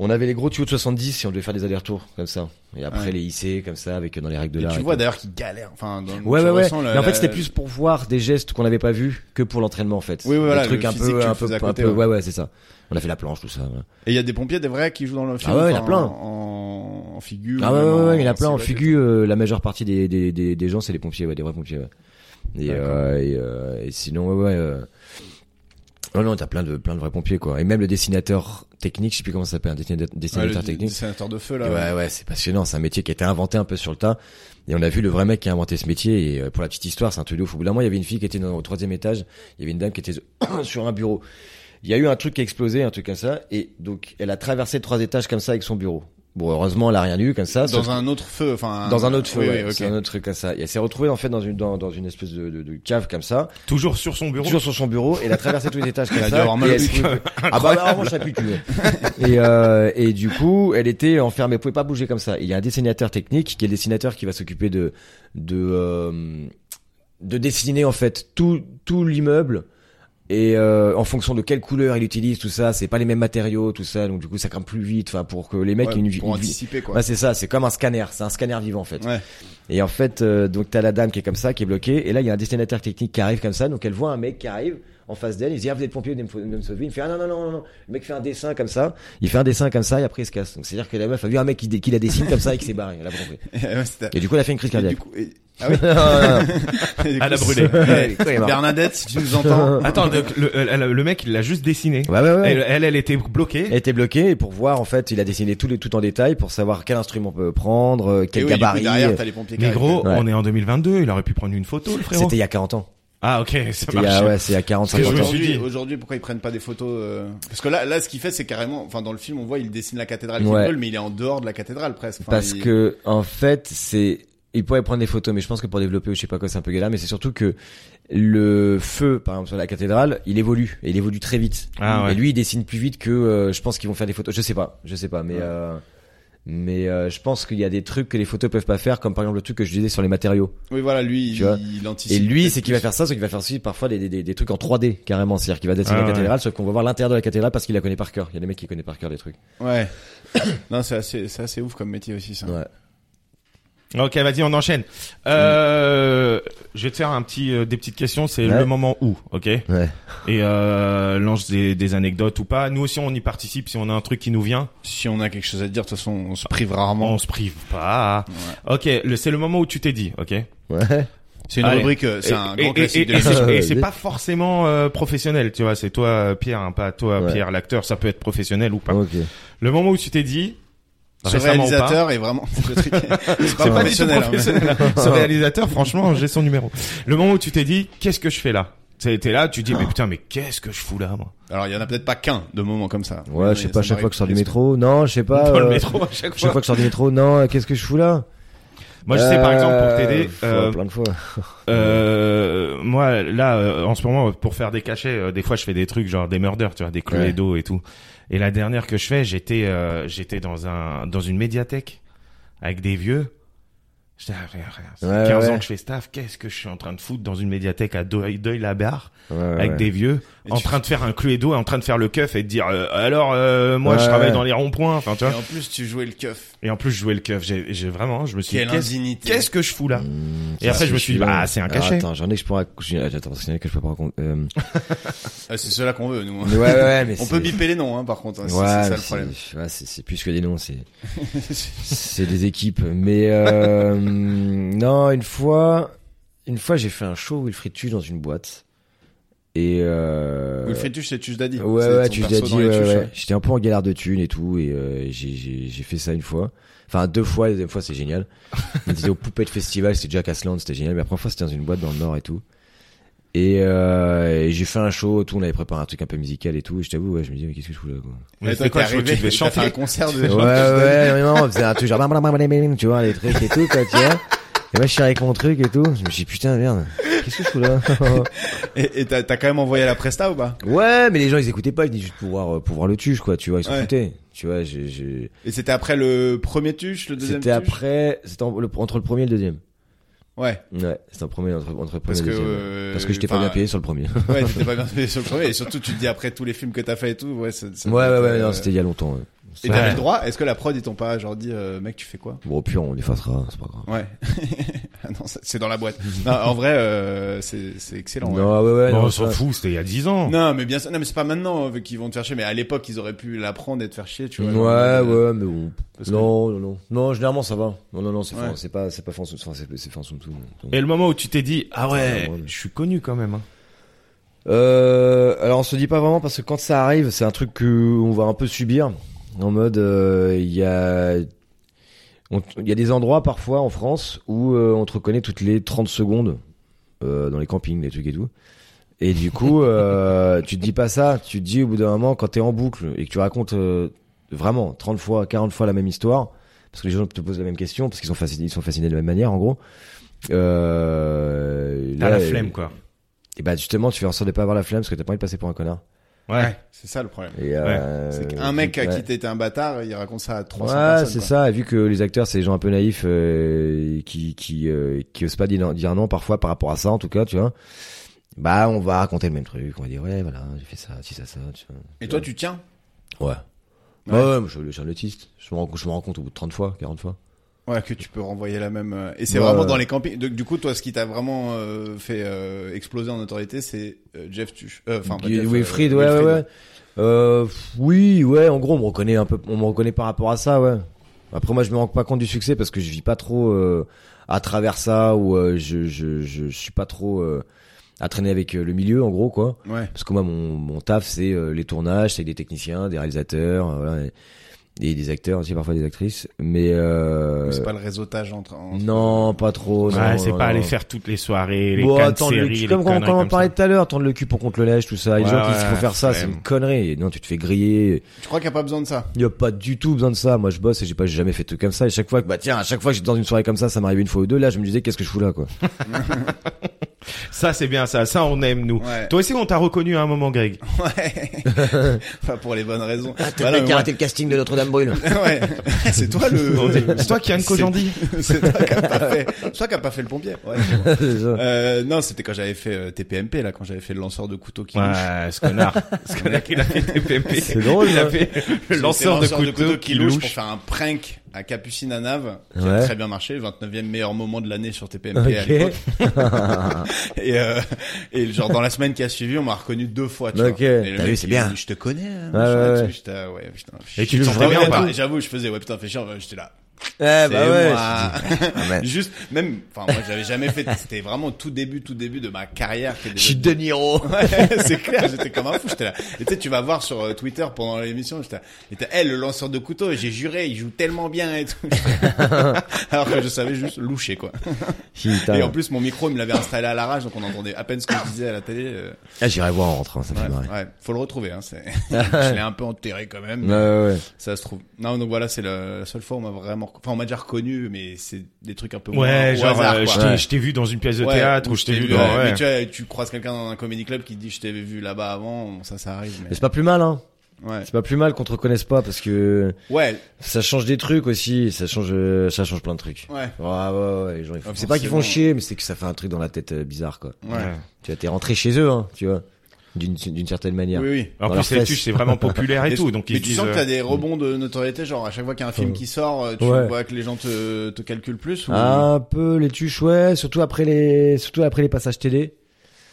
Speaker 2: on avait les gros tuyaux de 70 et on devait faire des allers-retours comme ça et après
Speaker 4: Ouais.
Speaker 2: les hisser comme ça avec dans les règles de
Speaker 4: Et
Speaker 2: l'art.
Speaker 4: tu
Speaker 2: et
Speaker 4: vois
Speaker 2: tout.
Speaker 4: d'ailleurs qu'il galère. Enfin, dans-
Speaker 2: Ouais,
Speaker 4: tu
Speaker 2: ouais, ouais.
Speaker 4: ressens la-
Speaker 2: Mais en fait, c'était
Speaker 4: la-
Speaker 2: plus pour voir des gestes qu'on n'avait pas vus que pour l'entraînement, en fait.
Speaker 4: Oui, oui, voilà,
Speaker 2: Des trucs
Speaker 4: le
Speaker 2: un
Speaker 4: physique que
Speaker 2: peu,
Speaker 4: tu
Speaker 2: un
Speaker 4: faisais
Speaker 2: peu,
Speaker 4: à
Speaker 2: un
Speaker 4: côté,
Speaker 2: peu.
Speaker 4: ouais.
Speaker 2: Ouais, ouais, c'est ça. On a fait la planche, tout ça. voilà.
Speaker 4: Et il y a des pompiers, des vrais qui jouent dans le film.
Speaker 2: Ah ouais, il y en a
Speaker 4: enfin,
Speaker 2: plein.
Speaker 4: En, en figure.
Speaker 2: Ah ouais,
Speaker 4: même
Speaker 2: ouais, ouais, il y en a plein en
Speaker 4: silhouette et
Speaker 2: figure. euh, la majeure partie des, des, des, des gens, c'est les pompiers, ouais, des vrais pompiers. Ouais. Et,
Speaker 4: D'accord.
Speaker 2: euh, et, euh, et sinon, ouais, ouais. Euh... Non, non, t'as plein de, plein de vrais pompiers, quoi. Et même le dessinateur technique, je sais plus comment ça s'appelle, un dessinateur,
Speaker 4: tout. Ouais,
Speaker 2: dessinateur
Speaker 4: le
Speaker 2: technique.
Speaker 4: dessinateur de feu, là.
Speaker 2: Ouais, ouais, c'est passionnant. C'est un métier qui a été inventé un peu sur le tas. Et on a vu le vrai mec qui a inventé ce métier. Et euh, pour la petite histoire, c'est un truc de ouf. Au bout d'un moment, il y avait une fille qui était dans, au troisième étage. Il y avait une dame qui était sur un bureau. Il y a eu un truc qui a explosé, un truc comme ça. Et donc, elle a traversé trois étages comme ça avec son bureau. Bon, heureusement, elle a rien eu comme ça. sauf
Speaker 4: Dans un autre feu, enfin.
Speaker 2: dans un autre feu,
Speaker 4: Oui,
Speaker 2: ouais,
Speaker 4: oui, ok.
Speaker 2: c'est un autre truc comme ça. Et elle s'est retrouvée en fait dans une dans, dans une espèce de, de, de cave comme ça,
Speaker 3: Toujours sur son bureau.
Speaker 2: toujours sur son bureau, et elle a traversé tous les étages comme
Speaker 4: Elle a dû
Speaker 2: ça.
Speaker 4: avoir mal
Speaker 2: et
Speaker 4: au
Speaker 2: elle
Speaker 4: cul.
Speaker 2: pouvait- ah bah là, vraiment, ça pue, tu vois. et euh, et du coup, elle était enfermée, elle pouvait pas bouger comme ça. Et Il y a un dessinateur technique qui est le dessinateur qui va s'occuper de de euh, de dessiner en fait tout tout l'immeuble. Et euh, en fonction de quelle couleur il utilise, tout ça, c'est pas les mêmes matériaux, tout ça, donc du coup ça crame plus vite, enfin pour que les mecs aient
Speaker 4: Ouais,
Speaker 2: une, vie-
Speaker 4: pour
Speaker 2: une vie-
Speaker 4: anticiper, quoi.
Speaker 2: Ouais, c'est ça, c'est comme un scanner, c'est un scanner vivant en fait.
Speaker 4: Ouais.
Speaker 2: Et en fait, euh, donc t'as la dame qui est comme ça, qui est bloquée, et là il y a un dessinateur technique qui arrive comme ça, donc elle voit un mec qui arrive en face d'elle, il dit ah vous êtes pompier, venez me, venez me sauver, il me fait ah non non non non, non. le mec fait un dessin comme ça, il fait un dessin comme ça et après il se casse. Donc c'est à dire que la meuf a vu un mec qui, dé- qui la dessine comme ça et qui s'est barré, elle a pas compris.
Speaker 4: Ouais, c'était-
Speaker 2: Et du coup elle a fait une crise
Speaker 4: Et
Speaker 2: cardiaque.
Speaker 4: du coup, et- Ah oui.
Speaker 2: Non, non, non.
Speaker 4: Et du
Speaker 3: Elle
Speaker 4: coup,
Speaker 3: a brûlé.
Speaker 4: c'est- Ouais.
Speaker 2: Ouais, non.
Speaker 4: Bernadette, si tu nous entends.
Speaker 3: Attends, donc, le, euh, elle- elle- le mec, il l'a juste dessiné.
Speaker 2: Ouais ouais ouais.
Speaker 3: Elle, elle, elle était
Speaker 2: Elle
Speaker 3: bloquée.
Speaker 2: était bloquée et pour voir en fait, il a dessiné tout, les- tout en détail pour savoir quel instrument on peut prendre, euh,
Speaker 4: Et
Speaker 2: quel
Speaker 4: oui, du coup,
Speaker 2: gabarit.
Speaker 4: derrière, t'as les pompiers qui
Speaker 3: Mais gros,
Speaker 2: Ouais.
Speaker 3: on est en 2022, il aurait pu prendre une photo, le frérot.
Speaker 2: C'était il y a 40 ans.
Speaker 3: Ah, ok, ça
Speaker 2: C'était il y a,
Speaker 3: marche.
Speaker 2: ouais, c'est il y a 40
Speaker 3: Parce que je me
Speaker 2: 50 ans.
Speaker 3: suis dit-
Speaker 4: Aujourd'hui, aujourd'hui, pourquoi ils prennent pas des photos euh, Parce que là, là, ce qu'il fait, c'est carrément. Enfin, dans le film, on voit, il dessine la cathédrale qu'il
Speaker 2: Ouais.
Speaker 4: veut, mais il est en dehors de la cathédrale presque. Enfin,
Speaker 2: Parce
Speaker 4: il-
Speaker 2: que en fait, c'est il pourrait prendre des photos, mais je pense que pour développer ou je sais pas quoi, c'est un peu galère. Mais c'est surtout que le feu, par exemple sur la cathédrale, il évolue et il évolue très vite.
Speaker 3: Ah ouais.
Speaker 2: Et lui, il dessine plus vite que euh, je pense qu'ils vont faire des photos. Je sais pas, je sais pas, mais euh, mais euh, je pense qu'il y a des trucs que les photos peuvent pas faire, comme par exemple le truc que je disais sur les matériaux.
Speaker 4: Oui, voilà, lui,
Speaker 2: Tu vois.
Speaker 4: il, il
Speaker 2: et
Speaker 4: anticipe.
Speaker 2: lui,
Speaker 4: peut-être
Speaker 2: c'est qu'il va
Speaker 4: plus.
Speaker 2: faire ça, c'est qu'il va faire aussi parfois des, des- des, des trucs en 3D carrément, c'est-à-dire qu'il va dessiner
Speaker 3: Ah
Speaker 2: la
Speaker 3: ouais.
Speaker 2: cathédrale, sauf qu'on va voir l'intérieur de la cathédrale parce qu'il la connaît par cœur. Il y a des mecs qui connaissent par cœur des trucs.
Speaker 4: Ouais. non, c'est assez, c'est assez ouf comme métier aussi, ça.
Speaker 2: Ouais.
Speaker 3: Ok, vas-y, on enchaîne. Euh, Je vais te faire un petit, euh, des petites questions. C'est
Speaker 2: Ouais.
Speaker 3: le moment où, ok Et
Speaker 2: Ouais.
Speaker 3: euh, lance des, des anecdotes ou pas. Nous aussi, on y participe. Si on a un truc qui nous vient,
Speaker 4: Si on a quelque chose à dire, de toute façon, on se prive rarement.
Speaker 3: on se prive pas. Ok, le- c'est le moment où tu t'es dit, ok
Speaker 2: Ouais.
Speaker 4: C'est une
Speaker 3: Allez.
Speaker 4: rubrique, euh, c'est
Speaker 3: Et-
Speaker 4: un
Speaker 3: et-
Speaker 4: grand
Speaker 3: et-
Speaker 4: classique
Speaker 3: et-
Speaker 4: de
Speaker 3: et
Speaker 4: la
Speaker 3: c'est-
Speaker 2: Ouais,
Speaker 3: Et c'est
Speaker 2: oui.
Speaker 3: pas forcément euh, professionnel, tu vois. C'est toi, euh, Pierre, hein, pas toi,
Speaker 2: Ouais.
Speaker 3: Pierre, l'acteur. Ça peut être professionnel ou pas.
Speaker 2: Ok.
Speaker 3: Le moment où tu t'es dit,
Speaker 4: Ce
Speaker 3: récemment ou pas,
Speaker 4: réalisateur est vraiment. le truc- C'est
Speaker 3: C'est pas du tout
Speaker 4: hein, mais-
Speaker 3: professionnel. Ce réalisateur, franchement, j'ai son numéro. Le moment où tu t'es dit, qu'est-ce que je fais là T'es t'es là, tu dis, mais putain, mais qu'est-ce que je fous là, moi
Speaker 4: Alors, il y en a peut-être pas qu'un de moments comme ça.
Speaker 2: Ouais, je sais
Speaker 4: Mais ça
Speaker 2: pas, chaque fois
Speaker 4: m'arrive
Speaker 2: que je sors du
Speaker 4: tous les
Speaker 2: métro. Non, je sais pas.
Speaker 3: Dans le
Speaker 2: euh,
Speaker 3: métro à chaque
Speaker 2: Chaque
Speaker 3: fois.
Speaker 2: fois que je sors du métro, non, euh, qu'est-ce que je fous là
Speaker 3: Moi, je sais, par exemple, pour t'aider,
Speaker 2: pff,
Speaker 3: euh,
Speaker 2: ouais, plein de fois.
Speaker 3: euh, moi, là, euh, en ce moment, pour faire des cachets, euh, des fois, je fais des trucs genre des murders, tu vois, des cluedo et tout. Et la dernière que je fais, j'étais, euh, j'étais dans un, dans une médiathèque avec des vieux. J'étais, ah, frère, frère, ça fait
Speaker 2: Ouais,
Speaker 3: 15
Speaker 2: ouais.
Speaker 3: ans que je fais staff, qu'est-ce que je suis en train de foutre dans une médiathèque à Deuil-la-Barre
Speaker 2: Ouais, ouais.
Speaker 3: avec des vieux
Speaker 4: Et
Speaker 3: en
Speaker 4: tu-
Speaker 3: train de faire un cluedo en train de faire le keuf et de dire euh, alors euh, moi je
Speaker 2: Ouais.
Speaker 3: travaille dans les ronds-points enfin tu
Speaker 4: Et
Speaker 3: vois
Speaker 4: en plus, tu jouais le keuf.
Speaker 3: et en plus je jouais le keuf j'ai j'ai vraiment je me suis dit,
Speaker 4: Quelle
Speaker 3: qu'est-ce
Speaker 4: indignité.
Speaker 3: qu'est-ce que je fous là
Speaker 2: Mmh,
Speaker 3: Et après, je me suis dit, bah,
Speaker 2: là.
Speaker 3: c'est un
Speaker 2: Alors,
Speaker 3: cachet.
Speaker 2: Attends, j'en ai que je pourrais. raconter- Attends, parce qu'il y en a que je peux pas raconter. euh,
Speaker 4: Ah, c'est cela qu'on veut, nous.
Speaker 2: mais ouais, ouais, ouais, mais
Speaker 4: On
Speaker 2: c'est-
Speaker 4: peut biper les noms, hein, par contre. hein,
Speaker 2: Ouais,
Speaker 4: c'est- c'est ça
Speaker 2: mais
Speaker 4: le problème.
Speaker 2: c'est- ouais, c'est c'est plus que des noms, c'est c'est des équipes. Mais euh, non, une fois, une fois, j'ai fait un show Wilfried Tuche dans une boîte et euh,
Speaker 4: Wilfried Tuche, c'est Tuche Daddy.
Speaker 2: Ouais,
Speaker 4: C'est
Speaker 2: ouais,
Speaker 4: ton
Speaker 2: tu
Speaker 4: perso
Speaker 2: l'as dit.
Speaker 4: dans les
Speaker 2: ouais,
Speaker 4: Tuches,
Speaker 2: ouais.
Speaker 4: ouais.
Speaker 2: J'étais un peu en galère de thunes et tout, et euh, j'ai- j'ai j'ai fait ça une fois. Enfin, deux fois, la deuxième fois, c'est génial. On était au Poupette Festival, c'était Jack Asland, c'était génial. Mais la première fois, c'était dans une boîte dans le Nord et tout. Et, euh, et j'ai fait un show, et tout, on avait préparé un truc un peu musical et tout. Et je t'avoue, ouais, je me disais, mais qu'est-ce que je fous là, quoi.
Speaker 3: Mais
Speaker 4: Mais toi,
Speaker 3: c'est
Speaker 4: t'es
Speaker 3: quoi, je crois que tu devais
Speaker 4: arrivé, t'as fait
Speaker 3: chanter
Speaker 4: un concert de
Speaker 2: Ouais, ouais, non, on faisait un truc genre, blam, blam, blam, blam, tu vois, les trucs et tout, quoi, tu vois. Et moi, je suis avec mon truc et tout. Je me suis dit, putain, merde, qu'est-ce que je fous là?
Speaker 4: Et et t'as t'as quand même envoyé la presta ou pas
Speaker 2: ouais, mais les gens, ils écoutaient pas, ils venaient juste pour voir, euh, pour voir le tuche, quoi, tu vois, ils s'en
Speaker 4: Ouais.
Speaker 2: foutaient. Tu vois, j'ai, j'ai,
Speaker 4: Et c'était après le premier Tuche, le deuxième
Speaker 2: C'était
Speaker 4: Tuche
Speaker 2: après, c'était en- le- entre le premier et le deuxième.
Speaker 4: Ouais,
Speaker 2: Ouais, c'était en premier entre, entre le premier
Speaker 4: parce
Speaker 2: et
Speaker 4: que...
Speaker 2: le deuxième. ouais.
Speaker 4: euh,
Speaker 2: Parce que j'étais pas
Speaker 4: enfin,
Speaker 2: bien payé sur le premier.
Speaker 4: Ouais, t'étais pas bien payé sur le premier. Et surtout, tu te dis après tous les films que t'as fait et tout, ouais, ça- ça
Speaker 2: ouais, ouais,
Speaker 4: doit être,
Speaker 2: ouais,
Speaker 4: euh,
Speaker 2: non, c'était il y a longtemps. ouais.
Speaker 4: Et t'avais
Speaker 3: Ouais.
Speaker 4: le droit Est-ce que la prod, ils t'ont pas genre dit, euh, mec, tu fais quoi
Speaker 2: Bon, puis on effacera, c'est pas grave.
Speaker 4: Ouais. Ah non, ça- c'est dans la boîte. Non, en vrai, euh, c'est c'est excellent. ouais.
Speaker 2: Non, ouais, ouais,
Speaker 3: Bon,
Speaker 2: non,
Speaker 3: on s'en
Speaker 2: ça-
Speaker 3: fout c'était il y a 10 ans
Speaker 4: Non, mais bien sûr. Non, mais c'est pas maintenant euh, qu'ils vont te faire chier. Mais à l'époque, ils auraient pu l'apprendre et te faire chier, tu vois.
Speaker 2: Ouais,
Speaker 4: genre, euh,
Speaker 2: ouais, mais bon.
Speaker 4: parce que-
Speaker 2: Non, non, non. Non, généralement, ça va. Non, non, non, c'est
Speaker 4: Ouais.
Speaker 2: fin- c'est pas, c'est pas fin, enfin, c'est, c'est fin sous tout. donc.
Speaker 3: et le moment où tu t'es dit ah ouais
Speaker 2: Ouais, ouais.
Speaker 3: je suis connu quand même hein.
Speaker 2: Euh, alors on se dit pas vraiment parce que quand ça arrive, c'est un truc que on va un peu subir. En mode, euh, il y a, on- il y a des endroits parfois en France où euh, on te reconnaît toutes les 30 secondes euh, dans les campings, les trucs et tout. Et du coup, euh, tu te dis pas ça. Tu te dis au bout d'un moment, quand t'es en boucle et que tu racontes euh, vraiment 30 fois, 40 fois la même histoire, parce que les gens te posent la même question, parce qu'ils sont fascinés, ils sont fascinés de la même manière, en gros. Euh,
Speaker 3: t'as
Speaker 2: là,
Speaker 3: la flemme quoi
Speaker 2: et bah justement, tu fais en sorte de pas avoir la flemme parce que t'as pas envie de passer pour un connard.
Speaker 3: ouais
Speaker 4: C'est ça le problème.
Speaker 2: Et euh,
Speaker 4: C'est qu'un mec à
Speaker 2: ouais.
Speaker 4: qui t'étais un bâtard, il raconte ça à 300
Speaker 2: Ouais,
Speaker 4: personnes.
Speaker 2: c'est
Speaker 4: quoi.
Speaker 2: ça. Et vu que les acteurs, c'est des gens un peu naïfs euh, qui qui euh, qui osent pas dire, dire non parfois par rapport à ça, en tout cas, tu vois. Bah, on va raconter le même truc. On va dire ouais, voilà, j'ai fait ça, si ça, ça. Tu vois.
Speaker 4: Et toi, tu tiens
Speaker 2: Ouais. Ouais, ouais, moi, je suis un autiste. Je me rends, je me rends compte au bout de 30 fois, 40 fois.
Speaker 4: Ouais, que tu peux renvoyer la même. euh, Et c'est
Speaker 2: Ouais.
Speaker 4: vraiment dans les campings. Donc, du coup, toi, ce qui t'a vraiment euh, fait euh, exploser en notoriété, c'est euh, Jeff Tuch. Euh, Enfin, pas
Speaker 2: Guy-
Speaker 4: Jeff, euh,
Speaker 2: Wilfried, ouais, ouais, ouais. Euh, pff, oui, ouais, en gros, on me reconnaît un peu, on me reconnaît par rapport à ça, ouais. Après, moi, je me rends pas compte du succès parce que je vis pas trop euh, à travers ça ou euh, je, je, je, je suis pas trop euh, à traîner avec euh, le milieu, en gros, quoi.
Speaker 4: Ouais.
Speaker 2: Parce que moi, mon, mon taf, c'est euh, les tournages, c'est avec des techniciens, des réalisateurs, euh, voilà, et, et des acteurs aussi, parfois des actrices. Mais euh,
Speaker 4: C'est pas le réseautage entre. entre-
Speaker 2: non, pas trop. non,
Speaker 3: Ouais, c'est
Speaker 2: non,
Speaker 3: pas aller
Speaker 2: non.
Speaker 3: faire toutes les soirées les
Speaker 2: Bon,
Speaker 3: cannes
Speaker 2: attends, le
Speaker 3: séries,
Speaker 2: cul-
Speaker 3: les
Speaker 2: comme quand
Speaker 3: conneries
Speaker 2: on en
Speaker 3: comme ça.
Speaker 2: parlait tout à l'heure, tourner le cul pour contre le lèche, tout ça. les
Speaker 3: Ouais,
Speaker 2: gens qui se
Speaker 3: ouais,
Speaker 2: font faire ça, c'est
Speaker 3: flemme.
Speaker 2: une connerie. Non, tu te fais griller.
Speaker 4: Tu crois qu'il n'y a pas besoin de ça
Speaker 2: Il y a pas du tout besoin de ça. Moi, je bosse et j'ai pas j'ai jamais fait de truc comme ça. Et chaque fois que, bah tiens, à chaque fois que j'étais dans une soirée comme ça, ça m'arrivait une fois ou deux. Là, je me disais, qu'est-ce que je fous là, quoi.
Speaker 3: ça c'est bien ça ça on aime nous
Speaker 4: Ouais.
Speaker 3: toi aussi on t'a reconnu à un moment Greg
Speaker 4: Ouais. pas pour les bonnes raisons.
Speaker 2: T'as
Speaker 4: Bah non, mais moi-
Speaker 2: raté Ah, le casting de Notre-Dame-Brûle.
Speaker 4: ouais. C'est toi le.
Speaker 3: c'est toi qui Anne
Speaker 4: C'est-
Speaker 3: Kojandi
Speaker 4: C'est toi qui a pas fait. C'est toi qui a pas fait le pompier. Ouais. Euh, non, c'était quand j'avais fait euh, TPMP là, quand j'avais fait le lanceur de couteau qui louche.
Speaker 3: ouais ce connard ce connard il a fait TPMP
Speaker 2: C'est drôle,
Speaker 3: il a
Speaker 2: hein.
Speaker 3: fait le
Speaker 4: C'était
Speaker 3: lanceur de
Speaker 4: lanceur
Speaker 3: couteau qui louche
Speaker 4: pour faire un prank à Capucine à Nave, qui a
Speaker 2: Ouais.
Speaker 4: très bien marché, 29e meilleur moment de l'année sur TPMP à l'époque.
Speaker 2: Ok.
Speaker 4: Et, euh, et genre dans la semaine qui a suivi, on m'a reconnu deux fois. Tu
Speaker 2: Ok.
Speaker 4: vois. Et le
Speaker 2: T'as
Speaker 4: mec,
Speaker 2: vu, c'est
Speaker 4: il
Speaker 2: bien.
Speaker 4: me dit, Je te connais. hein,
Speaker 2: Ouais,
Speaker 4: machin,
Speaker 2: ouais,
Speaker 4: là-dessus.
Speaker 2: ouais.
Speaker 4: J'étais, ah ouais, putain, je-
Speaker 3: Et tu le
Speaker 4: je-
Speaker 3: sentais
Speaker 4: ouais,
Speaker 3: bien ou pas
Speaker 4: ouais, J'avoue, je faisais, ouais, putain, fais chier. ouais, J'étais là.
Speaker 2: Eh, bah
Speaker 4: c'est
Speaker 2: ouais.
Speaker 4: moi.
Speaker 2: Ah, man.
Speaker 4: Juste, même, enfin, moi, j'avais jamais fait. C'était vraiment tout début, tout début de ma carrière. qui est
Speaker 2: Je
Speaker 4: déjà-
Speaker 2: suis De Niro.
Speaker 4: Ouais, c'est clair, j'étais comme un fou, j'étais là. Et tu sais, tu vas voir sur euh, Twitter pendant l'émission, j'étais là, et t'as, hey, le lanceur de couteau, j'ai juré, il joue tellement bien et tout. Alors que je savais juste loucher, quoi.
Speaker 2: Putain.
Speaker 4: Et en plus, mon micro, il me l'avait installé à l'arrache, donc on entendait à peine ce que je disais à la télé. euh,
Speaker 2: Ah, j'irai voir en rentrant, ça me
Speaker 4: Ouais,
Speaker 2: fait marrer.
Speaker 4: ouais, faut le retrouver, hein, c'est, je l'ai un peu enterré quand même,
Speaker 2: Ouais,
Speaker 4: mais
Speaker 2: ouais, ouais.
Speaker 4: ça se trouve. Non, donc voilà, c'est la, la seule fois où on m'a vraiment, rec- enfin, on m'a déjà reconnu, mais c'est des trucs un peu moins
Speaker 3: Ouais,
Speaker 4: au
Speaker 3: genre,
Speaker 4: hasard,
Speaker 3: euh,
Speaker 4: quoi.
Speaker 3: je t'ai-
Speaker 2: Ouais.
Speaker 3: je t'ai vu dans une pièce de
Speaker 4: Ouais,
Speaker 3: théâtre ou je t'ai vu dans...
Speaker 4: ouais,
Speaker 3: ouais.
Speaker 4: Mais tu, vois, tu croises quelqu'un dans un comedy club qui te dit je t'avais vu là-bas avant, bon, ça ça arrive.
Speaker 2: Mais
Speaker 4: Mais...
Speaker 2: c'est pas plus mal, hein.
Speaker 4: Ouais.
Speaker 2: C'est pas plus mal qu'on te reconnaisse pas parce que
Speaker 4: ouais,
Speaker 2: ça change des trucs aussi. Ça change, euh, ça change plein de trucs.
Speaker 4: ouais,
Speaker 2: Ouais, ouais, ouais. les gens, ils font-
Speaker 4: Ouais,
Speaker 2: c'est pas qu'ils font
Speaker 4: Ah, forcément.
Speaker 2: chier, mais c'est que ça fait un truc dans la tête euh, bizarre, quoi.
Speaker 4: ouais.
Speaker 3: Ouais.
Speaker 2: Tu vois, t'es rentré chez eux, hein, tu vois. D'une, d'une certaine manière.
Speaker 4: Oui, oui.
Speaker 3: En
Speaker 2: Dans
Speaker 3: plus,
Speaker 2: leurs
Speaker 3: les tuches,
Speaker 2: fesses.
Speaker 3: c'est vraiment populaire et
Speaker 4: Mais-
Speaker 3: tout, donc ils
Speaker 4: mais
Speaker 3: se
Speaker 4: tu
Speaker 3: disent...
Speaker 4: sens que t'as
Speaker 3: euh,
Speaker 4: des rebonds de notoriété, genre à chaque fois qu'il y a un film qui sort, euh, tu
Speaker 2: Ouais. Ah.
Speaker 4: vois que les gens te, te calculent plus ou...
Speaker 2: Un peu les tuches, ouais, surtout après les, surtout après les passages télé.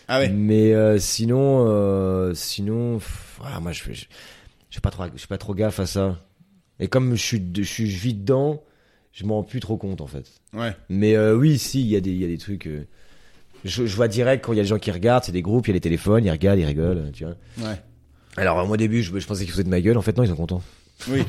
Speaker 4: Ah ouais.
Speaker 2: Mais euh, sinon, euh, sinon, pff, ah, moi je fais, je, je fais pas trop, je fais pas trop gaffe à ça. Et comme je suis, de- je suis je vis dedans, je m'en rends plus trop compte en fait.
Speaker 4: Ouais.
Speaker 2: Mais euh, oui, si, il y a des, il y a des trucs. euh, je, je vois direct quand il y a des gens qui regardent, c'est des groupes, il y a les téléphones, ils regardent, ils rigolent, euh, tu vois.
Speaker 4: Ouais.
Speaker 2: Alors euh, moi au début, je, je pensais qu'ils faisaient de ma gueule, en fait non, ils sont contents.
Speaker 4: Oui.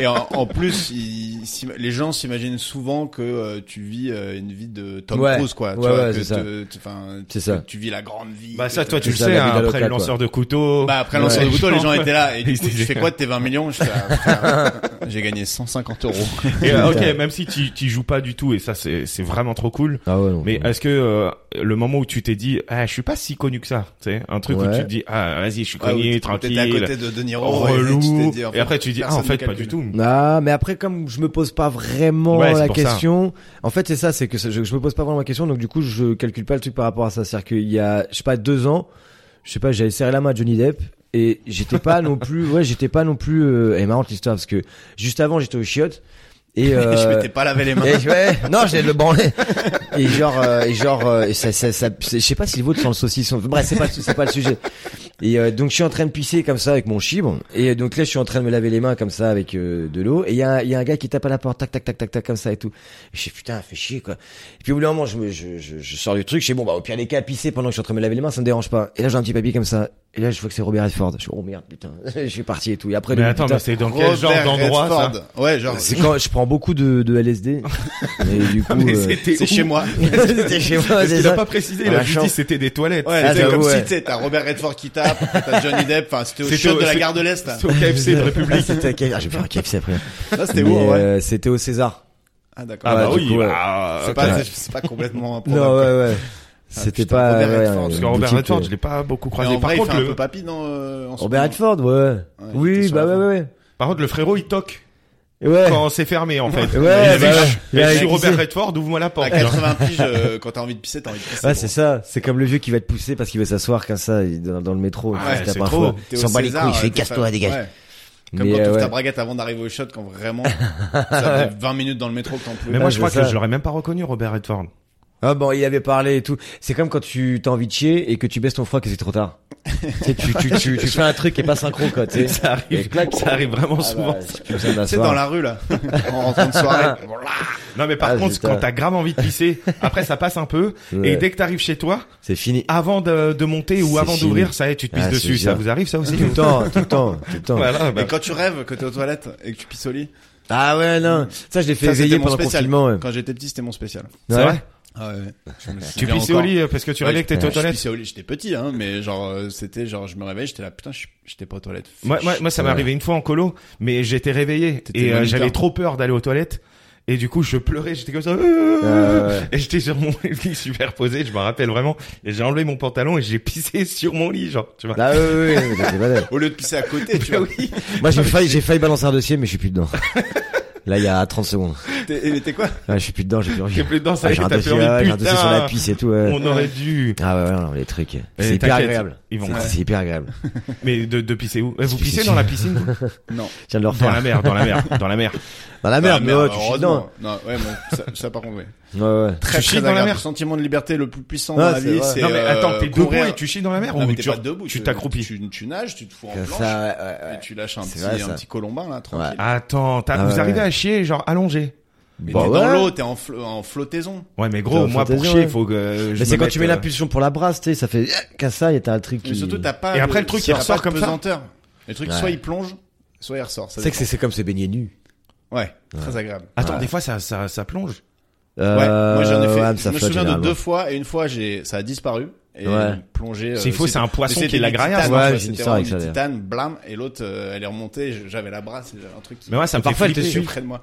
Speaker 4: Et en, en plus, ils s'im- les gens s'imaginent souvent que euh, tu vis euh, une vie de Tom
Speaker 2: Ouais.
Speaker 4: Cruise, quoi. Tu
Speaker 2: Ouais,
Speaker 4: vois,
Speaker 2: ouais,
Speaker 4: que
Speaker 2: c'est ça.
Speaker 4: te- te- enfin,
Speaker 2: C'est ça.
Speaker 4: que Tu vis la grande vie.
Speaker 3: Bah ça,
Speaker 4: que-
Speaker 3: toi, tu le
Speaker 2: C'est ça,
Speaker 3: sais, hein,
Speaker 2: la vie d'Aloca,
Speaker 3: après le
Speaker 2: quoi.
Speaker 3: lanceur de couteau...
Speaker 4: Bah après l'ancien
Speaker 3: Ouais.
Speaker 4: de couteau, les gens étaient là. Et du
Speaker 3: Ils
Speaker 4: coup, tu
Speaker 3: étaient-
Speaker 4: fais quoi de tes 20 millions Je fais, ah, frère, J'ai gagné 150 euros.
Speaker 3: Et, euh, ok,
Speaker 2: Putain.
Speaker 3: même si tu tu joues pas du tout, et ça, c'est c'est vraiment trop cool.
Speaker 2: Ah ouais. Non,
Speaker 3: Mais
Speaker 2: ouais.
Speaker 3: est-ce que euh, le moment où tu t'es dit, ah, je suis pas si connu que ça, tu sais, un truc où
Speaker 2: Ouais.
Speaker 3: tu te dis, ah, vas-y, je suis
Speaker 4: Ouais, ou
Speaker 3: connu,
Speaker 4: t'étais
Speaker 3: tranquille,
Speaker 4: à côté de De Niro, et, tu t'es
Speaker 3: relou.
Speaker 4: dit, oh, en fait,
Speaker 3: Et après, tu dis, ah, en
Speaker 4: personne
Speaker 3: fait,
Speaker 4: ne
Speaker 3: pas du tout.
Speaker 2: Ah, mais après comme je me pose pas vraiment
Speaker 3: Ouais, c'est
Speaker 2: la
Speaker 3: pour ça.
Speaker 2: question, en fait c'est ça, c'est que ça- je, je me pose pas vraiment la question, donc du coup je calcule pas le truc par rapport à ça. C'est-à-dire qu'il y a, je sais pas, deux ans, je sais pas, j'avais serré la main à Johnny Depp et j'étais pas non plus, ouais, j'étais pas non plus. Euh, elle est marrante l'histoire parce que juste avant j'étais au chiottes et euh,
Speaker 4: je m'étais pas lavé les mains.
Speaker 2: Et je- ouais, non, j'ai le branlé. Et genre, euh, et genre, euh, ça, ça, ça, c'est- je sais pas si le vôtre sent le saucisson. Bref, c'est pas, c'est pas le sujet. Et euh, donc, je suis en train de pisser comme ça avec mon chibre. Et euh, donc là, je suis en train de me laver les mains comme ça avec euh, de l'eau. Et il y a, un- il y a un gars qui tape à la porte, tac, tac, tac, tac, tac, comme ça et tout. Et je dis putain, fait chier quoi. Et puis au bout d'un moment, je, me, je, je, je sors du truc. Je dis bon, bah au pire les cas, pisser pendant que je suis en train de me laver les mains, ça me dérange pas. Et là, j'ai un petit papier comme ça. Et là, je vois que c'est Robert Redford. Je suis oh merde, putain, je suis parti et tout. Et après,
Speaker 3: Mais
Speaker 2: le-
Speaker 3: attends,
Speaker 2: putain,
Speaker 3: mais c'est dans quel genre
Speaker 4: Robert
Speaker 3: d'endroit, ça
Speaker 4: Redford. Ouais, genre,
Speaker 2: c'est quand je prends beaucoup de, de LSD. Et du coup,
Speaker 3: Mais
Speaker 2: euh,
Speaker 3: c'était
Speaker 4: c'est
Speaker 3: où
Speaker 4: chez moi.
Speaker 2: C'était chez moi,
Speaker 3: Parce
Speaker 2: c'est
Speaker 3: qu'il a
Speaker 2: ça.
Speaker 3: pas précisé, il
Speaker 2: Dans
Speaker 3: a
Speaker 2: la
Speaker 3: juste
Speaker 2: chambre.
Speaker 3: dit c'était des toilettes.
Speaker 4: Ouais,
Speaker 2: Ah,
Speaker 4: c'est comme
Speaker 2: j'avoue,
Speaker 4: si,
Speaker 2: ouais.
Speaker 4: tu sais, t'as Robert Redford qui tape, après t'as Johnny Depp, enfin, c'était au
Speaker 3: C'était
Speaker 4: shot
Speaker 3: au-
Speaker 4: de la
Speaker 3: c'est-
Speaker 4: gare de l'Est, là.
Speaker 3: C'était au KFC de République.
Speaker 2: Ah, c'était à Kiev. Ah, j'ai fait un KFC après.
Speaker 4: Là, c'était
Speaker 2: Mais,
Speaker 4: où, ouais?
Speaker 2: euh, C'était au César.
Speaker 4: Ah, d'accord.
Speaker 3: Ah
Speaker 2: ouais,
Speaker 3: bah
Speaker 2: du
Speaker 3: oui,
Speaker 2: coup, ouais.
Speaker 3: bah,
Speaker 4: C'est
Speaker 3: ok.
Speaker 4: pas, c'est- c'est pas complètement
Speaker 2: Non,
Speaker 4: improbable.
Speaker 2: ouais, ouais. C'était
Speaker 4: putain,
Speaker 2: pas.
Speaker 4: Robert
Speaker 2: ouais,
Speaker 4: Redford.
Speaker 3: Parce
Speaker 2: une
Speaker 3: que Robert
Speaker 2: boutique,
Speaker 3: Redford,
Speaker 2: euh,
Speaker 3: je l'ai pas beaucoup
Speaker 4: Mais
Speaker 3: croisé.
Speaker 4: en
Speaker 3: Par
Speaker 4: vrai, il
Speaker 3: contre,
Speaker 4: fait un peu
Speaker 3: le,
Speaker 4: papy dans, euh, en ce
Speaker 2: Robert
Speaker 4: moment.
Speaker 2: Redford, ouais.
Speaker 4: Ouais, il était
Speaker 2: Oui,
Speaker 4: sur la
Speaker 2: bah ouais,
Speaker 4: fin.
Speaker 2: ouais,
Speaker 3: par contre, le frérot, il toque
Speaker 2: ouais. Ouais.
Speaker 3: quand c'est fermé, en fait.
Speaker 2: Ouais,
Speaker 3: Il
Speaker 2: bah
Speaker 3: affiche.
Speaker 2: ouais.
Speaker 3: Et
Speaker 2: Ouais,
Speaker 3: je suis
Speaker 2: qui
Speaker 3: Robert
Speaker 2: sait
Speaker 3: Redford, ouvre-moi la
Speaker 4: À
Speaker 3: porte.
Speaker 4: 80 piges, euh, quand t'as envie de pisser, t'as envie de pisser. bon.
Speaker 2: Ouais, Ah, c'est ça. C'est comme le vieux qui va te pousser parce qu'il veut s'asseoir comme ça il- dans, dans le métro.
Speaker 3: Ah ouais,
Speaker 2: C'était la
Speaker 3: c'est
Speaker 2: première
Speaker 3: trop.
Speaker 2: fois.
Speaker 4: T'es
Speaker 2: Il
Speaker 4: au
Speaker 2: s'en bat les
Speaker 4: César,
Speaker 2: couilles, il fait
Speaker 4: euh, t'es pas-
Speaker 2: casse-toi, dégage.
Speaker 4: ouais. Comme
Speaker 2: Mais,
Speaker 4: quand
Speaker 2: euh,
Speaker 4: t'ouvres
Speaker 2: ouais.
Speaker 4: ta braguette avant d'arriver au shot, quand vraiment, ça fait 20 minutes dans le métro que t'en
Speaker 3: Mais
Speaker 4: peux.
Speaker 3: moi,
Speaker 2: Ouais,
Speaker 3: je crois
Speaker 2: c'est
Speaker 3: que
Speaker 2: ça.
Speaker 3: je l'aurais même pas reconnu, Robert Redford.
Speaker 2: Ah bon, il avait parlé et tout. C'est comme quand tu t'as envie de chier et que tu baisses ton froid que c'est trop tard. tu, sais, tu, tu, tu, tu fais un truc qui est pas synchro, quoi, tu sais.
Speaker 3: Ça arrive,
Speaker 2: Et clac.
Speaker 3: ça arrive vraiment
Speaker 2: Ah
Speaker 3: souvent.
Speaker 2: bah, j'ai plus besoin de
Speaker 4: C'est
Speaker 2: m'asseoir.
Speaker 4: dans la rue, là. En rentrant de soirée.
Speaker 3: Non mais par
Speaker 2: Ah,
Speaker 3: contre
Speaker 2: putain.
Speaker 3: quand t'as grave envie de pisser, après ça passe un peu et
Speaker 2: Ouais.
Speaker 3: dès que Ah, t'arrives chez toi,
Speaker 2: euh, C'est fini.
Speaker 3: avant de, de monter ou
Speaker 2: C'est
Speaker 3: avant
Speaker 2: fini.
Speaker 3: d'ouvrir, ça y est tu te pisses
Speaker 2: Ah, c'est
Speaker 3: dessus. Ça
Speaker 2: bizarre.
Speaker 3: vous arrive ça aussi
Speaker 2: Tout le temps, tout le temps, tout le temps.
Speaker 3: Voilà, bah,
Speaker 4: Et quand tu rêves, que t'es aux toilettes et que tu pisses au lit.
Speaker 2: Ah ouais, non. Ça, je l'ai fait
Speaker 4: ça, c'était
Speaker 2: éveiller
Speaker 4: mon
Speaker 2: pendant le
Speaker 4: spécial.
Speaker 2: confinement. Ouais.
Speaker 4: Quand j'étais petit, c'était mon spécial.
Speaker 3: c'est
Speaker 2: Ouais.
Speaker 3: vrai.
Speaker 4: Ah ouais. Je me
Speaker 3: Tu
Speaker 4: souviens
Speaker 3: pissais au
Speaker 4: encore.
Speaker 3: lit euh, parce que tu
Speaker 4: Ouais,
Speaker 3: rêvais que t'étais aux
Speaker 4: Je
Speaker 3: toilettes.
Speaker 4: pissais au lit, j'étais petit, hein, mais genre, euh, c'était genre, je me réveillais, j'étais là, putain, je- j'étais pas aux toilettes.
Speaker 3: Moi, moi, moi, ça m'est
Speaker 2: Ouais.
Speaker 3: arrivé une fois en colo, mais j'étais réveillé
Speaker 4: T'étais
Speaker 3: et euh,
Speaker 4: moniteur.
Speaker 3: j'avais trop peur d'aller aux toilettes. Et du coup, je pleurais, j'étais comme ça.
Speaker 2: ouais.
Speaker 3: Et j'étais sur mon lit superposé, je me rappelle vraiment. Et j'ai enlevé mon pantalon et j'ai pissé sur mon lit, genre, tu vois.
Speaker 2: Ah ouais, ouais, ouais, mais c'est pas dingue.
Speaker 4: Au lieu de pisser à côté, tu vois.
Speaker 2: Moi, j'ai failli, j'ai failli balancer un dossier, mais je suis plus dedans. Là, il y a 30 secondes.
Speaker 4: T'es- Il était quoi
Speaker 2: Ah, je suis plus dedans, j'ai plus
Speaker 3: J'ai
Speaker 2: rien.
Speaker 3: plus dedans, ça
Speaker 2: Ah,
Speaker 3: y est,
Speaker 2: J'ai un
Speaker 3: t'as
Speaker 2: dossier,
Speaker 3: perdu,
Speaker 2: ouais, j'ai un dossier
Speaker 3: putain.
Speaker 2: sur la piste et tout. ouais.
Speaker 3: On aurait dû.
Speaker 2: Ah ouais, ouais, non, mais les trucs. C'est
Speaker 3: Eh,
Speaker 2: hyper
Speaker 3: t'inquiète,
Speaker 2: agréable.
Speaker 3: Ils vont.
Speaker 2: C'est c'est hyper agréable.
Speaker 3: Mais de, de pisser où Eh, Vous
Speaker 2: C'est
Speaker 3: pissez
Speaker 2: difficile.
Speaker 3: dans la piscine vous
Speaker 4: Non.
Speaker 2: Je viens de le
Speaker 3: Dans la
Speaker 2: refaire.
Speaker 3: mer, dans la mer, dans la mer.
Speaker 2: Dans la
Speaker 4: Ah,
Speaker 2: merde, mais
Speaker 4: merde,
Speaker 2: ouais, tu chies dedans.
Speaker 4: heureusement. Non, ouais, bon, ça, ça par contre, ouais.
Speaker 2: Ouais, ouais.
Speaker 4: Très,
Speaker 3: chies
Speaker 4: très
Speaker 3: dans la
Speaker 4: agréable.
Speaker 3: mer
Speaker 4: Le sentiment de liberté le plus puissant
Speaker 2: Ah,
Speaker 4: dans la
Speaker 2: c'est
Speaker 4: vie,
Speaker 2: vrai.
Speaker 4: c'est.
Speaker 3: Non mais
Speaker 4: euh,
Speaker 3: attends, t'es debout
Speaker 4: courir-
Speaker 3: et tu chies dans la mer
Speaker 4: Non,
Speaker 3: ou
Speaker 4: mais
Speaker 3: tu
Speaker 4: t'es pas debout.
Speaker 3: tu
Speaker 4: tu-
Speaker 3: t'accroupis
Speaker 4: Tu, tu nages, tu te fous en
Speaker 2: Comme
Speaker 4: planche.
Speaker 2: ça, ouais, ouais, ouais.
Speaker 4: Et tu lâches un
Speaker 2: C'est
Speaker 4: petit,
Speaker 2: vrai,
Speaker 4: un
Speaker 2: ça.
Speaker 4: petit colombin là, tranquille.
Speaker 3: Bah Attends, t'as-
Speaker 2: Ah
Speaker 3: vous
Speaker 2: ouais.
Speaker 3: arrivez à chier genre allongé.
Speaker 4: Mais
Speaker 2: Bah
Speaker 4: t'es
Speaker 2: ouais.
Speaker 4: dans l'eau, t'es en, flo- en flottaison.
Speaker 3: Ouais mais gros,
Speaker 2: T'es en
Speaker 3: moi pour
Speaker 2: fantaisie,
Speaker 3: chier,
Speaker 2: ouais.
Speaker 3: faut que euh, je
Speaker 2: Mais c'est
Speaker 3: me
Speaker 2: quand tu
Speaker 3: mette,
Speaker 2: mets la
Speaker 3: euh,
Speaker 2: pulsion pour la brasse, tu sais, ça fait eh, qu'à ça et t'as un truc qui.
Speaker 4: Mais surtout, t'as pas.
Speaker 3: Et
Speaker 4: de-
Speaker 3: après, le truc, il
Speaker 4: t'as
Speaker 3: ressort
Speaker 4: pas de
Speaker 3: comme ça.
Speaker 4: pesanteur. Le truc,
Speaker 2: Ouais.
Speaker 4: soit il plonge, soit il ressort. ça
Speaker 2: C'est que
Speaker 4: dépend.
Speaker 2: c'est- c'est comme se baigner nu.
Speaker 4: Ouais, très agréable.
Speaker 3: Attends, des fois ça ça ça plonge.
Speaker 4: Ouais,
Speaker 2: Euh,
Speaker 4: moi j'en ai fait.
Speaker 2: ouais, mais
Speaker 4: je
Speaker 2: ça
Speaker 4: me souviens
Speaker 2: flotte
Speaker 4: de
Speaker 2: généralement.
Speaker 4: deux fois et une fois j'ai ça a disparu et
Speaker 2: Ouais.
Speaker 4: plongé. euh,
Speaker 3: C'est faux, Euh, c'est un poisson qui est la hein, graillasse,
Speaker 2: ouais, j'ai une
Speaker 4: c'était vraiment
Speaker 2: histoire avec
Speaker 4: du
Speaker 2: ça, d'ailleurs.
Speaker 4: titane, blam, et l'autre euh, elle est remontée, je- j'avais la brasse, et j'avais un truc qui.
Speaker 3: Mais ouais, ça me fait
Speaker 2: Parfois, elle te
Speaker 3: flipper.
Speaker 2: suit.
Speaker 4: près de moi.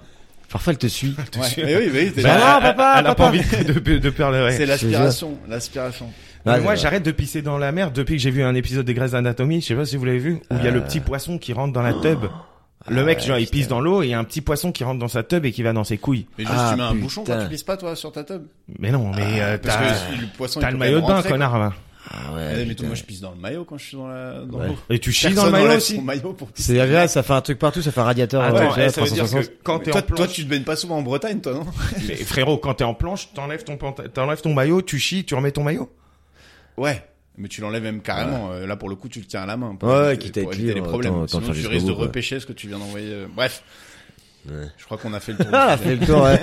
Speaker 2: Parfois elle te suit.
Speaker 4: Ouais. Et oui, bah oui, t'es-
Speaker 3: Bah,
Speaker 2: non,
Speaker 3: elle-
Speaker 2: papa,
Speaker 3: elle a
Speaker 2: papa.
Speaker 3: pas envie de de, de perdre. ouais.
Speaker 4: c'est
Speaker 2: jure.
Speaker 4: l'aspiration, l'aspiration.
Speaker 3: Mais
Speaker 2: Ouais,
Speaker 3: moi,
Speaker 2: c'est
Speaker 3: j'arrête de pisser dans la mer depuis que j'ai vu un épisode des Grey's Anatomy. Je sais pas si vous l'avez vu, où il y a le petit poisson qui rentre dans la tub. Le mec, genre, il pisse dans l'eau et il y a un petit poisson qui rentre dans sa tub et qui va dans ses couilles.
Speaker 4: Mais juste
Speaker 2: Ah,
Speaker 4: tu mets un
Speaker 2: putain.
Speaker 4: bouchon quand tu pisses pas toi sur ta tub.
Speaker 3: Mais non, mais euh,
Speaker 4: Ah, Parce
Speaker 3: t'as
Speaker 4: que le poisson. il
Speaker 3: t'as
Speaker 4: peut
Speaker 3: le
Speaker 4: quand
Speaker 3: maillot
Speaker 4: même
Speaker 3: de bain,
Speaker 4: rentrer,
Speaker 3: connard. Là.
Speaker 2: Ah
Speaker 4: quoi.
Speaker 2: ouais.
Speaker 4: Eh, Mais
Speaker 2: putain.
Speaker 4: moi je pisse dans le maillot quand je suis dans la dans
Speaker 2: Ouais.
Speaker 4: l'eau.
Speaker 3: Et tu chies dans le
Speaker 4: Personne
Speaker 3: maillot
Speaker 4: enlève
Speaker 3: aussi.
Speaker 4: son maillot pour pisser.
Speaker 2: C'est agréable, ça fait un truc partout, ça fait un radiateur.
Speaker 3: Attends,
Speaker 2: ouais,
Speaker 3: eh, ça veut dire
Speaker 2: 360.
Speaker 3: que quand t'es
Speaker 4: Toi,
Speaker 3: en
Speaker 4: toi,
Speaker 3: planche,
Speaker 4: tu te baignes pas souvent en Bretagne, toi, non
Speaker 3: mais frérot, quand t'es en planche, t'enlèves ton panta- t'enlèves ton maillot, tu chies, tu remets ton maillot.
Speaker 4: Ouais, mais tu l'enlèves même carrément. Euh, Là, pour le coup, tu le tiens à la main. Pour
Speaker 2: Ouais,
Speaker 4: éviter,
Speaker 2: quitte à
Speaker 4: pour
Speaker 2: être
Speaker 4: éviter les
Speaker 2: libre,
Speaker 4: problèmes.
Speaker 2: autant- autant
Speaker 4: Sinon,
Speaker 2: faire
Speaker 4: tu
Speaker 2: jusqu'au
Speaker 4: risques de
Speaker 2: bout, quoi.
Speaker 4: repêcher ce que tu viens d'envoyer. euh, Bref.
Speaker 2: Ouais.
Speaker 4: Je crois qu'on a fait le tour. du
Speaker 2: Ah, elle a
Speaker 4: sujet.
Speaker 2: fait le tour, ouais.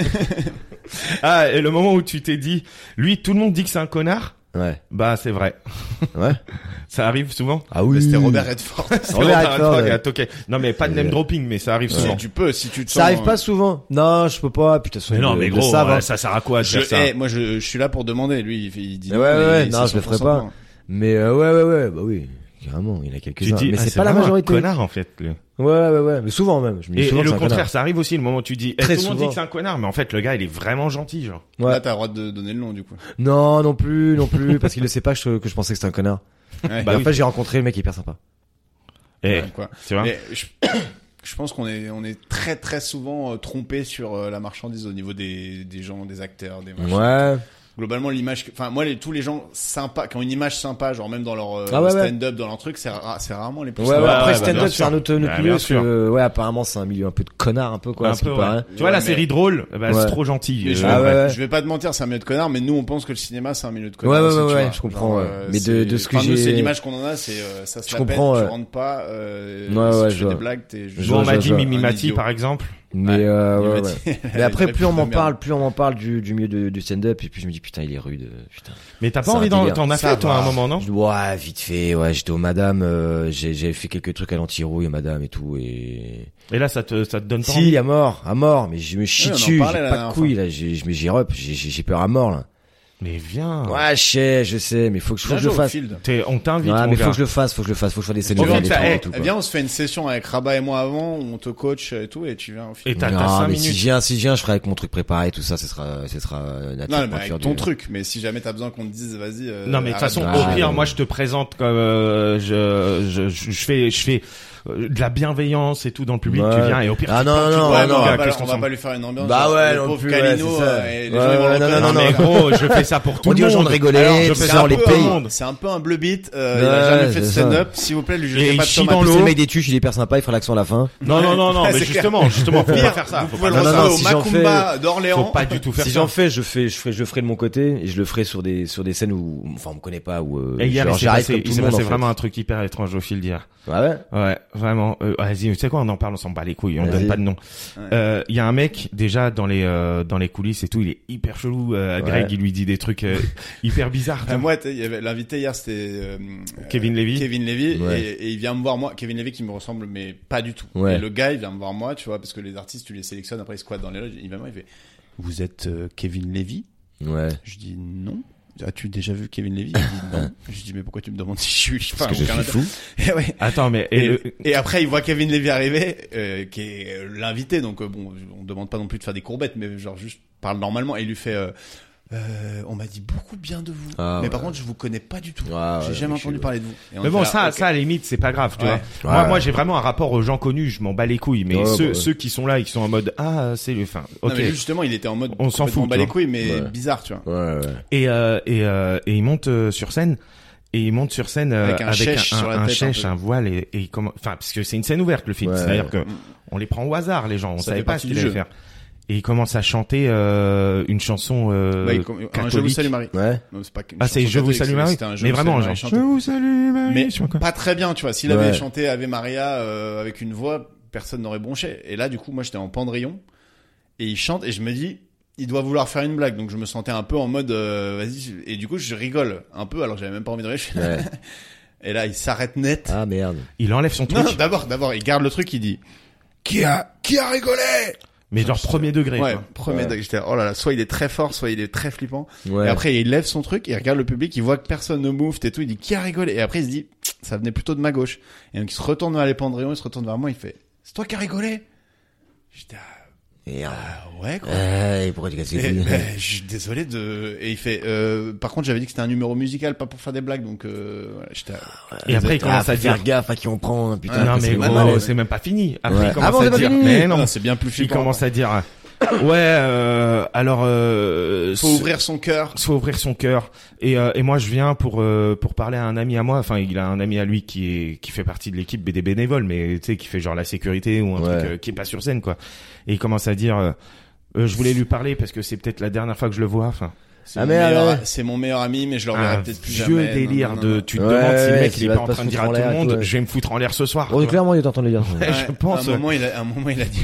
Speaker 3: Ah, et le moment où tu t'es dit, lui, tout le monde dit que c'est un connard.
Speaker 2: Ouais.
Speaker 3: Bah, c'est vrai.
Speaker 2: Ouais.
Speaker 3: Ça arrive souvent.
Speaker 2: Ah oui.
Speaker 4: Mais C'était Robert Redford.
Speaker 3: C'est
Speaker 2: Robert
Speaker 3: Robert
Speaker 2: Redford,
Speaker 3: Redford, ah,
Speaker 2: ouais.
Speaker 3: ok. Non, mais pas de name dropping, mais ça arrive
Speaker 4: Si
Speaker 3: souvent.
Speaker 4: tu peux, si tu te
Speaker 2: Ça
Speaker 4: sens,
Speaker 2: arrive
Speaker 4: euh,
Speaker 2: pas souvent. Non, je peux pas. Putain,
Speaker 3: Mais non, mais gros,
Speaker 2: ça,
Speaker 3: ouais, ça sert à quoi de
Speaker 4: Je,
Speaker 3: faire ça
Speaker 4: eh, moi, je, je suis là pour demander. Lui, il, il dit.
Speaker 2: Ouais,
Speaker 4: non,
Speaker 2: ouais,
Speaker 4: mais
Speaker 2: ouais,
Speaker 4: c'est
Speaker 2: non, je
Speaker 4: son
Speaker 2: le ferai
Speaker 4: consentement.
Speaker 2: Mais euh, ouais, ouais, ouais, bah oui. Carrément, il y en a
Speaker 3: Tu
Speaker 2: quelques-uns.
Speaker 3: dis,
Speaker 2: Mais
Speaker 3: ah,
Speaker 2: c'est pas la
Speaker 3: vraiment un
Speaker 2: majorité. Ouais,
Speaker 3: connard en fait. lui.
Speaker 2: ouais, ouais. Mais souvent même. Je me dis
Speaker 3: Et, et
Speaker 2: souvent que
Speaker 3: le
Speaker 2: c'est un
Speaker 3: contraire,
Speaker 2: connard.
Speaker 3: ça arrive aussi le moment où tu dis, eh,
Speaker 2: Très
Speaker 3: tout le monde dit
Speaker 2: souvent.
Speaker 3: que c'est un connard, mais en fait le gars il est vraiment gentil, genre.
Speaker 4: Là,
Speaker 2: Ouais.
Speaker 4: t'as le droit de donner le nom, du coup.
Speaker 2: Non, non plus, non plus, parce qu'il le sait pas que je, que je pensais que c'était un connard.
Speaker 4: Ouais.
Speaker 3: Bah
Speaker 2: et en
Speaker 3: oui.
Speaker 2: fait, j'ai rencontré le mec hyper sympa.
Speaker 3: Eh,
Speaker 4: Ouais, quoi.
Speaker 2: Hein
Speaker 3: tu vois.
Speaker 4: Mais je, je pense qu'on est, on est très, très souvent euh, trompé sur euh, la marchandise au niveau des, des gens, des acteurs, des machins.
Speaker 2: Ouais.
Speaker 4: Globalement, l'image, que- enfin, moi, les, tous les gens sympas, qui ont une image sympa, genre même dans leur euh,
Speaker 2: Ah ouais, ouais.
Speaker 4: stand-up, dans leur truc, c'est ra- c'est rarement les plus
Speaker 2: Ouais, ouais,
Speaker 4: sympas.
Speaker 3: ouais,
Speaker 2: après
Speaker 3: bah,
Speaker 2: stand-up,
Speaker 3: bien
Speaker 2: c'est
Speaker 3: sûr.
Speaker 2: un autre, un autre
Speaker 3: Ouais,
Speaker 2: milieu,
Speaker 3: bien
Speaker 2: parce que,
Speaker 3: sûr.
Speaker 2: euh, ouais, apparemment, c'est un milieu un peu de connard, un peu, quoi,
Speaker 3: Un
Speaker 2: à ce
Speaker 3: peu,
Speaker 2: qui
Speaker 3: ouais.
Speaker 2: paraît.
Speaker 3: Tu vois la
Speaker 4: Ouais,
Speaker 3: série drôle, bah,
Speaker 2: Ouais.
Speaker 3: c'est trop gentil.
Speaker 4: Mais je-
Speaker 3: Euh,
Speaker 2: Ah ouais, ouais.
Speaker 4: Je vais pas te mentir, c'est un milieu de connard, mais nous on pense que le cinéma c'est un milieu de
Speaker 2: Ouais, ouais,
Speaker 4: connard.
Speaker 2: ouais,
Speaker 4: aussi, tu
Speaker 2: ouais,
Speaker 4: vois.
Speaker 2: je comprends,
Speaker 4: Genre,
Speaker 2: ouais.
Speaker 4: euh,
Speaker 2: Mais de,
Speaker 4: c'est-
Speaker 2: de ce que
Speaker 4: enfin, nous,
Speaker 2: j'ai.
Speaker 4: c'est l'image qu'on en a, c'est euh, ça se
Speaker 2: Je
Speaker 4: la pète,
Speaker 2: comprends, ouais.
Speaker 4: tu rentres pas, euh,
Speaker 2: Ouais,
Speaker 4: si
Speaker 2: ouais,
Speaker 4: tu
Speaker 2: je
Speaker 4: fais
Speaker 2: vois.
Speaker 4: des blagues, t'es juste
Speaker 2: Je
Speaker 3: bon, on
Speaker 2: vois,
Speaker 3: m'a
Speaker 2: je
Speaker 3: dit
Speaker 2: vois.
Speaker 3: Mimi
Speaker 4: Un
Speaker 3: Mati
Speaker 4: idiot.
Speaker 3: par exemple.
Speaker 2: Mais, euh, ouais, ouais. Mais
Speaker 4: Elle a
Speaker 2: après,
Speaker 4: une
Speaker 2: plus on
Speaker 4: réplique
Speaker 2: m'en
Speaker 4: de merde.
Speaker 2: parle, plus on m'en parle du, du milieu de- du stand-up, et puis je me dis, putain, il est rude, euh, putain.
Speaker 3: Mais t'as pas
Speaker 2: C'est
Speaker 3: envie
Speaker 2: un
Speaker 3: d'en,
Speaker 2: délire.
Speaker 3: t'en as
Speaker 2: Ça
Speaker 3: fait toi à
Speaker 2: va.
Speaker 3: un moment non
Speaker 2: Je- Ouais, vite fait, ouais, j'étais au madame, euh, j'ai j'ai fait quelques trucs à l'anti-rouille au madame et tout, et...
Speaker 3: Et là ça te ça te donne pas envie.
Speaker 2: Si, à mort, à mort, mais je me
Speaker 4: Oui,
Speaker 2: chie
Speaker 4: on en
Speaker 2: dessus, j'ai
Speaker 4: parlait la
Speaker 2: pas
Speaker 4: dernière
Speaker 2: de couilles, là, j'ai- je me girope, j'ai j'ai peur à mort, là.
Speaker 3: Mais viens.
Speaker 2: Ouais, je sais, je sais, mais faut que je, faut que je le fasse.
Speaker 4: Field.
Speaker 3: T'es- on t'invite
Speaker 2: Ouais,
Speaker 3: mon
Speaker 2: mais faut
Speaker 3: gars.
Speaker 2: que je le fasse, faut que je le fasse, faut que je fasse des scènes
Speaker 3: Au
Speaker 2: ouvertes,
Speaker 3: fait,
Speaker 2: des
Speaker 3: ça,
Speaker 2: trucs
Speaker 3: eh,
Speaker 2: et tout, quoi.
Speaker 4: Viens, on se fait une session avec Rabat et moi avant, où on te coach et tout, et tu viens au
Speaker 3: Et
Speaker 4: film.
Speaker 3: t'as t'as
Speaker 2: non,
Speaker 3: 5
Speaker 2: mais si je
Speaker 3: minutes.
Speaker 2: viens, si je viens, je ferai avec mon truc préparé, tout ça, ce sera, ce sera euh, natif
Speaker 4: Non,
Speaker 2: pour
Speaker 4: mais avec
Speaker 2: faire
Speaker 4: ton
Speaker 2: du-
Speaker 4: truc, mais si jamais t'as besoin qu'on te dise, vas-y. euh,
Speaker 3: Non mais de toute
Speaker 4: arrête
Speaker 3: façon
Speaker 2: Ah,
Speaker 3: au pire
Speaker 2: ouais.
Speaker 3: moi je te présente comme euh, je, je je je fais je fais euh, de la bienveillance et tout dans le public tu
Speaker 2: Ouais.
Speaker 3: viens et au pire
Speaker 2: Ah
Speaker 3: tu
Speaker 2: non,
Speaker 3: parles, tu
Speaker 2: non,
Speaker 3: vois,
Speaker 4: Ouais,
Speaker 3: mon
Speaker 4: mais on,
Speaker 3: gars,
Speaker 4: va pas,
Speaker 3: qu'est-ce
Speaker 4: on
Speaker 3: qu'on
Speaker 4: va
Speaker 3: s'en-
Speaker 4: pas lui faire une ambiance.
Speaker 2: Bah
Speaker 4: genre,
Speaker 2: ouais,
Speaker 4: le
Speaker 2: non
Speaker 4: pauvre
Speaker 2: plus, ouais,
Speaker 4: Calino,
Speaker 2: c'est ça.
Speaker 4: euh, et les gens ils vont
Speaker 2: Ouais,
Speaker 4: le
Speaker 2: ouais, Ah, non,
Speaker 4: reconnaître.
Speaker 3: Non mais gros, je fais ça pour tout
Speaker 2: On dit
Speaker 3: le
Speaker 2: aux gens
Speaker 3: monde.
Speaker 2: de rigoler,
Speaker 3: Alors, je
Speaker 2: tu
Speaker 3: fais
Speaker 2: sais,
Speaker 3: ça
Speaker 2: on
Speaker 3: pour
Speaker 2: les
Speaker 3: tout
Speaker 2: paye.
Speaker 3: le monde.
Speaker 4: C'est un peu un bleu beat, euh, il
Speaker 2: Ouais,
Speaker 4: a jamais fait de
Speaker 2: c'est ça.
Speaker 4: stand-up, s'il vous plaît, lui jetez
Speaker 3: il
Speaker 4: pas de
Speaker 3: chie
Speaker 4: tomates.
Speaker 3: dans
Speaker 2: Puis
Speaker 3: l'eau.
Speaker 2: le mec des tuches, il est hyper sympa, il fera l'accent à la fin.
Speaker 3: Non, non, non, non,
Speaker 4: Ouais,
Speaker 3: mais
Speaker 4: c'est
Speaker 3: justement, justement, faut pas faire ça. Ah
Speaker 4: Vous
Speaker 3: Faut
Speaker 4: pouvez
Speaker 3: pas,
Speaker 4: le
Speaker 2: Non,
Speaker 4: retrouver
Speaker 2: non, non,
Speaker 4: au
Speaker 2: si j'en
Speaker 4: Macumba d'Orléans.
Speaker 3: faut pas du tout faire
Speaker 2: Si
Speaker 3: ça.
Speaker 2: j'en fais, je fais, je ferai, je ferai de mon côté et je le ferai sur des, sur des scènes où, enfin, on me connaît pas ou. euh,
Speaker 3: Et hier, il s'est
Speaker 2: j'arrive
Speaker 3: passé,
Speaker 2: comme
Speaker 3: il
Speaker 2: tout
Speaker 3: s'est
Speaker 2: le monde.
Speaker 3: passé
Speaker 2: en fait.
Speaker 3: vraiment un truc hyper étrange au fil d'hier.
Speaker 2: Ouais, ouais.
Speaker 3: Ouais, vraiment. Euh, Vas-y, tu sais quoi, on en parle, on s'en bat les couilles, on
Speaker 2: Vas-y.
Speaker 3: donne pas de nom.
Speaker 4: Ouais.
Speaker 3: Euh, Il y a un mec, déjà, dans les, euh, dans les coulisses et tout, il est hyper chelou. euh, Greg,
Speaker 2: Ouais.
Speaker 3: il lui dit des trucs euh, hyper bizarres.
Speaker 4: Ah, moi, t'es- il y avait- l'invité hier, c'était euh,
Speaker 3: Kevin
Speaker 4: euh,
Speaker 3: Levy.
Speaker 4: Kevin Levy,
Speaker 2: Ouais.
Speaker 4: et, et il vient me voir moi. Kevin Levy qui me ressemble, mais pas du tout.
Speaker 2: Ouais.
Speaker 4: Et le gars, il vient me voir moi, tu vois, parce que les artistes, tu les sélectionnes, après ils squattent dans les loges. Il vient me voir, il fait Vous êtes euh, Kevin Levy
Speaker 2: Ouais.
Speaker 4: Je dis non. As-tu déjà vu Kevin Levy Il dit non. je dis mais pourquoi tu me demandes si je suis
Speaker 2: Parce que je suis fou.
Speaker 4: Et, ouais.
Speaker 3: Attends, mais, et
Speaker 4: et,
Speaker 3: le-
Speaker 4: et après, il voit Kevin Levy arriver, euh, qui est euh, l'invité, donc euh, bon, on demande pas non plus de faire des courbettes, mais genre juste parle normalement. Et il lui fait euh, euh, on m'a dit beaucoup bien de vous.
Speaker 2: Ah,
Speaker 4: mais par
Speaker 2: ouais.
Speaker 4: contre, je vous connais pas du tout.
Speaker 2: Ah,
Speaker 4: J'ai
Speaker 2: ouais,
Speaker 4: jamais
Speaker 2: mais je
Speaker 4: entendu
Speaker 2: suis-
Speaker 4: parler de vous. Et on
Speaker 3: Mais bon,
Speaker 4: était là,
Speaker 3: ça,
Speaker 4: ok.
Speaker 3: ça, à la limite, c'est pas grave, tu
Speaker 4: Ouais.
Speaker 3: vois. moi,
Speaker 2: ouais.
Speaker 3: moi, j'ai vraiment un rapport aux gens connus, je m'en bats les couilles. Mais
Speaker 2: Ouais,
Speaker 3: ceux,
Speaker 2: bah ouais.
Speaker 3: ceux qui sont là et qui sont en mode, ah, c'est le, enfin,
Speaker 4: Non,
Speaker 3: ok.
Speaker 4: mais lui, justement, il était en mode.
Speaker 3: On s'en
Speaker 4: complètement
Speaker 3: fout,
Speaker 4: bas
Speaker 3: tu
Speaker 4: les
Speaker 3: vois.
Speaker 4: couilles, mais
Speaker 2: Ouais.
Speaker 4: bizarre, tu vois.
Speaker 2: Ouais, ouais.
Speaker 3: Et, euh, et, euh, et il monte euh, sur scène. Et il monte sur scène euh,
Speaker 4: Avec un chèche sur la
Speaker 3: un
Speaker 4: tête, un
Speaker 3: chèche,
Speaker 4: peu.
Speaker 3: un voile et, et comment enfin parce que c'est une scène ouverte le film,
Speaker 2: Ouais.
Speaker 3: c'est-à-dire que on les prend au hasard les gens, on
Speaker 4: Ça
Speaker 3: savait
Speaker 4: fait
Speaker 3: pas
Speaker 4: partie
Speaker 3: ce qu'il
Speaker 4: du
Speaker 3: allait
Speaker 4: jeu.
Speaker 3: faire. Et il commence à chanter euh, une chanson euh,
Speaker 4: Ouais, comme- Bah, un je vous
Speaker 3: catholique.
Speaker 4: salue Marie.
Speaker 2: Ouais.
Speaker 4: Non, c'est pas qu'une
Speaker 3: Ah c'est
Speaker 4: chanson
Speaker 3: je vous
Speaker 4: catholique,
Speaker 3: salue
Speaker 4: c'est-
Speaker 3: Marie.
Speaker 4: c'était un Je
Speaker 3: Mais
Speaker 4: vous
Speaker 3: vraiment
Speaker 4: salue,
Speaker 3: genre
Speaker 4: Marie
Speaker 3: je
Speaker 4: chanté.
Speaker 3: vous salue Marie,
Speaker 4: Mais
Speaker 3: je sais pas quoi.
Speaker 4: pas très bien, tu vois. S'il
Speaker 2: Ouais.
Speaker 4: avait chanté Ave Maria euh, avec une voix, personne n'aurait bronché. Et là, du coup, moi, j'étais en pendrillon et il chante et je me dis, il doit vouloir faire une blague. Donc, je me sentais un peu en mode, euh, vas-y. Et du coup, je rigole un peu alors que j'avais même pas envie de rire.
Speaker 2: ouais.
Speaker 4: Et là, il s'arrête net.
Speaker 2: Ah merde.
Speaker 3: Il enlève son
Speaker 4: non, bah,
Speaker 3: truc
Speaker 4: non, d'abord, d'abord, il garde le truc, il dit. Qui a, qui a rigolé
Speaker 3: mais genre premier degré.
Speaker 4: Ouais,
Speaker 3: quoi.
Speaker 4: premier
Speaker 2: Ouais.
Speaker 4: degré. J'étais là, oh là là, soit il est très fort, soit il est très flippant.
Speaker 2: Ouais.
Speaker 4: Et après, il lève son truc, il regarde le public, il voit que personne ne mouffe et tout, il dit qui a rigolé Et après, il se dit ça venait plutôt de ma gauche. Et donc, il se retourne vers les Pandréons, il se retourne vers moi, il fait c'est toi qui as rigolé J'étais ah,
Speaker 2: Merde.
Speaker 4: ah, ouais quoi.
Speaker 2: Ouais, euh, pourquoi tu casses les
Speaker 4: Et,
Speaker 2: couilles
Speaker 4: ben, je suis désolé de. Et il fait. euh, par contre, j'avais dit que c'était un numéro musical, pas pour faire des blagues, donc euh, voilà, j'étais. à-
Speaker 3: Et après il
Speaker 2: Ah,
Speaker 3: commence
Speaker 2: faut
Speaker 3: à
Speaker 2: faire
Speaker 3: dire
Speaker 2: gaffe à qui on prend, hein, putain.
Speaker 3: non
Speaker 2: parce
Speaker 3: mais
Speaker 2: que
Speaker 4: maintenant,
Speaker 3: gros, euh,
Speaker 2: ouais.
Speaker 3: c'est même pas fini. Après
Speaker 2: Ouais.
Speaker 3: il commence
Speaker 2: Ah bon, c'est
Speaker 3: à
Speaker 2: pas
Speaker 3: dire
Speaker 2: fini
Speaker 3: mais non.
Speaker 4: c'est bien plus
Speaker 3: Il
Speaker 4: flippant.
Speaker 3: commence à dire ouais euh, alors euh,
Speaker 4: Faut ouvrir son cœur.
Speaker 3: soit ouvrir son cœur et, euh, et moi je viens pour euh, pour parler à un ami à moi enfin il a un ami à lui qui est qui fait partie de l'équipe des bénévoles mais tu sais qui fait genre la sécurité ou un
Speaker 2: Ouais.
Speaker 3: truc euh, qui est pas sur scène quoi et il commence à dire euh, Euh, je voulais lui parler parce que c'est peut-être la dernière fois que je le vois enfin
Speaker 4: C'est
Speaker 2: Ah,
Speaker 4: mon,
Speaker 2: mais,
Speaker 4: meilleur-
Speaker 2: ouais.
Speaker 4: c'est mon meilleur ami, mais je le
Speaker 3: un
Speaker 4: reverrai peut-être plus
Speaker 3: vieux
Speaker 4: jamais. Non,
Speaker 3: délire
Speaker 4: non, non,
Speaker 3: de
Speaker 4: non.
Speaker 3: tu te
Speaker 2: Ouais,
Speaker 3: demandes si le
Speaker 2: ouais,
Speaker 3: mec
Speaker 2: s'il
Speaker 3: il est
Speaker 2: va
Speaker 3: pas
Speaker 2: pas
Speaker 3: en
Speaker 2: se
Speaker 3: train de dire à tout
Speaker 2: foutre en
Speaker 3: le
Speaker 2: l'air et
Speaker 3: monde
Speaker 2: tout, ouais.
Speaker 3: je vais me foutre en l'air ce soir
Speaker 2: Bon,
Speaker 3: tu vois.
Speaker 2: clairement, il est en train de le dire. ça.
Speaker 3: Ouais, je
Speaker 4: Ouais,
Speaker 3: pense
Speaker 4: À un moment, il a, à un moment, il a dit,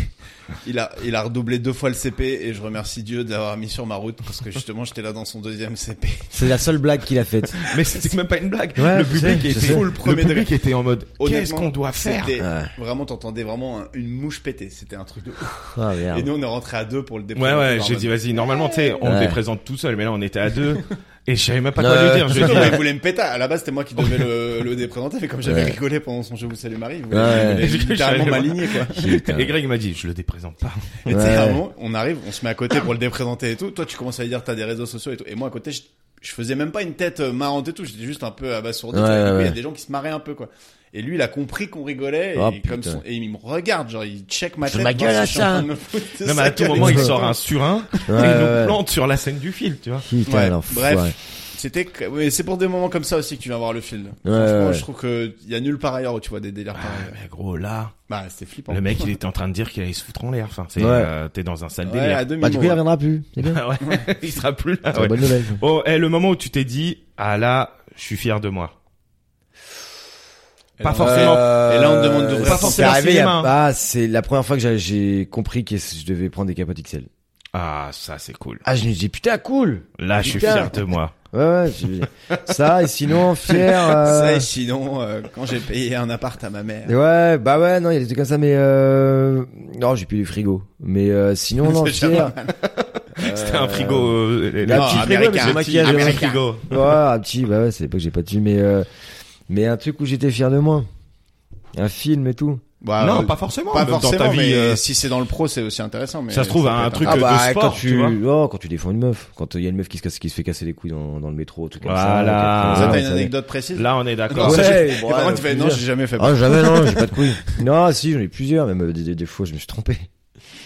Speaker 4: il a, il a redoublé deux fois le CP et je remercie Dieu de l'avoir mis sur ma route parce que justement, j'étais là dans son deuxième CP.
Speaker 2: C'est la seule blague qu'il a faite.
Speaker 3: mais c'était même pas une blague
Speaker 2: Ouais,
Speaker 3: le
Speaker 2: je
Speaker 3: public
Speaker 2: sais, je
Speaker 3: était
Speaker 2: sais.
Speaker 3: le
Speaker 4: Premier degré.
Speaker 3: public était en mode qu'est-ce
Speaker 4: Honnêtement,
Speaker 3: qu'on doit faire
Speaker 4: c'était-
Speaker 2: Ouais.
Speaker 4: Vraiment, t'entendais vraiment un- une mouche péter. C'était un truc de ouf.
Speaker 2: Ah
Speaker 4: Et
Speaker 2: merde.
Speaker 4: nous, on est rentré à deux pour le
Speaker 3: Ouais
Speaker 4: déployer.
Speaker 3: ouais, j'ai dit vas-y, normalement tu sais, on
Speaker 2: Ouais.
Speaker 3: les présente tout seul mais là on était à deux et je savais même pas quoi
Speaker 2: Ouais.
Speaker 3: lui dire, je lui ai
Speaker 4: Non,
Speaker 3: dit,
Speaker 4: mais il voulait me péter. À la base, c'était moi qui devais le, le déprésenter, mais comme j'avais
Speaker 2: Ouais.
Speaker 4: rigolé pendant son Je vous salue Marie, il voulait,
Speaker 2: Ouais.
Speaker 4: il voulait
Speaker 3: Je- je
Speaker 4: littéralement
Speaker 3: savais pas.
Speaker 4: m'aligner, quoi.
Speaker 2: Putain.
Speaker 3: et Greg il m'a dit je le déprésente pas.
Speaker 4: Et tu sais,
Speaker 2: Ouais.
Speaker 4: à un moment, on arrive, on se met à côté pour le déprésenter et tout. Toi, tu commences à lui dire t'as des réseaux sociaux et tout. Et moi, à côté, je, je faisais même pas une tête euh, marrante et tout. J'étais juste un peu abasourdi. tu
Speaker 2: Ouais,
Speaker 4: vois. Et du coup,
Speaker 2: ouais,
Speaker 4: Il y a
Speaker 2: ouais.
Speaker 4: des gens qui se marraient un peu, quoi. Et lui, il a compris qu'on rigolait. Et,
Speaker 2: Oh,
Speaker 4: comme
Speaker 2: putain.
Speaker 4: son- et il me regarde, genre, il check ma
Speaker 2: Je
Speaker 4: tête.
Speaker 2: ma
Speaker 4: voir
Speaker 2: gueule
Speaker 4: si
Speaker 2: à
Speaker 4: je suis en
Speaker 2: ça.
Speaker 4: train de me foutre de
Speaker 3: Non mais
Speaker 4: sa
Speaker 3: à tout
Speaker 4: gueule.
Speaker 3: moment il
Speaker 4: Ouais.
Speaker 3: sort un sur un
Speaker 2: Ouais,
Speaker 3: et il
Speaker 2: ouais.
Speaker 3: nous plante sur la scène du film, tu vois.
Speaker 2: Putain,
Speaker 4: Ouais,
Speaker 2: l'enfoiré.
Speaker 4: bref. C'était, que- mais c'est pour des moments comme ça aussi que tu viens voir le film.
Speaker 2: Ouais,
Speaker 4: Franchement,
Speaker 2: ouais.
Speaker 4: je trouve que il y a nulle part ailleurs où tu vois des délires
Speaker 3: Ah,
Speaker 4: pareils.
Speaker 3: mais gros là,
Speaker 4: Bah, c'était flippant.
Speaker 3: le mec il était en train de dire qu'il allait se foutre en l'air, enfin c'est
Speaker 2: Ouais.
Speaker 3: euh, t'es dans un sale
Speaker 4: Ouais, à
Speaker 3: délire.
Speaker 4: demi.
Speaker 2: Bah, du coup, il reviendra plus. C'est bien.
Speaker 3: Ah ouais, il sera plus là.
Speaker 2: C'est
Speaker 3: ouais.
Speaker 2: une bonne nouvelle.
Speaker 3: Oh, eh, le moment où tu t'es dit ah là, je suis fier de moi. Pas forcément.
Speaker 2: Euh, hein.
Speaker 4: Et là, on te demande d'ouvrir
Speaker 2: ça
Speaker 4: son
Speaker 2: s'est
Speaker 3: cinéma.
Speaker 2: arrivé il y a pas- c'est la première fois que j'ai- j'ai compris que je devais prendre des capotes XL.
Speaker 3: Ah ça c'est cool.
Speaker 2: Ah, je me dis putain, cool.
Speaker 3: Là je suis
Speaker 2: Putain.
Speaker 3: fier de moi.
Speaker 2: Ouais, ouais. je- ça et sinon fier. euh,
Speaker 4: Ça, et sinon, euh, quand j'ai payé un appart à ma mère.
Speaker 2: Ouais, bah ouais, non, il y a des trucs comme ça, mais euh... non, j'ai plus du frigo. Mais euh, sinon, non,
Speaker 4: C'est jamais
Speaker 2: fier.
Speaker 3: C'était un frigo euh,
Speaker 2: La
Speaker 4: Non,
Speaker 2: petite frigo,
Speaker 4: américain,
Speaker 2: mais c'est moi
Speaker 4: petit,
Speaker 2: qui avais.
Speaker 3: un
Speaker 2: Ouais,
Speaker 4: américain.
Speaker 3: frigo.
Speaker 2: un petit, bah ouais, c'est pas que j'ai pas tué, mais euh... mais un truc où j'étais fier de moi, un film et tout.
Speaker 4: Bah,
Speaker 3: non,
Speaker 4: euh,
Speaker 3: pas forcément.
Speaker 4: Pas
Speaker 3: dans
Speaker 4: forcément,
Speaker 3: ta vie,
Speaker 4: mais
Speaker 3: euh,
Speaker 4: si c'est dans le pro, c'est aussi intéressant. Mais
Speaker 3: Ça se trouve,
Speaker 4: peut
Speaker 3: un
Speaker 4: être
Speaker 3: truc-
Speaker 2: euh,
Speaker 4: un-
Speaker 3: de sport,
Speaker 2: Ah bah, quand
Speaker 3: tu
Speaker 2: tu, oh, quand tu défends une meuf, quand il y a une meuf qui se casse, qui se fait casser les couilles dans, dans le métro, tout comme
Speaker 3: Voilà.
Speaker 2: ça.
Speaker 4: Ça,
Speaker 2: quand-
Speaker 4: Ah, t'as
Speaker 2: ouais,
Speaker 4: une
Speaker 2: ça-
Speaker 4: anecdote précise
Speaker 3: là, on est d'accord.
Speaker 4: Non, ça,
Speaker 2: Ouais,
Speaker 4: j'ai-
Speaker 2: bon,
Speaker 4: et par
Speaker 2: ouais,
Speaker 4: contre, tu fais, non,
Speaker 2: plusieurs.
Speaker 4: j'ai jamais fait.
Speaker 2: Ah jamais non, j'ai pas de couilles. Non, si, j'en ai plusieurs, même euh, des, des, des fois, je me suis trompé.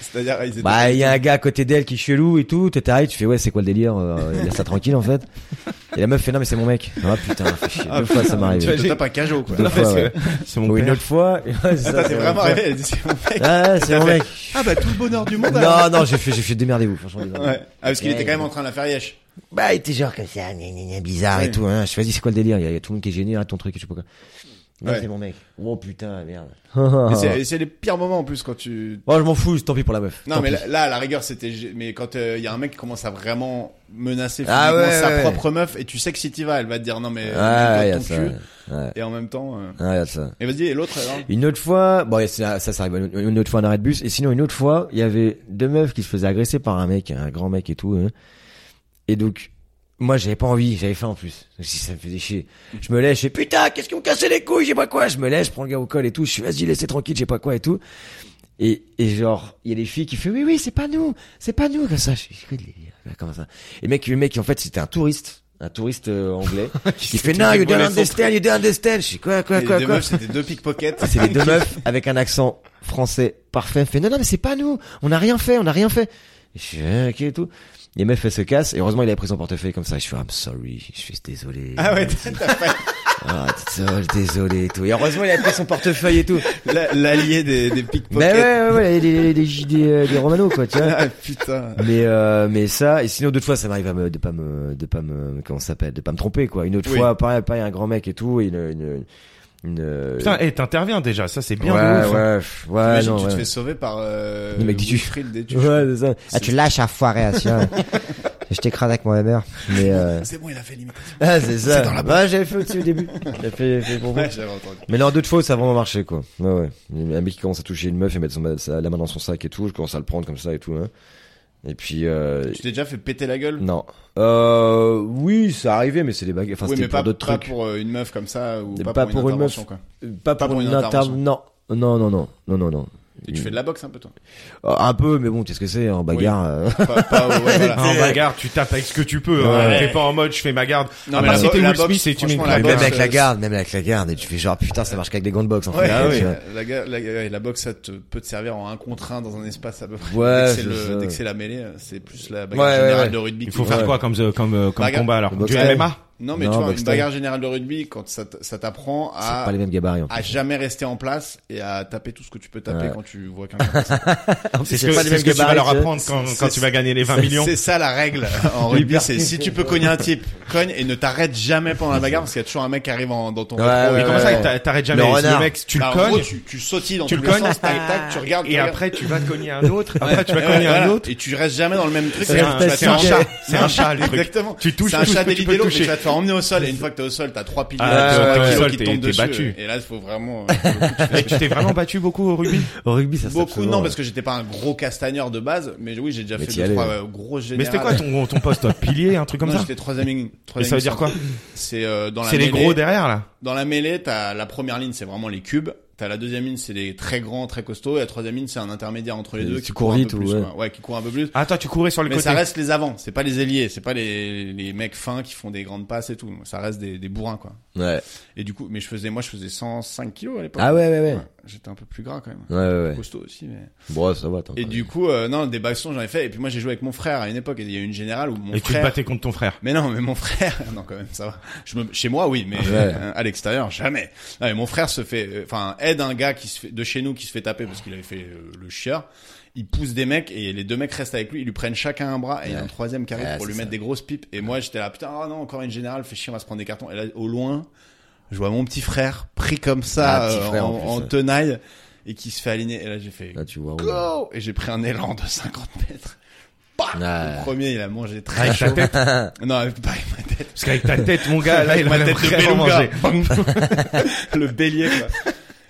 Speaker 4: C'est-à-dire, ils étaient-
Speaker 2: Bah, il y a un gars à côté d'elle qui est chelou et tout. T'es t'arrives, tu fais ouais, c'est quoi le délire euh, Il laisse ça tranquille en fait. Et la meuf fait non, mais c'est mon mec. Ah putain, fais chier.
Speaker 4: Ah,
Speaker 2: deux fois ça m'est
Speaker 4: tu vois,
Speaker 2: arrivé.
Speaker 4: je
Speaker 3: j'ai-
Speaker 4: tape un cajot, quoi.
Speaker 2: Deux
Speaker 3: Non,
Speaker 4: Attends,
Speaker 3: mais
Speaker 2: fois,
Speaker 3: c'est- C'est mon
Speaker 2: Ou une
Speaker 3: père.
Speaker 2: autre fois. et ouais, c'est ça,
Speaker 4: t'es
Speaker 2: c'est
Speaker 4: vraiment
Speaker 2: vrai.
Speaker 4: arrivé, elle dit, c'est mon mec.
Speaker 2: Ah, ouais, c'est mon mec.
Speaker 4: Ah, bah, tout le bonheur du monde. alors.
Speaker 2: Non, non, j'ai fait, j'ai fait démerdez-vous, franchement. démerdez-vous.
Speaker 4: Ouais. Ah, parce qu'il
Speaker 2: Ouais,
Speaker 4: était quand même
Speaker 2: ouais.
Speaker 4: en train de la faire yesh.
Speaker 2: Bah, il était genre comme ça, gna, gna, gna, bizarre et
Speaker 4: Ouais.
Speaker 2: tout. Hein. Je fais, vas-y, c'est quoi le délire Il y, a- il y a tout le monde qui est gêné, arrête ton truc, je sais pas quoi. Non,
Speaker 4: Ouais.
Speaker 2: c'est mon mec. Oh putain, merde.
Speaker 4: Et c'est-
Speaker 2: oh,
Speaker 4: et c'est les pires moments, en plus, quand tu...
Speaker 2: je m'en fous, tant pis pour la meuf.
Speaker 4: Non,
Speaker 2: Tant
Speaker 4: mais
Speaker 2: pis.
Speaker 4: là, là, à la rigueur, c'était, gé- mais quand euh, il y a un mec qui commence à vraiment menacer
Speaker 2: Ah,
Speaker 4: physiquement
Speaker 2: ouais,
Speaker 4: sa
Speaker 2: ouais,
Speaker 4: propre meuf, et tu sais que si t'y vas, elle va te dire, non, mais,
Speaker 2: Ah, Ouais,
Speaker 4: tu
Speaker 2: il
Speaker 4: dois
Speaker 2: y a
Speaker 4: ton
Speaker 2: ça.
Speaker 4: cul.
Speaker 2: Ouais,
Speaker 4: Et en même temps, euh,
Speaker 2: Ouais, il y a ça.
Speaker 4: et vas-y, et l'autre, alors
Speaker 2: Une autre fois, bon, ça, ça, ça arrive une autre fois un arrêt de bus. Et sinon, une autre fois, il y avait deux meufs qui se faisaient agresser par un mec, un grand mec et tout. hein. Et donc, moi, j'avais pas envie, j'avais faim en plus. Si ça me faisait chier. Je me lève, je fais putain, qu'est-ce qu'ils ont cassé les couilles, j'ai pas quoi. Je me lève, je prends le gars au col et tout. Je suis vas-y, laissez tranquille, j'ai pas quoi et tout. Et, et genre, il y a des filles qui font oui, oui, c'est pas nous, c'est pas nous, comme ça. Je suis comme ça. Et le mec, le mec, en fait, c'était un touriste, un touriste euh, anglais, qui fait non, you don't understand, you don't understand. Je suis quoi, quoi,
Speaker 4: Les
Speaker 2: quoi,
Speaker 4: deux
Speaker 2: quoi.
Speaker 4: meufs, c'était deux pickpockets.
Speaker 2: C'est les deux meufs avec un accent français parfait. Elle Fait non, non, mais c'est pas nous. On n'a rien fait, on n'a rien fait. Et je suis euh, ok et tout. Les meufs, elles se cassent. Et heureusement, il avait pris son portefeuille comme ça. Je suis I'm sorry, je suis désolé.
Speaker 4: Ah ouais,
Speaker 2: Merci. Ah, désolé, désolé et tout. Et heureusement, il a pris son portefeuille et tout.
Speaker 4: la- l'allié des, des
Speaker 2: Mais
Speaker 4: pickpockets.
Speaker 2: ouais, ouais, ouais, des, des, des, des, euh, des Romano, quoi, tu vois.
Speaker 4: Ah putain.
Speaker 2: Mais euh, mais ça et sinon d'autres fois ça m'arrive à me de pas me de pas me comment ça s'appelle de pas me tromper quoi une autre
Speaker 4: Oui.
Speaker 2: fois pareil pareil un grand mec et tout une une, une euh,
Speaker 3: Putain, eh, t'interviens déjà, ça c'est bien
Speaker 2: ouais,
Speaker 3: de ouf. hein.
Speaker 2: ouais pff, ouais
Speaker 4: Imagine,
Speaker 2: non
Speaker 4: tu te
Speaker 2: ouais.
Speaker 4: fais sauver par euh,
Speaker 2: Le mec dit tu-
Speaker 4: Wilfried des Tuches.
Speaker 2: Ouais, c'est ça. ah
Speaker 4: C'est-
Speaker 2: tu lâches à foirer je t'écrase avec mon hammer mais euh...
Speaker 4: C'est bon, il a fait limite.
Speaker 2: ah c'est ça dans la ouais, j'avais fait aussi au début j'avais fait, fait pour vous.
Speaker 4: Ouais, j'avais entendu.
Speaker 2: mais non d'autres fois ça a vraiment marché quoi ouais ouais un mec qui commence à toucher une meuf et mettre son, sa- la main dans son sac et tout je commence à le prendre comme ça et tout hein. et puis euh,
Speaker 4: Tu t'es déjà fait péter la gueule
Speaker 2: Non. Euh, oui, ça arrivait, mais c'est des baguettes. Enfin,
Speaker 4: Oui,
Speaker 2: c'était
Speaker 4: mais
Speaker 2: pour
Speaker 4: pas,
Speaker 2: d'autres
Speaker 4: pas
Speaker 2: trucs.
Speaker 4: pour euh, une meuf comme ça ou
Speaker 2: Mais
Speaker 4: pas,
Speaker 2: pas
Speaker 4: pour,
Speaker 2: pour
Speaker 4: une
Speaker 2: une meuf.
Speaker 4: intervention, quoi.
Speaker 2: Euh, Pas,
Speaker 4: pas pour une
Speaker 2: inter-
Speaker 4: intervention.
Speaker 2: Non, non, non, non, non, non, non.
Speaker 4: Et tu fais de la boxe un peu toi
Speaker 2: Euh, Un peu, mais bon, qu'est-ce que c'est en bagarre euh,
Speaker 4: Pas- pas- ouais, voilà.
Speaker 3: Ah, En bagarde, tu tapes avec ce que tu peux. hein.
Speaker 2: Ouais.
Speaker 3: T'es pas en mode je fais ma garde.
Speaker 4: Non,
Speaker 3: Ah,
Speaker 4: mais
Speaker 3: bah,
Speaker 4: la
Speaker 3: c'était
Speaker 4: bo- la
Speaker 3: Will
Speaker 4: boxe,
Speaker 3: Smith et tu mets une
Speaker 4: franchement,
Speaker 3: claque.
Speaker 4: la
Speaker 2: Même
Speaker 4: boxe,
Speaker 2: avec la
Speaker 4: euh,
Speaker 2: garde, même avec la garde, et tu fais genre putain, ça marche qu'avec des gants de boxe. En
Speaker 4: Ouais,
Speaker 2: fait, tu
Speaker 4: ouais.
Speaker 2: vois.
Speaker 4: Ah La, ga- la ga- la boxe, ça te, peut te servir en un contre un dans un espace à peu près. dès
Speaker 2: Ouais,
Speaker 4: que
Speaker 2: c'est
Speaker 4: c'est
Speaker 2: ça.
Speaker 4: le- dès que c'est la mêlée, euh, c'est plus la bagarre
Speaker 2: Ouais, ouais,
Speaker 4: générale
Speaker 2: ouais.
Speaker 4: de rugby.
Speaker 3: Il
Speaker 4: qui-
Speaker 3: faut faire
Speaker 2: Ouais.
Speaker 3: quoi comme, euh, comme, euh, comme
Speaker 4: Bagarre.
Speaker 3: combat alors
Speaker 2: Le
Speaker 3: Du
Speaker 2: boxe
Speaker 3: MMA
Speaker 4: Non, mais
Speaker 2: Non,
Speaker 4: tu vois,
Speaker 2: boxe
Speaker 4: une bagarre générale de rugby, quand ça t- ça t'apprend
Speaker 2: C'est
Speaker 4: à
Speaker 2: pas les mêmes gabarits. En
Speaker 4: à
Speaker 2: fait.
Speaker 4: jamais rester en place et à taper tout ce que tu peux taper
Speaker 2: Ouais.
Speaker 4: quand tu vois quelqu'un.
Speaker 3: C'est ce que, c'est ce que tu vas leur apprendre quand, quand tu vas gagner les 20 millions.
Speaker 4: C'est ça la règle en rugby, c'est si tu peux cogner un type, cogne et ne t'arrête jamais pendant la bagarre parce qu'il y a toujours un mec qui arrive en- dans ton
Speaker 2: Ouais,
Speaker 4: rétro.
Speaker 3: Mais
Speaker 2: ouais,
Speaker 3: comment
Speaker 2: ouais.
Speaker 3: ça, t'a- t'arrêtes jamais
Speaker 2: Le
Speaker 3: le,
Speaker 2: renard.
Speaker 3: mec, tu
Speaker 4: Bah,
Speaker 3: le
Speaker 4: en gros,
Speaker 3: cognes,
Speaker 4: tu, tu sautilles dans
Speaker 3: tu
Speaker 4: tous
Speaker 3: le
Speaker 4: les
Speaker 3: cognes,
Speaker 4: sens, tac, tac, tu regardes.
Speaker 3: et
Speaker 4: tu
Speaker 3: après tu vas cogner un autre, après tu vas
Speaker 4: regardes.
Speaker 3: cogner
Speaker 4: Ouais,
Speaker 3: un
Speaker 4: voilà.
Speaker 3: autre.
Speaker 4: Et tu restes jamais dans le même truc.
Speaker 3: C'est un-
Speaker 4: tu vas te
Speaker 3: c'est
Speaker 4: faire
Speaker 3: un
Speaker 4: enlever.
Speaker 3: chat, c'est un chat le truc.
Speaker 4: Exactement.
Speaker 3: Tu touches
Speaker 4: C'est un
Speaker 3: tout ce
Speaker 4: chat
Speaker 3: que tu peux
Speaker 4: d'Elidélo, mais
Speaker 3: toucher.
Speaker 4: tu vas te faire emmener au sol et une fois que t'es au sol, t'as trois piliers,
Speaker 3: Ah,
Speaker 4: t'as
Speaker 2: ouais,
Speaker 4: trois
Speaker 2: ouais,
Speaker 4: kilos
Speaker 3: ouais,
Speaker 4: qui
Speaker 3: t'es-
Speaker 4: tombent
Speaker 3: t'es
Speaker 4: dessus.
Speaker 3: battu.
Speaker 4: Et là, il faut vraiment.
Speaker 3: Et tu t'es vraiment battu beaucoup au rugby.
Speaker 2: Au rugby, ça se tape
Speaker 4: Beaucoup,
Speaker 2: souvent,
Speaker 4: non,
Speaker 2: ouais.
Speaker 4: parce que j'étais pas un gros castagneur de base, mais oui, j'ai déjà
Speaker 2: Mais
Speaker 4: fait
Speaker 2: t'y
Speaker 4: deux,
Speaker 2: allais,
Speaker 4: trois
Speaker 2: ouais.
Speaker 4: euh, gros généraux.
Speaker 3: Mais c'était quoi ton, ton poste toi Pilier, un truc comme
Speaker 4: non,
Speaker 3: ça
Speaker 4: j'étais troisième ligne.
Speaker 3: Et
Speaker 4: troisième
Speaker 3: ça veut
Speaker 4: ligne
Speaker 3: dire quoi
Speaker 4: centrale. C'est euh, dans la
Speaker 3: C'est les
Speaker 4: mêlée-
Speaker 3: gros derrière là
Speaker 4: Dans la mêlée, t'as la première ligne, c'est vraiment les cubes. T'as la deuxième ligne, c'est les très grands, très costauds. Et la troisième ligne, c'est un intermédiaire entre les
Speaker 2: Et
Speaker 4: deux
Speaker 2: tu
Speaker 4: qui
Speaker 2: cours
Speaker 4: court un
Speaker 2: vite
Speaker 4: peu
Speaker 2: ou
Speaker 4: plus.
Speaker 2: ouais.
Speaker 4: quoi. Ouais, qui court un peu plus.
Speaker 3: Ah toi tu courais sur le
Speaker 4: Mais
Speaker 3: côté.
Speaker 4: ça reste les avants, c'est pas les ailiers, c'est pas les, les mecs fins qui font des grandes passes et tout. Ça reste des, des bourrins quoi.
Speaker 2: Ouais.
Speaker 4: Et du coup, mais je faisais, moi, je faisais 105 kilos à l'époque.
Speaker 2: Ah ouais, ouais, ouais.
Speaker 4: J'étais un peu plus gras quand même.
Speaker 2: Ouais, ouais, ouais.
Speaker 4: Costaud aussi. Mais...
Speaker 2: Bon, ça va. attends.
Speaker 4: Et du coup, euh, non, des bastons j'en ai fait. Et puis moi, j'ai joué avec mon frère à une époque. et Il y a eu une générale où mon
Speaker 3: Et tu te
Speaker 4: frère.
Speaker 3: battais contre ton frère.
Speaker 4: Mais non, mais mon frère, non quand même, ça va. Je me... Chez moi, oui, mais
Speaker 2: Ouais.
Speaker 4: euh, à l'extérieur, jamais. Non, mais mon frère se fait, euh, enfin, aide un gars qui se fait... de chez nous qui se fait taper parce qu'il avait fait euh, le chieur. Il pousse des mecs et les deux mecs restent avec lui. Ils lui prennent chacun un bras et il y a un troisième qui arrive
Speaker 2: Ouais,
Speaker 4: pour lui
Speaker 2: c'est
Speaker 4: mettre
Speaker 2: ça.
Speaker 4: des grosses pipes. Et moi, j'étais là, putain, ah non, encore une générale, fait chier, on va se prendre des cartons. Et là, au loin, je vois mon petit frère pris comme ça
Speaker 2: Ah, petit
Speaker 4: euh,
Speaker 2: frère,
Speaker 4: en,
Speaker 2: en plus,
Speaker 4: en
Speaker 2: ouais.
Speaker 4: tenaille et qui se fait aligner. Et là, j'ai fait
Speaker 2: Là, tu vois. ouais.
Speaker 4: go et j'ai pris un élan de 50 mètres. Bah
Speaker 2: Ouais.
Speaker 3: Euh.
Speaker 4: le premier, il a mangé très
Speaker 3: Avec
Speaker 4: chaud.
Speaker 3: ta tête.
Speaker 4: Non, avec- pas avec ma tête.
Speaker 3: Parce qu'avec ta tête mon gars Ah, là
Speaker 4: Avec
Speaker 3: il
Speaker 4: ma
Speaker 3: m'a
Speaker 4: tête de
Speaker 3: vraiment
Speaker 4: beluga.
Speaker 3: mangé.
Speaker 4: le bélier quoi.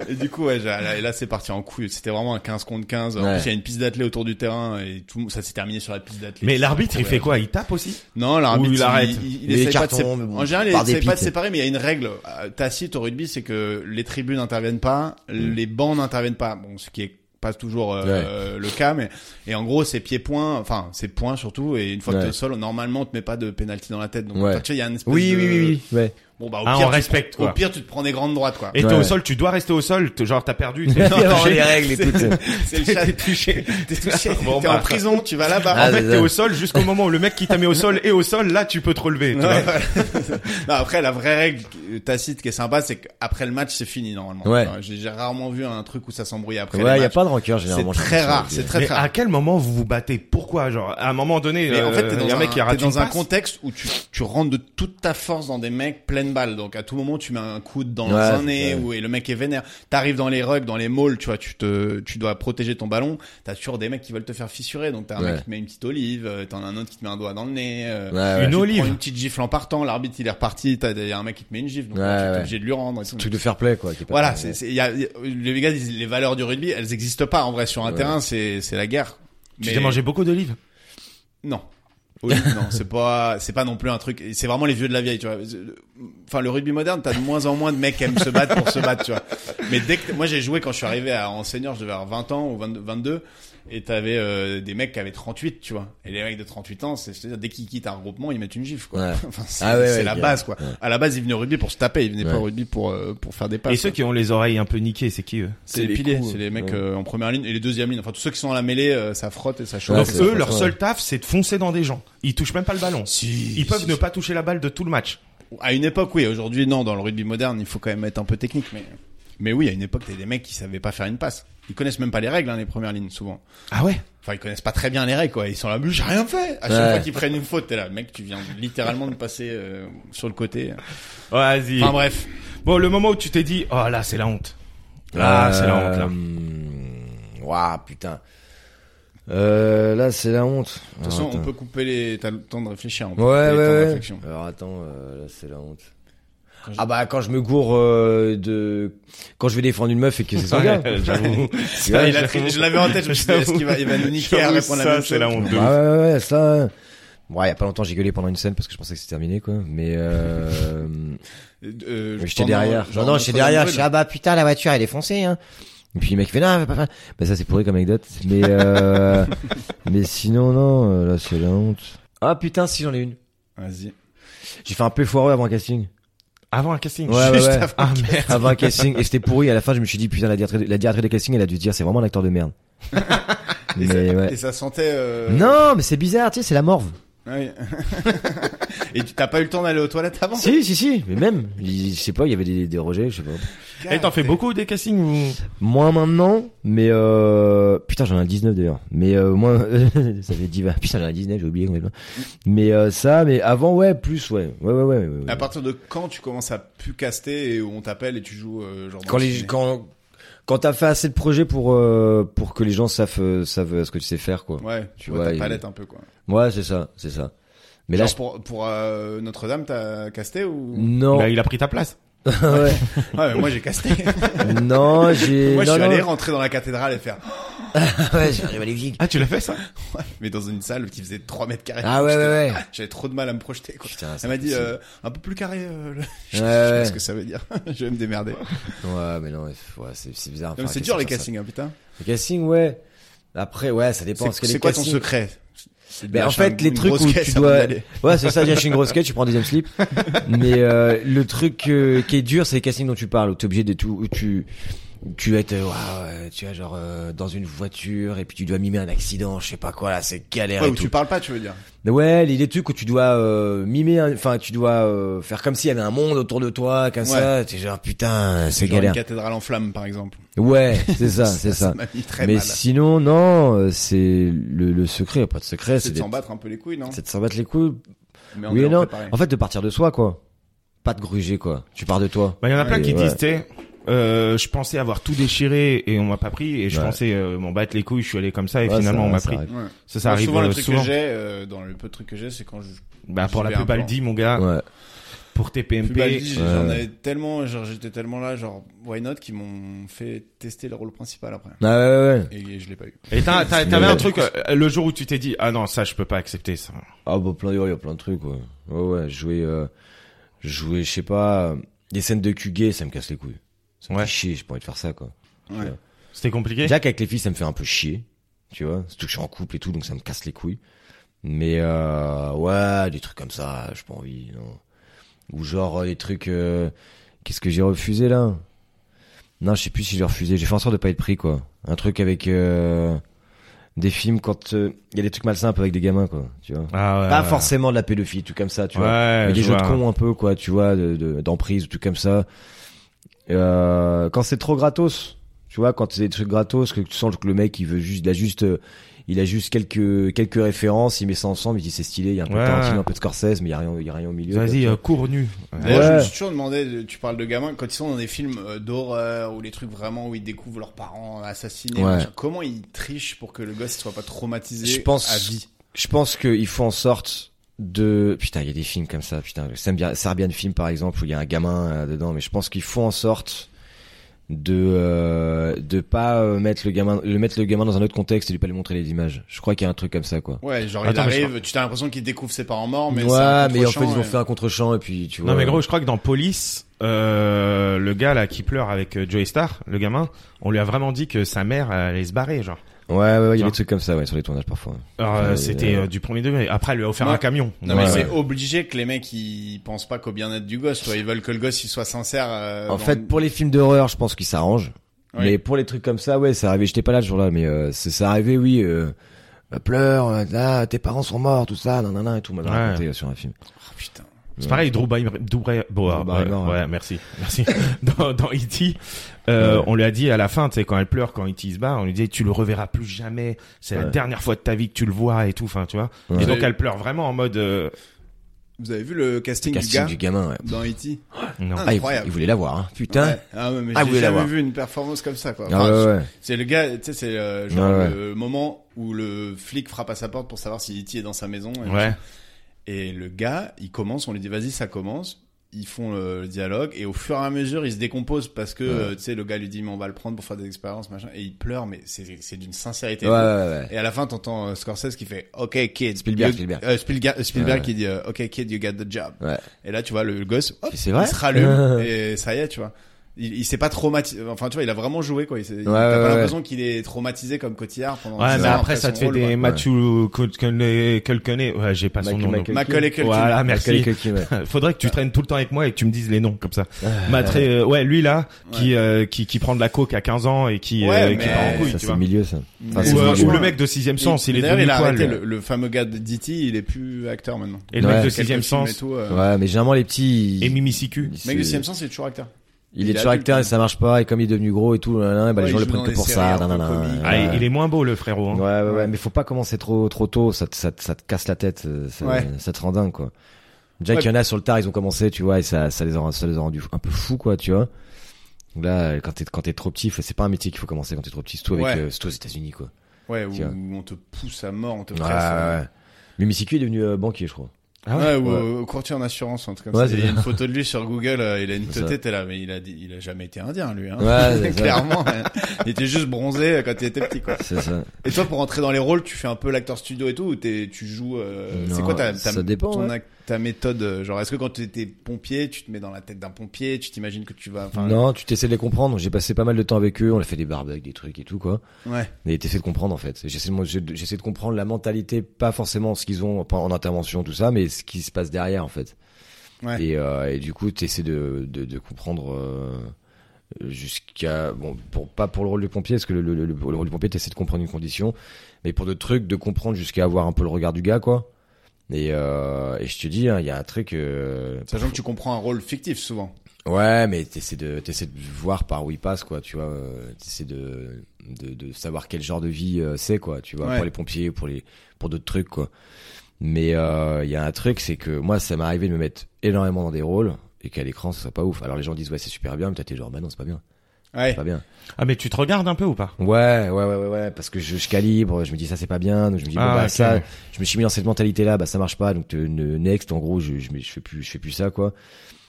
Speaker 4: Et du coup ouais, j'ai- là, et là, c'est parti en couille, c'était vraiment un 15 contre 15. En
Speaker 2: Ouais.
Speaker 4: plus, il y a une piste d'athlée autour du terrain et tout le monde- ça s'est terminé sur la piste d'athlée.
Speaker 3: Mais l'arbitre il
Speaker 4: Ouais.
Speaker 3: fait quoi Il tape aussi
Speaker 4: Non, l'arbitre
Speaker 3: Ou il arrête.
Speaker 4: il,
Speaker 2: Les
Speaker 4: essaye pas
Speaker 2: cartons,
Speaker 4: de sé-
Speaker 2: mais bon,
Speaker 4: en général, il
Speaker 2: par
Speaker 4: essaye
Speaker 2: dépit,
Speaker 4: pas de
Speaker 2: c'est-
Speaker 4: séparer mais il y a une règle euh, tacite au rugby, c'est que les tribus n'interviennent pas,
Speaker 2: Mm.
Speaker 4: les bancs n'interviennent pas. Bon, ce qui est pas toujours euh,
Speaker 2: Ouais.
Speaker 4: euh, le cas mais et en gros c'est pieds points enfin c'est points surtout et une fois que
Speaker 2: Ouais.
Speaker 4: t'es au sol normalement on te met pas de pénalty dans la tête donc
Speaker 2: Ouais.
Speaker 4: toi, tu sais, il y a une espèce
Speaker 2: Oui,
Speaker 4: de-
Speaker 2: oui, oui, oui. Ouais.
Speaker 4: bon bah au
Speaker 3: Ah,
Speaker 4: pire
Speaker 3: on
Speaker 4: tu-
Speaker 3: respecte, quoi.
Speaker 4: au pire tu te prends des grandes droites quoi
Speaker 3: Et t'es
Speaker 2: Ouais.
Speaker 3: au sol, tu dois rester au sol, t- genre t'as perdu. t'es-
Speaker 2: Il y a vraiment
Speaker 3: touché.
Speaker 2: les règles et tout. c'est-
Speaker 4: C'est le chat. T'es touché. T'es touché.
Speaker 3: Bon,
Speaker 4: T'es
Speaker 3: bah.
Speaker 4: en prison, tu vas là-bas.
Speaker 2: Ah,
Speaker 4: En
Speaker 3: En fait,
Speaker 2: c'est
Speaker 3: t'es
Speaker 2: ça.
Speaker 3: au sol jusqu'au moment où le mec qui t'a mis au sol et au sol, là, tu peux te relever. tu
Speaker 4: fait,
Speaker 3: vois.
Speaker 4: non, après, la vraie règle euh, tacite qui est sympa, c'est qu'après le match, c'est fini normalement.
Speaker 2: Ouais.
Speaker 4: Enfin, J'ai j'ai rarement vu un truc où ça s'embrouille après.
Speaker 2: Ouais,
Speaker 4: les
Speaker 2: y a
Speaker 4: matchs.
Speaker 2: pas de rancœur
Speaker 4: C'est
Speaker 2: généralement. je
Speaker 4: très
Speaker 2: pense,
Speaker 4: rare.
Speaker 2: ouais.
Speaker 4: C'est très
Speaker 3: Mais
Speaker 4: très
Speaker 3: à
Speaker 4: rare.
Speaker 3: quel moment vous vous battez Pourquoi Genre, à un moment donné,
Speaker 4: Mais en fait,
Speaker 3: euh,
Speaker 4: t'es
Speaker 3: y a
Speaker 4: dans
Speaker 3: un
Speaker 4: un,
Speaker 3: mec qui
Speaker 4: t'es
Speaker 3: rate une
Speaker 4: dans un
Speaker 3: passe.
Speaker 4: contexte où tu, tu rentres de toute ta force dans des mecs pleine balle. Donc, à tout moment, tu mets un coude dans
Speaker 2: Ouais,
Speaker 4: un
Speaker 2: c'est
Speaker 4: nez
Speaker 2: ça.
Speaker 4: ou, et le mec est vénère. T'arrives dans les rugs, dans les malls, tu vois, tu te, tu dois protéger ton ballon. T'as toujours des mecs qui veulent te faire fissurer. Donc, t'as un
Speaker 2: Ouais.
Speaker 4: mec qui te met une petite olive, euh, t'en as un autre qui te met un doigt dans le nez. euh,
Speaker 2: Ouais, ouais.
Speaker 3: Une
Speaker 4: Tu te
Speaker 3: olive.
Speaker 4: prends une petite gifle en partant, l'arbitre il est reparti, t'as y a un mec qui te met une gifle, donc
Speaker 2: Ouais,
Speaker 4: là, tu es
Speaker 2: ouais.
Speaker 4: obligé de lui rendre. et tout.
Speaker 2: Un truc de fair play quoi. qui est pas-
Speaker 4: Voilà, c'est, c'est- y a, y a- les gars, disent, les valeurs du rugby, elles existent pas en vrai sur un terrain, c'est, c'est la guerre.
Speaker 3: Tu
Speaker 4: Mais-
Speaker 3: t'es mangé beaucoup d'olives
Speaker 4: Non. Oui, non, c'est pas, c'est pas non plus un truc. C'est vraiment les vieux de la vieille, tu vois. Enfin, le rugby moderne, t'as de moins en moins de mecs qui aiment se battre pour se battre, tu vois. Mais dès que, moi, j'ai joué quand je suis arrivé à, en senior, je devais avoir 20 ans ou 22, 22, et t'avais euh, des mecs qui avaient 38, tu vois. Et les mecs de 38 ans, c'est, c'est-à-dire, dès qu'ils quittent un regroupement, ils mettent une gifle, quoi.
Speaker 2: Ouais.
Speaker 4: Enfin, c'est,
Speaker 2: Ah ouais,
Speaker 4: c'est
Speaker 2: ouais,
Speaker 4: la
Speaker 2: ok.
Speaker 4: base, quoi. À la base, ils venaient au rugby pour se taper, ils venaient
Speaker 2: Ouais.
Speaker 4: pas au rugby pour, euh, pour faire des passes.
Speaker 3: Et ceux
Speaker 4: quoi.
Speaker 3: qui ont les oreilles un peu niquées, c'est qui eux
Speaker 4: c'est les
Speaker 2: les
Speaker 4: piliers,
Speaker 2: coups,
Speaker 4: c'est les mecs
Speaker 2: ouais.
Speaker 4: euh, en première ligne et les deuxièmes lignes. Enfin, tous ceux qui sont à la mêlée, euh, ça frotte et ça chauffe.
Speaker 2: Ouais,
Speaker 3: Donc
Speaker 2: c'est-
Speaker 3: eux, leur
Speaker 2: franchement,
Speaker 3: seul taf, c'est de foncer dans des gens. Ils touchent même pas le ballon. Ils peuvent ne pas toucher la balle de tout le match.
Speaker 4: À une époque, oui. Aujourd'hui, non. Dans le rugby moderne, il faut quand même être un peu technique, mais mais oui, à une époque, t'as des mecs qui savaient pas faire une passe. Ils connaissent même pas les règles, hein, les premières lignes, souvent.
Speaker 3: Ah ouais
Speaker 4: Enfin, ils connaissent pas très bien les règles, quoi. Ils sont là, mais j'ai rien fait. À chaque
Speaker 2: Ouais.
Speaker 4: fois qu'ils prennent une faute, t'es là, mec, tu viens littéralement de passer euh, sur le côté.
Speaker 3: Vas-y.
Speaker 4: Enfin bref,
Speaker 3: Bon, le moment où tu t'es dit, oh là, c'est la honte. Là, c'est la honte, là.
Speaker 2: honte. Euh, Waouh, putain. Euh, là, c'est la honte.
Speaker 4: de toute façon, on peut couper les. T'as le temps de réfléchir. On peut
Speaker 2: Ouais,
Speaker 4: couper
Speaker 2: Ah, ouais,
Speaker 4: les temps de
Speaker 2: ouais.
Speaker 4: réflexion.
Speaker 2: Alors attends, euh, là, c'est la honte.
Speaker 4: Quand je-
Speaker 2: Ah bah quand je me gourre euh, de quand je vais défendre une meuf et que c'est son gars.
Speaker 3: Ouais, j'avoue.
Speaker 2: Tu vois,
Speaker 4: Ah, il a pris- je l'avais en tête. Je me suis dit, est-ce qu'il va, il va nous niquer à
Speaker 3: J'avoue,
Speaker 4: répondre à la
Speaker 3: ça,
Speaker 4: même
Speaker 3: c'est
Speaker 4: chose
Speaker 3: la honte. de ouf.
Speaker 2: Ah ouais, ouais, ouais, ça. Bon, il y a pas longtemps, j'ai gueulé pendant une scène parce que je pensais que c'était terminé, quoi. Mais euh...
Speaker 4: Euh,
Speaker 2: mais j'étais
Speaker 4: pendant-
Speaker 2: derrière.
Speaker 4: genre
Speaker 2: non, non,
Speaker 4: notre
Speaker 2: j'étais derrière.
Speaker 4: Hollywood.
Speaker 2: Je suis ah bah putain, la voiture elle est foncée, hein. Et puis le mec fait non, pas pas. Bah ça c'est pourri comme anecdote. Mais euh... mais sinon non, euh, là c'est la honte. Ah putain, si j'en ai une.
Speaker 4: Vas-y.
Speaker 2: J'ai fait un peu foireux avant un casting.
Speaker 3: Avant un casting.
Speaker 2: Ouais, ouais,
Speaker 4: Juste
Speaker 2: ouais.
Speaker 4: avant.
Speaker 3: Ah merde.
Speaker 2: Avant un casting et c'était pourri. À la fin, je me suis dit putain, la diarrhée, la diarrhée de casting, elle a dû se dire c'est vraiment un acteur de merde.
Speaker 4: Et,
Speaker 2: mais
Speaker 4: ça,
Speaker 2: ouais.
Speaker 4: et ça sentait. euh,
Speaker 2: Non, mais c'est bizarre, tu sais, c'est la morve.
Speaker 4: Ah oui. et tu t'as pas eu le temps d'aller aux toilettes avant
Speaker 2: si, si, si, mais même, il- je sais pas, il y avait des, des rejets, je sais pas.
Speaker 3: Et Eh, t'en fais beaucoup des castings ou
Speaker 2: Moins maintenant, mais euh... Putain, j'en ai un 19 d'ailleurs. Mais euh, moins... ça fait 10, 20. Putain, j'en ai un 19, j'ai oublié complètement. Mais euh, ça, mais avant, ouais, plus, ouais. Ouais, ouais, ouais. ouais, ouais.
Speaker 4: À partir de quand tu commences à pu caster et où on t'appelle et tu joues euh, genre dans
Speaker 2: Quand,
Speaker 4: le
Speaker 2: les,
Speaker 4: ciné
Speaker 2: quand, quand t'as fait assez de projets pour, euh, pour que les gens savent, euh, savent ce que tu sais faire, quoi.
Speaker 4: Ouais, tu
Speaker 2: Tu
Speaker 4: vois
Speaker 2: vois,
Speaker 4: ta
Speaker 2: il-
Speaker 4: palette un peu quoi.
Speaker 2: Ouais, c'est ça, c'est ça. Mais là,
Speaker 4: Genre
Speaker 2: je... Mm.
Speaker 4: pour, pour euh, Notre-Dame, t'as casté ou
Speaker 2: Non,
Speaker 3: Bah, il a pris ta place.
Speaker 2: ouais.
Speaker 4: Ouais, mais moi j'ai casté.
Speaker 2: non, j'ai...
Speaker 4: moi je
Speaker 2: non,
Speaker 4: suis
Speaker 2: non.
Speaker 4: allé rentrer dans la cathédrale et faire
Speaker 2: Ouais, j'arrive à Leipzig.
Speaker 3: Ah, tu l'as fait ça
Speaker 4: mais dans une salle qui faisait 3 mètres carrés.
Speaker 2: Ah ouais,
Speaker 4: J'étais-
Speaker 2: ouais, ouais.
Speaker 4: J'avais trop de mal à me projeter quoi.
Speaker 2: Putain, c'est
Speaker 4: Elle m'a dit
Speaker 2: impossible.
Speaker 4: euh, un peu plus carré euh, le- Je sais
Speaker 2: Ouais,
Speaker 4: pas
Speaker 2: ouais.
Speaker 4: ce que ça veut dire. je vais me démerder. Non,
Speaker 2: Ouais, mais non, ouais, c'est c'est bizarre.
Speaker 4: mais
Speaker 2: Enfin,
Speaker 4: c'est
Speaker 2: qu'est-ce
Speaker 4: dur les
Speaker 2: que ça-
Speaker 4: castings hein, putain.
Speaker 2: Les castings, ouais. Après, ouais, ça dépend. parce que
Speaker 4: C'est c'est
Speaker 2: les
Speaker 4: quoi ton
Speaker 2: castings-
Speaker 4: secret
Speaker 2: Ben, en
Speaker 4: Lâche un-
Speaker 2: fait, les
Speaker 4: une
Speaker 2: trucs
Speaker 4: grosse
Speaker 2: où
Speaker 4: caisse
Speaker 2: tu
Speaker 4: avant d'y
Speaker 2: dois.
Speaker 4: aller.
Speaker 2: Ouais, c'est ça, j'ai acheté une grosse quête, tu prends un deuxième slip. Mais euh, le truc euh, qui est dur, c'est les castings dont tu parles, où t'es obligé de tout. Où tu, où tu vas être. euh, waouh, euh, tu vois, genre, euh, dans une voiture, et puis tu dois mimer un accident, je sais pas quoi, là, c'est galère.
Speaker 4: Ouais,
Speaker 2: et
Speaker 4: où
Speaker 2: tout.
Speaker 4: tu parles pas, tu veux dire.
Speaker 2: Mais ouais, les, les trucs où tu dois euh, mimer, un- enfin, tu dois euh, faire comme s'il y avait un monde autour de toi, comme
Speaker 4: Ouais.
Speaker 2: ça. T'es genre, putain, c'est
Speaker 4: Genre
Speaker 2: galère.
Speaker 4: Une cathédrale en flammes, par exemple.
Speaker 2: Ouais, c'est ça, c'est ça.
Speaker 4: Ça m'a mis très
Speaker 2: mais
Speaker 4: mal.
Speaker 2: sinon, non, euh, c'est le, le secret, pas de secret,
Speaker 4: C'est
Speaker 2: c'est
Speaker 4: de s'en
Speaker 2: d'être-
Speaker 4: battre un peu les couilles, non
Speaker 2: c'est de s'en battre les couilles.
Speaker 4: Mais
Speaker 2: Oui et
Speaker 4: est
Speaker 2: non.
Speaker 4: préparé.
Speaker 2: En fait, de partir de soi, quoi. Pas de gruger, quoi. Tu pars de toi.
Speaker 3: Bah, il y en a plein
Speaker 2: Ouais,
Speaker 3: qui
Speaker 2: ouais.
Speaker 3: disent, t'sais, euh, je pensais avoir tout déchiré et on m'a pas pris et je
Speaker 2: Ouais.
Speaker 3: pensais euh, m'en battre les couilles, je suis allé comme ça et
Speaker 2: Ouais,
Speaker 3: finalement
Speaker 2: ça-
Speaker 3: on m'a
Speaker 2: ça
Speaker 3: pris.
Speaker 2: arrive.
Speaker 4: Ouais.
Speaker 3: Ça, ça
Speaker 4: Moi,
Speaker 3: arrive
Speaker 4: souvent, le
Speaker 3: euh,
Speaker 4: truc
Speaker 3: souvent.
Speaker 4: que j'ai, euh, dans le peu de trucs que j'ai, c'est quand je.
Speaker 3: Bah, pour
Speaker 4: j'y
Speaker 3: la
Speaker 4: vais un
Speaker 3: pubal
Speaker 4: plan.
Speaker 3: dit mon gars,
Speaker 2: Ouais.
Speaker 3: pour tes
Speaker 4: Plus mal
Speaker 3: PMP.
Speaker 4: dit,
Speaker 2: Ouais.
Speaker 4: J'en avais tellement, genre, j'étais tellement là, genre, why not, qui m'ont fait tester le rôle principal après.
Speaker 2: Ah, ouais, ouais, ouais.
Speaker 4: Et je l'ai pas eu.
Speaker 3: Et t'as- t'as-
Speaker 2: Mais-
Speaker 3: t'avais un truc euh, le jour où tu t'es dit, ah non, ça je peux pas accepter ça.
Speaker 2: Ah, bah, plein, de- ouais, y a plein de trucs, ouais. Ouais, ouais, jouer, euh, jouer, je sais pas, euh, des scènes de cul gay, ça me casse les couilles. Ça me
Speaker 3: Ouais.
Speaker 2: fait chier, j'ai pas envie de faire ça, quoi.
Speaker 4: Ouais.
Speaker 3: C'était compliqué.
Speaker 2: Jack avec les filles, ça me fait un peu chier, tu vois. Surtout que je suis en couple et tout, donc ça me casse les couilles. Mais euh, ouais, des trucs comme ça, j'ai pas envie. Non. Ou genre euh, des trucs. euh, Qu'est-ce que j'ai refusé là Non, je sais plus si j'ai refusé. J'ai fait en sorte de pas être pris, quoi. Un truc avec euh, des films quand euh, il y a des trucs malsains un peu avec des gamins, quoi. Tu vois.
Speaker 3: Ah ouais.
Speaker 2: Pas forcément de la pédophilie, tout comme ça, tu vois.
Speaker 3: Ouais,
Speaker 2: Mais des
Speaker 3: je
Speaker 2: jeux de
Speaker 3: vois.
Speaker 2: cons hein. un peu, quoi, tu vois, de- de- d'emprise, tout comme ça. Euh, quand c'est trop gratos, tu vois, quand c'est des trucs gratos, que tu sens que le mec, il veut juste, il a juste, euh, il a juste quelques, quelques références, il met ça ensemble, il dit c'est stylé, il y a un peu
Speaker 3: Ouais.
Speaker 2: de Tarantino, un peu de Scorsese, mais il y a rien, il y a rien au milieu.
Speaker 3: Vas-y,
Speaker 2: quoi,
Speaker 3: euh, cours nu. Ouais.
Speaker 4: D'ailleurs, je me
Speaker 2: Ouais.
Speaker 4: suis toujours demandé, tu parles de gamins, quand ils sont dans des films euh, d'horreur ou les trucs vraiment où ils découvrent leurs parents assassinés,
Speaker 2: Ouais.
Speaker 4: machin, comment ils trichent pour que le gosse soit pas traumatisé
Speaker 2: Je pense-
Speaker 4: à vie
Speaker 2: je pense qu'il faut en sorte de putain il y a des films comme ça putain le Serbian, Serbian film par exemple où il y a un gamin euh, dedans mais je pense qu'il faut en sorte de euh, de pas euh, mettre le gamin le mettre le gamin dans un autre contexte et lui pas lui montrer les images. Je crois qu'il y a un truc comme ça quoi.
Speaker 4: Ouais, genre
Speaker 3: Attends,
Speaker 4: il
Speaker 3: mais je
Speaker 4: arrive, tu t'as l'impression qu'il découvre ses parents morts, mais c'est un
Speaker 2: ouais, mais en fait
Speaker 4: contre-champ,
Speaker 2: ils ont
Speaker 4: et-
Speaker 2: fait un contre-champ et puis tu vois.
Speaker 3: Non mais gros, je crois que dans Police, euh, le gars là qui pleure avec euh, Joey Star, le gamin, on lui a vraiment dit que sa mère elle allait se barrer, genre.
Speaker 2: Ouais, ouais, ouais, il y a
Speaker 3: Genre.
Speaker 2: des trucs comme ça ouais sur les tournages parfois.
Speaker 3: Alors, euh,
Speaker 2: Ouais,
Speaker 3: c'était
Speaker 2: ouais.
Speaker 3: euh, du premier degré. Après, elle lui a offert
Speaker 4: Ouais.
Speaker 3: un camion.
Speaker 4: Non
Speaker 2: Ouais,
Speaker 4: mais
Speaker 3: Donc,
Speaker 4: c'est
Speaker 3: euh,
Speaker 4: obligé que les mecs ils pensent pas qu'au bien-être du gosse, quoi. ils veulent que le gosse il soit sincère. euh,
Speaker 2: En
Speaker 4: dans-
Speaker 2: fait, pour les films d'horreur, je pense qu'ils s'arrangent.
Speaker 4: Oui.
Speaker 2: Mais pour les trucs comme ça, ouais, c'est arrivé. J'étais pas là ce jour-là, mais euh, c'est c'est arrivé, oui. Euh, bah, pleure, euh, là, tes parents sont morts, tout ça, nan, nan, nan, et tout. On m'a
Speaker 3: Ouais.
Speaker 2: raconté euh, sur un film.
Speaker 4: Oh, putain.
Speaker 3: c'est pareil, Drew Barrymore. Drew Barry- bon,
Speaker 2: Drew
Speaker 3: euh,
Speaker 2: Barrymore,
Speaker 3: ouais,
Speaker 2: ouais.
Speaker 3: ouais, merci, merci. dans, dans E.T., euh,
Speaker 2: Ouais.
Speaker 3: on lui a dit à la fin, tu sais, quand elle pleure, quand E.T. se barre, on lui dit tu le reverras plus jamais. C'est la
Speaker 2: Ouais.
Speaker 3: dernière fois de ta vie que tu le vois et tout. Enfin, tu vois.
Speaker 2: Ouais.
Speaker 3: Et donc
Speaker 4: Et-
Speaker 3: elle pleure vraiment en mode. euh,
Speaker 4: Vous avez vu le casting, du
Speaker 2: Casting
Speaker 4: gars
Speaker 2: du gamin, ouais.
Speaker 4: dans E.T.
Speaker 3: non.
Speaker 4: Ah,
Speaker 2: Ah, il,
Speaker 4: Incroyable.
Speaker 2: il voulait la voir, hein. Putain.
Speaker 4: Ouais. Ah ouais, mais
Speaker 2: Ah, vous
Speaker 4: j'ai
Speaker 2: voulez la
Speaker 4: jamais
Speaker 2: voir.
Speaker 4: vu une performance comme ça quoi.
Speaker 2: Ah,
Speaker 4: Enfin,
Speaker 2: ouais, ouais.
Speaker 4: C'est le gars, tu sais, c'est euh, genre
Speaker 2: Ouais, ouais.
Speaker 4: le moment où le flic frappe à sa porte pour savoir si E.T. est dans sa maison. Et,
Speaker 3: Ouais.
Speaker 4: et le gars, il commence, on lui dit vas-y, ça commence. Ils font euh, le dialogue et au fur et à mesure, il se décompose parce que euh, tu sais, le gars lui dit mais on va le prendre pour faire des expériences machin et il pleure, mais c'est c'est d'une sincérité.
Speaker 2: Ouais, ouais, ouais.
Speaker 4: Et à la fin, t'entends euh, Scorsese qui fait OK kid.
Speaker 2: Spielberg,
Speaker 4: You-
Speaker 2: Spielberg.
Speaker 4: euh, Spielga- euh, Spielberg
Speaker 2: Ouais.
Speaker 4: qui dit euh, OK kid, you got the job.
Speaker 2: Ouais.
Speaker 4: Et là, tu vois le, le gosse, hop,
Speaker 2: C'est vrai
Speaker 4: il se rallume
Speaker 2: Ouais.
Speaker 4: et ça y est, tu vois. Il, il s'est pas traumatisé. Enfin, tu vois, il a vraiment joué quoi. Il s'est- il-
Speaker 2: Ouais,
Speaker 4: T'as
Speaker 2: ouais,
Speaker 4: pas
Speaker 2: ouais.
Speaker 4: l'impression qu'il est traumatisé comme Cotillard pendant.
Speaker 3: Ouais,
Speaker 4: 10
Speaker 3: mais
Speaker 4: ans
Speaker 3: après, ça
Speaker 4: son
Speaker 3: te fait
Speaker 4: rôle,
Speaker 3: des
Speaker 4: quoi.
Speaker 3: Matthew Culkeney, Culkeney- ouais, j'ai pas son
Speaker 2: Michael-
Speaker 3: nom. donc.
Speaker 2: Michael-
Speaker 4: Macaulay Culkin.
Speaker 3: Voilà, merci.
Speaker 2: Michael Ah. Culkin, ouais.
Speaker 3: Faudrait que tu traînes tout le temps avec moi et que tu me dises les noms comme ça. Matré, euh, ouais, lui là, qui, euh, qui qui prend de la coke à 15 ans et qui
Speaker 4: Ouais,
Speaker 3: euh, qui
Speaker 4: mais-
Speaker 3: part en couille,
Speaker 2: ça,
Speaker 3: tu
Speaker 2: c'est
Speaker 3: vois.
Speaker 2: le milieu, ça.
Speaker 4: Enfin, c'est
Speaker 3: ou, euh,
Speaker 4: franchement-
Speaker 3: ou le mec de sixième sens, il est
Speaker 4: D'ailleurs,
Speaker 3: devenu
Speaker 4: il a
Speaker 3: poil.
Speaker 4: arrêté le, le fameux gars de DT, il est plus acteur maintenant.
Speaker 3: Et le
Speaker 2: Ouais.
Speaker 3: mec de
Speaker 4: Quelques
Speaker 3: sixième
Speaker 4: films
Speaker 3: sens
Speaker 4: et tout, euh,
Speaker 2: Ouais, mais généralement, les petits.
Speaker 3: et Mimi Siku.
Speaker 2: ils-
Speaker 4: Le mec de sixième sens, il est toujours acteur.
Speaker 2: Il
Speaker 4: Il
Speaker 2: est
Speaker 4: est
Speaker 2: toujours
Speaker 4: adulte,
Speaker 2: acteur et
Speaker 4: hein.
Speaker 2: ça marche pas, et comme il est devenu gros et tout, là, là, bah,
Speaker 4: Ouais,
Speaker 2: les
Speaker 4: il
Speaker 2: gens
Speaker 4: joue
Speaker 2: le
Speaker 4: dans
Speaker 2: prennent que
Speaker 4: des
Speaker 2: pour
Speaker 4: séries
Speaker 2: ça.
Speaker 4: un peu
Speaker 2: nan, nan, nan.
Speaker 4: comiques.
Speaker 3: Ah,
Speaker 2: Ouais.
Speaker 3: il est moins beau le frérot. hein.
Speaker 2: Ouais, ouais,
Speaker 4: Ouais.
Speaker 2: ouais, mais faut pas commencer trop, trop tôt, ça te, ça, te- ça te casse la tête, euh, ça,
Speaker 4: Ouais.
Speaker 2: ça te rend dingue, quoi. Déjà
Speaker 4: Ouais.
Speaker 2: qu'il y en a sur le tard, ils ont commencé, tu vois, et ça, ça les a, ça les a rendus un peu fous, quoi, tu vois. Donc là, euh, quand t'es, quand t'es trop petit, faut- c'est pas un métier qu'il faut commencer quand t'es trop petit, surtout avec,
Speaker 4: Ouais.
Speaker 2: euh, surtout aux États-Unis, quoi.
Speaker 4: Ouais, où,
Speaker 2: Tu vois.
Speaker 4: où on te pousse à mort, on te
Speaker 2: Ouais,
Speaker 4: presse. euh,
Speaker 2: ouais, ouais. Mais Missicui est devenu euh, banquier, je crois.
Speaker 3: Ah
Speaker 4: ouais,
Speaker 3: ouais,
Speaker 4: ou
Speaker 2: ouais.
Speaker 4: euh, courtier en assurance, en tout cas.
Speaker 2: Ouais,
Speaker 4: il
Speaker 2: c'est
Speaker 4: y a
Speaker 2: ça.
Speaker 4: une photo de lui sur Google, euh, il a une
Speaker 2: C'est ça.
Speaker 4: tête, là, mais il a, dit- il a jamais été indien, lui. Hein.
Speaker 2: Ouais, c'est ça.
Speaker 4: Clairement, hein. il était juste bronzé euh, quand il était petit, quoi.
Speaker 2: C'est ça.
Speaker 4: Et toi, pour entrer dans les rôles, tu fais un peu l'acteur studio et tout, ou t'es- tu joues. euh,
Speaker 2: Non,
Speaker 4: c'est quoi ta, ta,
Speaker 2: ça dépend,
Speaker 4: ton
Speaker 2: ouais.
Speaker 4: ac- ta méthode euh, Genre, est-ce que quand tu étais pompier, tu te mets dans la tête d'un pompier, tu t'imagines que tu vas. Enfin,
Speaker 2: Non, tu t'essaies de les comprendre. J'ai passé pas mal de temps avec eux. On a fait des barbecues, des trucs et tout, quoi.
Speaker 4: Ouais.
Speaker 2: Et t'essaies de comprendre, en fait. J'essaie de, moi, j'ai- j'essaie de comprendre la mentalité, pas forcément ce qu'ils ont en- en intervention, tout ça, mais ce qui se passe derrière, en fait.
Speaker 4: Ouais.
Speaker 2: Et, euh, et du coup, t'essaies de, de, de comprendre euh, jusqu'à... Bon, pour, pas pour le rôle du pompier, parce que le, le, le, le rôle du pompier, t'essaies de comprendre une condition, mais pour d'autres trucs, de comprendre jusqu'à avoir un peu le regard du gars, quoi. Et, euh, et je te dis, hein, il y a un truc... euh,
Speaker 4: Sachant que tu comprends un rôle fictif souvent.
Speaker 2: Ouais, mais t'essaies de t'essaies de voir par où il passe quoi, tu vois. euh, T'essaies de, de de savoir quel genre de vie euh, c'est quoi, tu vois,
Speaker 4: Ouais.
Speaker 2: pour les pompiers, pour les pour d'autres trucs quoi. Mais euh, il y a un truc, c'est que moi ça m'est arrivé de me mettre énormément dans des rôles et qu'à l'écran ça soit pas ouf. Alors les gens disent ouais c'est super bien, mais toi t'es genre bah non c'est pas bien,
Speaker 4: Ouais.
Speaker 2: c'est pas bien.
Speaker 3: Ah mais tu te regardes un peu ou pas
Speaker 2: Ouais ouais ouais ouais ouais parce que je, je calibre, je me dis ça c'est pas bien, donc je me dis bon,
Speaker 3: Ah,
Speaker 2: bah
Speaker 3: ok.
Speaker 2: ça, je me suis mis dans cette mentalité là, bah ça marche pas, donc euh, ne- next en gros je je, je fais plus je fais plus ça quoi.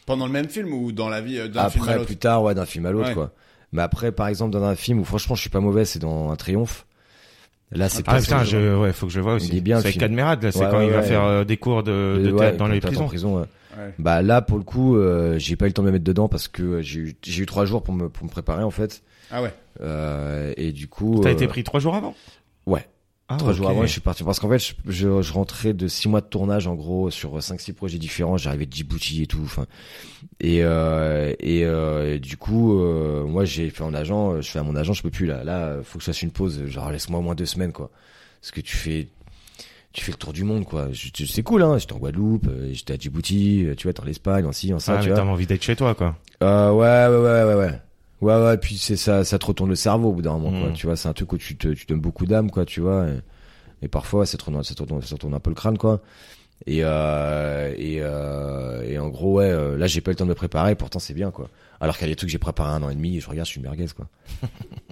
Speaker 4: Pendant le même film ou dans la vie euh, d'un film à
Speaker 2: après
Speaker 4: l'autre
Speaker 2: plus tard ouais d'un film à l'autre
Speaker 4: Ouais.
Speaker 2: quoi mais après par exemple dans un film où franchement je suis pas mauvais c'est dans un triomphe là c'est
Speaker 3: Ah
Speaker 2: pas
Speaker 3: putain, je, ouais, faut que je le vois aussi.
Speaker 2: Il est bien, le
Speaker 3: C'est
Speaker 2: film.
Speaker 3: Cadmerade là, c'est
Speaker 2: Ouais,
Speaker 3: quand
Speaker 2: ouais,
Speaker 3: il va
Speaker 2: ouais.
Speaker 3: faire euh, des cours de, de
Speaker 2: Ouais,
Speaker 3: théâtre dans
Speaker 2: quand
Speaker 3: les
Speaker 2: t'es en
Speaker 3: prisons.
Speaker 2: prison ouais.
Speaker 4: Ouais.
Speaker 2: bah là pour le coup euh, j'ai pas eu le temps de me mettre dedans parce que euh, j'ai eu j'ai eu trois jours pour me pour me préparer en fait
Speaker 4: Ah ouais.
Speaker 2: Euh, et du coup
Speaker 3: T'as
Speaker 2: euh,
Speaker 3: été pris trois jours avant
Speaker 2: ouais
Speaker 3: Ah,
Speaker 2: trois jours
Speaker 3: ok.
Speaker 2: avant je suis parti parce qu'en fait je, je, je rentrais de six mois de tournage en gros sur euh, cinq six projets différents j'arrivais de Djibouti et tout enfin et euh, et, euh, et du coup euh, moi j'ai fait en agent euh, je fais à mon agent je peux plus là là euh, faut que je fasse une pause genre laisse-moi au moins deux semaines quoi parce que tu fais tu fais le tour du monde quoi Je- je- c'est cool hein j'étais en Guadeloupe euh, j'étais à Djibouti euh, tu vois t'es en Espagne en ci en ça
Speaker 3: Ah,
Speaker 2: tu
Speaker 3: mais
Speaker 2: vois
Speaker 3: t'as envie d'être chez toi quoi.
Speaker 2: euh, ouais, ouais, ouais, ouais, ouais. Ouais, ouais, puis c'est ça, ça te retourne le cerveau au bout d'un moment, quoi.
Speaker 3: Mm.
Speaker 2: Tu vois, c'est un truc où tu te, tu donnes beaucoup d'âme, quoi, tu vois. Et, et parfois, ça te, retourne, ça, te retourne, ça te retourne un peu le crâne, quoi. Et, euh, et, euh, et en gros, ouais, euh, là, j'ai pas eu le temps de me préparer, pourtant, c'est bien, quoi. Alors qu'il y a des trucs que j'ai préparé un an et demi, et je regarde, je suis une merguez, quoi.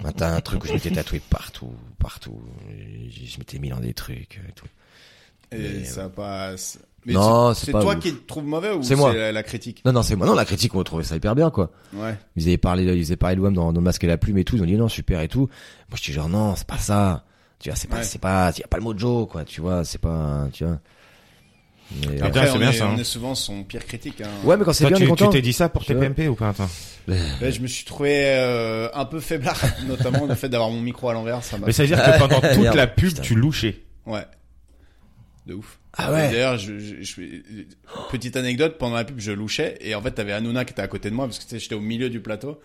Speaker 2: Ah, T'as un truc où je m'étais tatoué partout, euh, partout. Et Je je m'étais mis dans des trucs, et tout.
Speaker 4: Et
Speaker 2: Mais,
Speaker 4: ça passe. Mais
Speaker 2: Non, c'est
Speaker 4: c'est
Speaker 2: pas
Speaker 4: toi
Speaker 2: ouf.
Speaker 4: qui le trouves mauvais ou
Speaker 2: C'est
Speaker 4: c'est
Speaker 2: moi.
Speaker 4: la, la critique
Speaker 2: Non, non, c'est moi. Non, la critique, on trouvait ça hyper bien, quoi.
Speaker 4: Ouais.
Speaker 2: Ils avaient parlé, ils avaient parlé de WAM dans, dans le masque et la plume et tout. Ils ont dit non, super et tout. Moi, je dis genre non, c'est pas ça. Tu vois, c'est pas,
Speaker 4: Ouais.
Speaker 2: c'est pas, il y a pas le mot Joe, quoi. Tu vois, c'est pas, tu vois. Mais,
Speaker 3: Ah,
Speaker 2: euh,
Speaker 3: bien,
Speaker 4: Après,
Speaker 3: c'est
Speaker 4: on,
Speaker 3: bien
Speaker 4: est,
Speaker 3: ça, hein.
Speaker 4: on est souvent son pire critique. Hein.
Speaker 2: ouais, mais quand c'est
Speaker 3: Toi,
Speaker 2: bien, on est
Speaker 3: tu, tu
Speaker 2: content.
Speaker 3: t'es dit ça pour
Speaker 2: Tu
Speaker 3: TPMP ou pas, attends
Speaker 4: Ouais, je me suis trouvé euh, un peu faiblard, notamment le fait d'avoir mon micro à l'envers, ça m'a.
Speaker 3: Mais ça veut dire que pendant toute
Speaker 2: Merde,
Speaker 3: la pub,
Speaker 2: putain.
Speaker 3: tu louchais.
Speaker 4: Ouais. De ouf.
Speaker 2: Ah ouais.
Speaker 4: D'ailleurs, je, je, je- petite anecdote, pendant la pub, je louchais et en fait, t'avais Hanouna qui était à côté de moi parce que tu sais, j'étais au milieu du plateau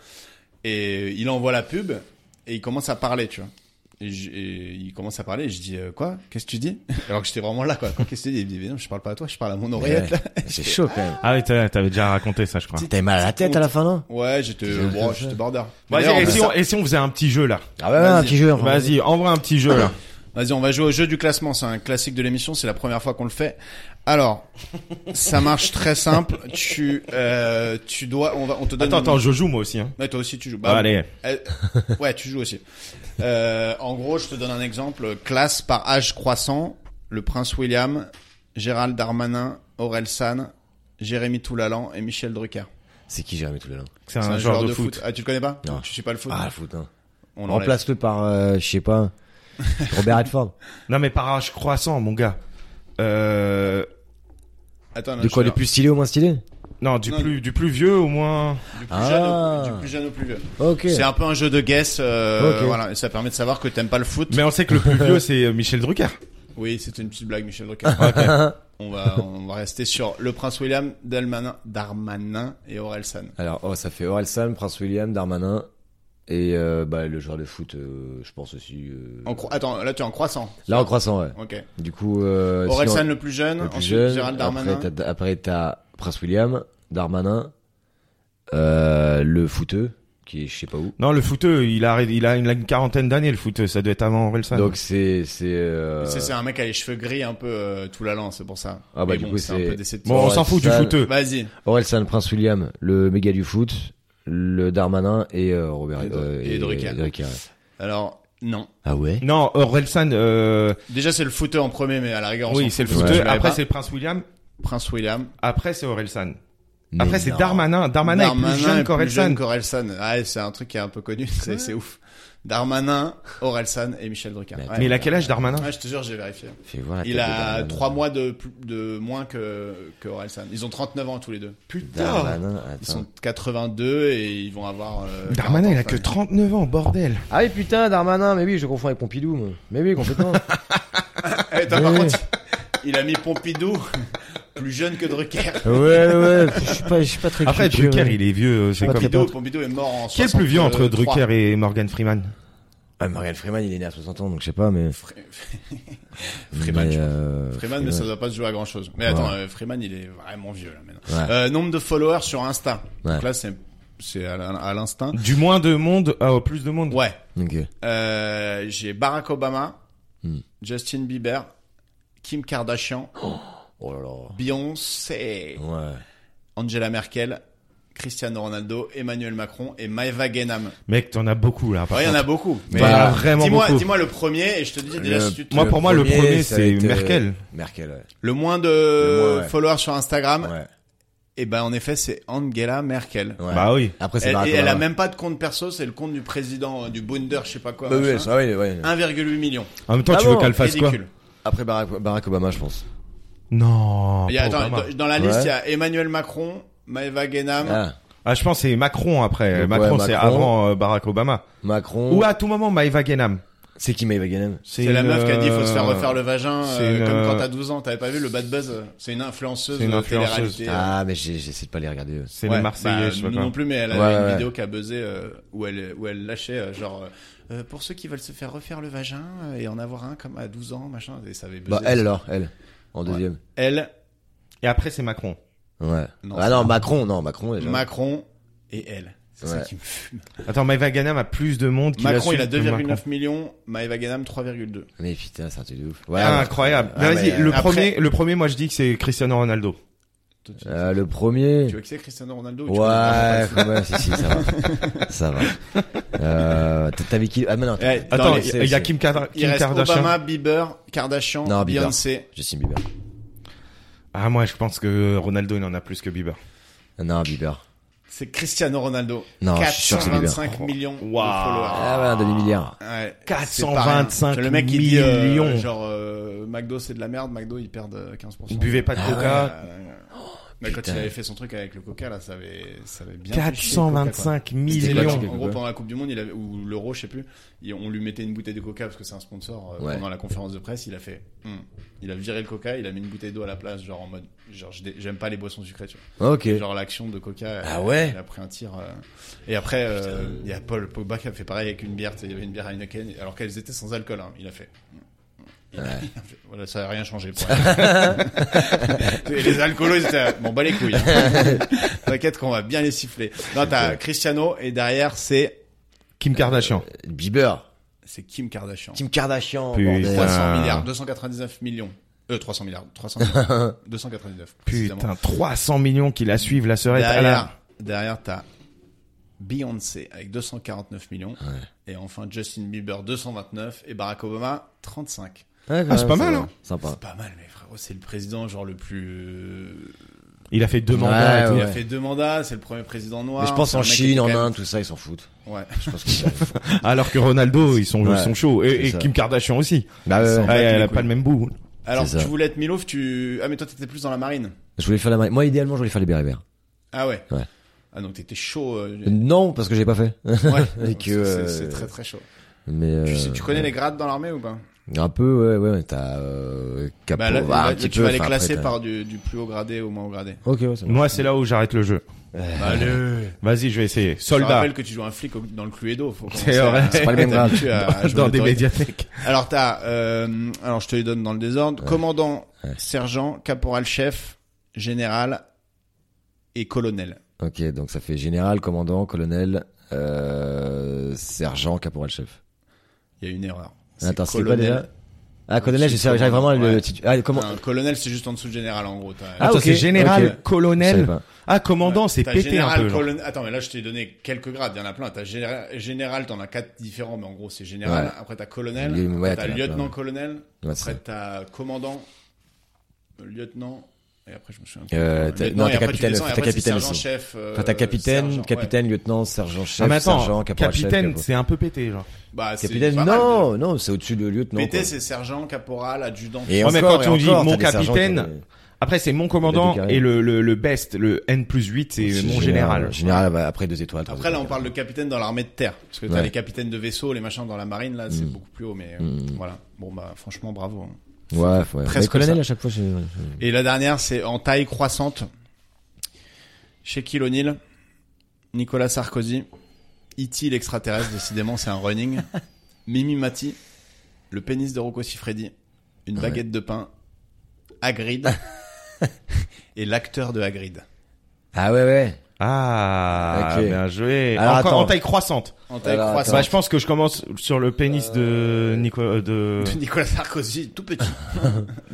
Speaker 4: et euh, il envoie la pub et il commence à parler, tu vois. Et, je- et il commence à parler et je dis euh, quoi Qu'est-ce que tu dis Alors que j'étais vraiment là, quoi. Qu'est-ce que tu dis Il me dit mais non, je parle pas à toi, je parle à mon
Speaker 2: Ouais,
Speaker 4: oreillette. là.
Speaker 2: c'est chaud quand même.
Speaker 3: Ah oui, t'avais t'avais déjà raconté ça, je crois.
Speaker 2: T'avais mal à la tête à la fin, non
Speaker 4: Ouais, j'étais,
Speaker 2: J'ai rien
Speaker 4: bon,
Speaker 2: fait.
Speaker 4: j'étais border.
Speaker 3: Vas-y,
Speaker 4: D'ailleurs,
Speaker 3: et,
Speaker 4: on
Speaker 3: si
Speaker 4: fait
Speaker 3: on,
Speaker 4: ça.
Speaker 3: et si on faisait un petit jeu là
Speaker 2: Ah ouais, ouais, un
Speaker 4: Vas-y.
Speaker 2: petit jeu. enfin.
Speaker 3: Vas-y, envoie un petit jeu là.
Speaker 4: Vas-y, on va jouer au jeu du classement. C'est un classique de l'émission. C'est la première fois qu'on le fait. Alors, ça marche très simple. Tu, euh, tu dois, on va, on te donne.
Speaker 3: Attends, attends, je joue moi aussi. Hein.
Speaker 4: Ouais, toi aussi, tu joues. Bah,
Speaker 3: Allez.
Speaker 4: euh, ouais, tu joues aussi. Euh, en gros, je te donne un exemple. Classe par âge croissant. Le prince William, Gérald Darmanin, Aurel San, Jérémy Toulalan et Michel Drucker.
Speaker 2: C'est qui Jérémy Toulalan
Speaker 3: C'est un,
Speaker 4: C'est
Speaker 3: joueur, de, foot.
Speaker 4: Ah, tu le connais pas
Speaker 2: Non.
Speaker 4: Tu suis pas le foot
Speaker 2: Ah, le foot. Hein.
Speaker 4: On l'enlève.
Speaker 2: Remplace-le par, euh, je sais pas, Robert Redford.
Speaker 3: Non mais par âge croissant, mon gars. Euh...
Speaker 4: Attends, non,
Speaker 2: De quoi,
Speaker 4: je
Speaker 2: le
Speaker 4: suis
Speaker 2: plus stylé au moins stylé
Speaker 3: Non, du
Speaker 4: Non,
Speaker 3: plus du plus vieux au moins.
Speaker 4: là. Du plus,
Speaker 2: Ah.
Speaker 4: jeune au, du plus jeune au plus vieux.
Speaker 2: Ok.
Speaker 4: C'est un peu un jeu de guess, euh,
Speaker 2: Ok.
Speaker 4: voilà, et ça permet de savoir que t'aimes pas le foot.
Speaker 3: Mais on sait que le plus vieux c'est euh, Michel Drucker.
Speaker 4: Oui, c'était une petite blague, Michel Drucker. on va, on va rester sur le prince William, Dalmanin, Darmanin et Orelsan.
Speaker 2: Alors, oh, ça fait Aurel Sam, Prince William, Darmanin. Et euh, bah, le joueur de foot, euh, je pense aussi. euh,
Speaker 4: En cro- Attends, là tu es en croissant.
Speaker 2: Là, en croissant, ouais.
Speaker 4: Ok.
Speaker 2: Du coup, euh, sinon,
Speaker 4: Orelsan le plus jeune,
Speaker 2: le plus
Speaker 4: ensuite
Speaker 2: jeune,
Speaker 4: Gérald Darmanin.
Speaker 2: Après, t'as, après, t'as Prince William, Darmanin, euh, le footeux, qui est je sais pas où.
Speaker 3: Non, le footeux, il a il a, il a une quarantaine d'années le footeux, ça doit être avant Orelsan.
Speaker 2: Donc, c'est. c'est euh,
Speaker 4: C'est c'est un mec à les cheveux gris un peu euh, tout la lance, c'est pour ça.
Speaker 2: Ah bah,
Speaker 4: Mais
Speaker 2: du
Speaker 4: bon,
Speaker 2: coup,
Speaker 4: c'est un
Speaker 2: c'est-
Speaker 4: peu déceptif.
Speaker 3: Bon, on s'en fout du
Speaker 2: Orelsan-
Speaker 3: footeux.
Speaker 4: Vas-y.
Speaker 2: Aurel San, Prince William, le méga du foot, le Darmanin et euh, Robert
Speaker 4: Et Dru-
Speaker 2: euh,
Speaker 4: et Drucker.
Speaker 2: ouais.
Speaker 4: Alors non.
Speaker 2: Ah ouais
Speaker 3: Non, Orelsan euh...
Speaker 4: Déjà c'est le footer en premier, mais à la rigueur on s'en
Speaker 3: oui, c'est le
Speaker 4: fout, parce
Speaker 3: footeux,
Speaker 4: que je l'avais
Speaker 3: après
Speaker 4: pas.
Speaker 3: c'est le Prince William,
Speaker 4: prince William.
Speaker 3: après c'est Orelsan.
Speaker 2: Mais
Speaker 3: Après c'est
Speaker 2: non.
Speaker 3: Darmanin, Darmanin, est plus jeune qu'Orelsan.
Speaker 4: qu'Orelsan. Ouais, c'est un truc qui est un peu connu, c'est c'est ouf. Darmanin, Orelsan et Michel Drucker.
Speaker 2: Mais-
Speaker 4: Ouais.
Speaker 3: Mais il a quel âge hein Darmanin
Speaker 4: Ouais, je te jure, j'ai vérifié.
Speaker 2: Fais voir la
Speaker 4: Il
Speaker 2: tête de
Speaker 4: a
Speaker 2: Darmanin.
Speaker 4: trois mois de, plus- de moins que, que Orelsan. Ils ont 39 ans tous les deux.
Speaker 2: Darmanin, attends.
Speaker 4: Oh. Ils sont 82 et ils vont avoir... euh, 40
Speaker 3: Darmanin, il a
Speaker 4: ans,
Speaker 3: que
Speaker 4: enfin.
Speaker 3: 39 ans, bordel.
Speaker 2: Ah oui putain Darmanin, mais oui je confonds avec Pompidou. moi. Mais oui complètement.
Speaker 4: Eh, attends, par
Speaker 2: Oui.
Speaker 4: contre, il a mis Pompidou plus jeune que Drucker.
Speaker 2: ouais ouais, je suis pas, je suis pas très.
Speaker 3: Après
Speaker 2: culture,
Speaker 3: Drucker,
Speaker 2: ouais.
Speaker 3: il est vieux, euh, c'est
Speaker 2: pas
Speaker 3: comme
Speaker 2: très
Speaker 4: Pompidou, Pompidou est mort en
Speaker 3: Qui est le plus vieux entre
Speaker 4: 63.
Speaker 3: Drucker et Morgan Freeman
Speaker 2: Ah, Morgan Freeman, il est né à 60 ans donc je sais pas mais.
Speaker 4: Fré- Freeman, je
Speaker 2: euh,
Speaker 4: Freeman, mais ça doit pas se jouer à grand chose. Mais
Speaker 2: Ouais.
Speaker 4: attends, euh, Freeman, il est vraiment vieux là maintenant.
Speaker 2: Ouais.
Speaker 4: Euh, nombre de followers sur Insta.
Speaker 2: Ouais.
Speaker 4: Donc là, c'est c'est à l'in- à l'instinct.
Speaker 3: Du moins de monde
Speaker 4: ah,
Speaker 3: à au plus de monde.
Speaker 4: Ouais.
Speaker 2: Ok.
Speaker 4: Euh, J'ai Barack Obama,
Speaker 2: Hmm.
Speaker 4: Justin Bieber, Kim Kardashian,
Speaker 2: Oh là là.
Speaker 4: Beyoncé,
Speaker 2: Ouais.
Speaker 4: Angela Merkel, Cristiano Ronaldo, Emmanuel Macron et Maeva Genam.
Speaker 3: Mec, t'en as beaucoup là. par
Speaker 4: Ouais, il y en
Speaker 3: contre.
Speaker 4: a beaucoup. Mais
Speaker 3: T'en as
Speaker 4: euh,
Speaker 3: vraiment
Speaker 4: dis-moi,
Speaker 3: beaucoup.
Speaker 4: dis-moi le premier et je te dis déjà si tu te-
Speaker 3: Moi, pour moi, le premier,
Speaker 2: ça
Speaker 3: c'est
Speaker 2: va être, euh,
Speaker 3: Merkel.
Speaker 2: Merkel, ouais.
Speaker 4: le moins de
Speaker 2: Le moins, ouais.
Speaker 4: followers sur Instagram,
Speaker 2: Ouais.
Speaker 4: et ben en effet c'est Angela Merkel.
Speaker 2: ouais.
Speaker 3: Bah oui.
Speaker 2: Après c'est
Speaker 4: Elle,
Speaker 2: Barack
Speaker 4: et elle a
Speaker 2: Obama.
Speaker 4: même pas de compte perso, c'est le compte du président euh, du Bundler, je sais pas quoi.
Speaker 2: Bah oui,
Speaker 4: machin.
Speaker 2: ça, ouais, ouais.
Speaker 4: 1,8 million.
Speaker 3: En même temps,
Speaker 2: Ah
Speaker 3: tu
Speaker 2: bon
Speaker 3: veux qu'elle fasse quoi
Speaker 4: Ridicule.
Speaker 2: Après Barack, Barack Obama, je pense.
Speaker 3: Non.
Speaker 4: Il y
Speaker 3: pas
Speaker 4: a- attends,
Speaker 3: Obama.
Speaker 4: dans- dans la liste,
Speaker 2: Ouais.
Speaker 4: il y a Emmanuel Macron, Maeva Genam.
Speaker 2: Ah,
Speaker 3: Ah, je pense que c'est Macron après.
Speaker 2: Donc,
Speaker 3: Macron,
Speaker 2: ouais,
Speaker 3: c'est
Speaker 2: Macron.
Speaker 3: avant euh, Barack Obama.
Speaker 2: Macron.
Speaker 3: Ou à tout moment, Maeva Genam.
Speaker 2: C'est qui Maeve Ganem
Speaker 4: C'est la
Speaker 3: une,
Speaker 4: meuf qui a dit faut se faire
Speaker 3: euh,
Speaker 4: refaire le vagin
Speaker 3: c'est
Speaker 4: euh,
Speaker 3: une,
Speaker 4: comme quand
Speaker 3: euh,
Speaker 4: t'as 12 ans, t'avais pas vu le bad buzz euh, C'est une influenceuse
Speaker 3: C'est une
Speaker 4: de
Speaker 3: influenceuse.
Speaker 4: télé-réalité. euh.
Speaker 2: Ah, mais j'ai- j'essaie de pas les regarder. eux.
Speaker 3: C'est
Speaker 4: Ouais,
Speaker 3: les Marseillais,
Speaker 4: bah,
Speaker 3: je sais pas
Speaker 4: nous
Speaker 3: quoi.
Speaker 4: non plus, mais elle avait
Speaker 2: Ouais,
Speaker 4: une
Speaker 2: ouais.
Speaker 4: vidéo qui a buzzé euh, où elle où elle lâchait euh, genre euh, euh, pour ceux qui veulent se faire refaire le vagin euh, et en avoir un comme à 12 ans machin et ça avait buzzé.
Speaker 2: Bah, elle alors, elle. En deuxième.
Speaker 4: Elle,
Speaker 3: Et après, c'est Macron.
Speaker 2: Ouais.
Speaker 4: Non,
Speaker 2: ah
Speaker 4: c'est-
Speaker 2: non, Macron, non, Macron déjà.
Speaker 4: Macron et elle. C'est ça
Speaker 2: Ouais.
Speaker 4: qui me fume.
Speaker 3: Attends, Maeva Genam a plus de monde. qui la
Speaker 4: Macron,
Speaker 3: suit
Speaker 4: il a
Speaker 3: que Macron.
Speaker 4: 2,9 millions, Maeva Ganam 3,2.
Speaker 2: mais putain, c'est un truc de ouf. Ouais.
Speaker 3: Ah,
Speaker 2: ouais.
Speaker 3: incroyable.
Speaker 2: Ah,
Speaker 3: Mais Vas-y,
Speaker 2: mais,
Speaker 3: le
Speaker 4: après-
Speaker 3: premier, le premier, moi, je dis que c'est Cristiano Ronaldo.
Speaker 4: Toi, Tu,
Speaker 2: Euh, le premier.
Speaker 4: tu vois qui c'est Cristiano Ronaldo ou tu connais vraiment pas
Speaker 2: Ouais,
Speaker 4: le foot
Speaker 2: quand même, si, si, ça va. ça va. Euh, t'as- t'avais qui Ah, mais non,
Speaker 4: Eh,
Speaker 2: t'as-
Speaker 4: dans
Speaker 3: Attends,
Speaker 4: les-
Speaker 3: il y a
Speaker 2: c'est-
Speaker 3: Kim, Kardashian.
Speaker 4: Il
Speaker 3: Kim
Speaker 4: reste
Speaker 3: Kardashian.
Speaker 4: Obama, Bieber, Kardashian,
Speaker 2: Non, Bieber.
Speaker 4: Beyoncé.
Speaker 2: Justin Bieber.
Speaker 3: Ah, moi, je pense que Ronaldo, il en a plus que Bieber.
Speaker 2: Non, Bieber.
Speaker 4: C'est Cristiano Ronaldo.
Speaker 2: Non, je suis sûr que c'est Bieber.
Speaker 4: 425 millions de
Speaker 3: Waouh.
Speaker 4: followers.
Speaker 2: Ah voilà, demi milliard.
Speaker 4: Ouais, c'est
Speaker 3: 425
Speaker 4: pareil. Le mec il dit euh,
Speaker 3: millions.
Speaker 4: genre euh, McDo c'est de la merde, McDo ils perdent euh, 15%.
Speaker 3: Buvez pas de coca.
Speaker 4: Euh, mais quand il
Speaker 2: putain.
Speaker 4: avait fait son truc avec le coca là, ça avait, ça avait bien. fait chier, le Coca, quoi.
Speaker 3: 425
Speaker 4: C'était quoi,
Speaker 3: millions.
Speaker 4: En gros, pendant la Coupe du Monde, il avait, ou l'Euro, je sais plus, il- on lui mettait une bouteille de coca parce que c'est un sponsor. euh,
Speaker 2: Ouais.
Speaker 4: Pendant la conférence de presse, il a fait. Hum. Il a viré le coca, il a mis une bouteille d'eau à la place, genre en mode. Genre, je dé- j'aime pas les boissons sucrées, tu vois.
Speaker 2: Ok.
Speaker 4: Genre l'action de Coca.
Speaker 2: Ah
Speaker 4: euh,
Speaker 2: ouais
Speaker 4: Il a pris un tir. euh, Et après, euh, il y a Paul Pogba qui a fait pareil avec une bière. tu sais, Il y avait une bière Heineken, alors qu'elles étaient sans alcool. hein, Il a fait. Il a- il a fait- Voilà, ça a rien changé. Pour elle. Et les alcoolos, ils étaient là, bon, bah les couilles. hein. T'inquiète qu'on va bien les siffler. Non, t'as Cristiano et derrière, c'est
Speaker 3: Kim
Speaker 2: Euh,
Speaker 3: Kardashian.
Speaker 2: Bieber.
Speaker 4: c'est Kim Kardashian.
Speaker 2: Kim Ah. Kardashian.
Speaker 3: Putain.
Speaker 2: bordel.
Speaker 4: 300 milliards, 299 millions. Euh, 300 milliards, 300 millions. 299. précisément.
Speaker 3: Putain, 300 millions qui la suivent, la sœur est à la-
Speaker 4: Derrière, derrière t'as Beyoncé avec 249 millions. Et enfin Justin Bieber 229 et Barack Obama 35.
Speaker 2: Ouais,
Speaker 3: Ah, c'est pas mal,
Speaker 2: va,
Speaker 3: hein.
Speaker 2: Sympa.
Speaker 4: C'est pas mal, mais frérot, c'est le président genre le plus.
Speaker 3: Il a fait deux
Speaker 2: Ouais,
Speaker 3: mandats et tout.
Speaker 4: Il a
Speaker 2: Ah ouais.
Speaker 4: fait deux mandats, c'est le premier président noir.
Speaker 2: Mais je pense
Speaker 4: c'est
Speaker 2: en
Speaker 4: un mec qui
Speaker 2: Chine,
Speaker 4: était
Speaker 2: en
Speaker 4: quand
Speaker 2: Inde, tout ça, ils s'en foutent.
Speaker 4: même- Ouais.
Speaker 2: Je pense qu'ils s'en foutent.
Speaker 3: Alors que Ronaldo, ils sont,
Speaker 2: Ouais,
Speaker 3: ils sont chauds. Et,
Speaker 2: c'est
Speaker 3: et
Speaker 2: ça.
Speaker 3: Kim Kardashian aussi.
Speaker 2: Bah ouais, ouais.
Speaker 3: Ah, elle a
Speaker 4: les
Speaker 3: pas
Speaker 4: couilles.
Speaker 3: le même bout.
Speaker 4: Alors
Speaker 2: C'est
Speaker 4: tu
Speaker 2: ça.
Speaker 4: voulais être Milouf, tu. Ah, mais toi t'étais plus dans la marine.
Speaker 2: Je voulais faire la mari- Moi, idéalement, je voulais faire les bérets verts.
Speaker 4: Ah ouais.
Speaker 2: Ouais.
Speaker 4: Ah donc t'étais chaud. euh,
Speaker 2: Non, parce que j'ai pas fait.
Speaker 4: Ouais.
Speaker 2: Et que,
Speaker 4: C'est- C'est
Speaker 2: euh,
Speaker 4: très très chaud.
Speaker 2: Mais euh,
Speaker 4: Tu, sais- tu connais les grades dans l'armée ou pas
Speaker 2: un peu, ouais, ouais, ouais, t'as euh, capot,
Speaker 4: Bah là,
Speaker 2: bah,
Speaker 4: là,
Speaker 2: un petit
Speaker 4: tu
Speaker 2: peu,
Speaker 4: vas les
Speaker 2: enfin, euh, après,
Speaker 4: classer
Speaker 2: t'as-
Speaker 4: par du, du plus haut gradé au moins haut gradé.
Speaker 2: Ok, ouais, c'est bon.
Speaker 3: Moi, c'est là où j'arrête le jeu.
Speaker 4: Allez.
Speaker 3: Vas-y, je vais essayer.
Speaker 4: Je
Speaker 3: Soldat.
Speaker 4: rappelle que tu joues un flic au- dans le Cluedo. Faut
Speaker 3: C'est vrai.
Speaker 2: C'est pas le même grade.
Speaker 3: Dans des médiathèques.
Speaker 4: Alors t'as, euh, alors je te les donne dans le désordre. Commandant,
Speaker 2: Ouais.
Speaker 4: sergent, caporal, chef, général et colonel.
Speaker 2: Ok, donc ça fait général, commandant, colonel, euh, sergent, caporal-chef.
Speaker 4: Il y a une erreur.
Speaker 2: Attends, c'est quoi
Speaker 4: colonel.
Speaker 2: déjà Ah, colonel, je sais- j'arrive vraiment à le
Speaker 4: Ouais.
Speaker 2: titre. Ah, comment
Speaker 4: Un colonel, c'est juste en dessous de général en gros. T'as-
Speaker 2: Ah,
Speaker 3: Attends,
Speaker 2: ok,
Speaker 3: c'est général,
Speaker 2: ok. Je savais
Speaker 3: colonel.
Speaker 2: pas.
Speaker 3: Ah, commandant, c'est
Speaker 4: T'as
Speaker 3: pété un
Speaker 4: général,
Speaker 3: peu. genre. Ah,
Speaker 4: colonel- Attends, mais là, je t'ai donné quelques grades. Il y en a plein. T'as général, général t'en as quatre différents, mais en gros, c'est général.
Speaker 2: Ouais.
Speaker 4: Après, t'as colonel.
Speaker 2: Ouais,
Speaker 4: après, t'as
Speaker 2: t'en as plein.
Speaker 4: lieutenant-colonel.
Speaker 2: Ouais, c'est
Speaker 4: après,
Speaker 2: ça.
Speaker 4: t'as commandant, euh, lieutenant. Et après, je me souviens.
Speaker 2: Euh,
Speaker 4: plus.
Speaker 2: t'as-
Speaker 4: Lieutenant,
Speaker 2: non,
Speaker 4: et
Speaker 2: t'as
Speaker 4: après, tu
Speaker 2: capitaine,
Speaker 4: descends, et
Speaker 2: t'as
Speaker 4: après, c'est
Speaker 2: capitaine aussi.
Speaker 4: sergent-chef, euh,
Speaker 2: Enfin, t'as capitaine,
Speaker 4: sergent, ouais.
Speaker 2: capitaine, lieutenant, sergent
Speaker 3: Ah,
Speaker 2: chef,
Speaker 3: mais attends,
Speaker 2: sergent, caporal chef.
Speaker 3: capitaine, c'est un peu pété, genre.
Speaker 4: Bah, c'est
Speaker 2: Capitaine,
Speaker 4: pas mal
Speaker 2: non,
Speaker 4: de-
Speaker 2: non, c'est au-dessus de lieutenant.
Speaker 4: PT,
Speaker 2: quoi.
Speaker 4: c'est sergent, caporal, adjudant.
Speaker 2: Et
Speaker 3: Ouais, mais
Speaker 2: encore,
Speaker 3: quand
Speaker 2: et
Speaker 3: on dit
Speaker 2: encore,
Speaker 3: mon
Speaker 2: t'as des sergents qui
Speaker 3: capitaine,
Speaker 2: ont des-
Speaker 3: Après, c'est mon
Speaker 2: Il
Speaker 3: commandant
Speaker 2: y a des carrés.
Speaker 3: et le, le, le best, le N plus 8, c'est mon général.
Speaker 2: Général, bah, après deux étoiles. trois
Speaker 4: Après, là, on
Speaker 2: étoiles.
Speaker 4: parle de capitaine dans l'armée de terre. Parce que t'as
Speaker 2: Ouais. Mm.
Speaker 4: les capitaines de vaisseaux, les machins dans la marine, là, c'est beaucoup plus haut, mais euh, voilà. Bon, bah, franchement, bravo. hein.
Speaker 2: Ouais, ouais.
Speaker 4: Presque
Speaker 2: Mais colonel,
Speaker 4: ça.
Speaker 2: à chaque fois, c'est...
Speaker 4: Et la dernière, c'est en taille croissante. Shaquille O'Neal, Nicolas Sarkozy, E.T. l'extraterrestre, décidément, c'est un running. Mimi Mati, le pénis de Rocco Siffredi, une baguette de pain, Hagrid, et l'acteur de Hagrid.
Speaker 2: Ah ouais, ouais.
Speaker 3: Ah,
Speaker 2: Ok.
Speaker 3: bien joué.
Speaker 2: Alors,
Speaker 3: Encore
Speaker 2: attends.
Speaker 3: en taille croissante.
Speaker 4: En taille
Speaker 2: Alors,
Speaker 4: croissante.
Speaker 3: Bah, je pense que je commence sur le pénis de Nico, euh, de,
Speaker 4: de Nicolas Sarkozy, tout petit.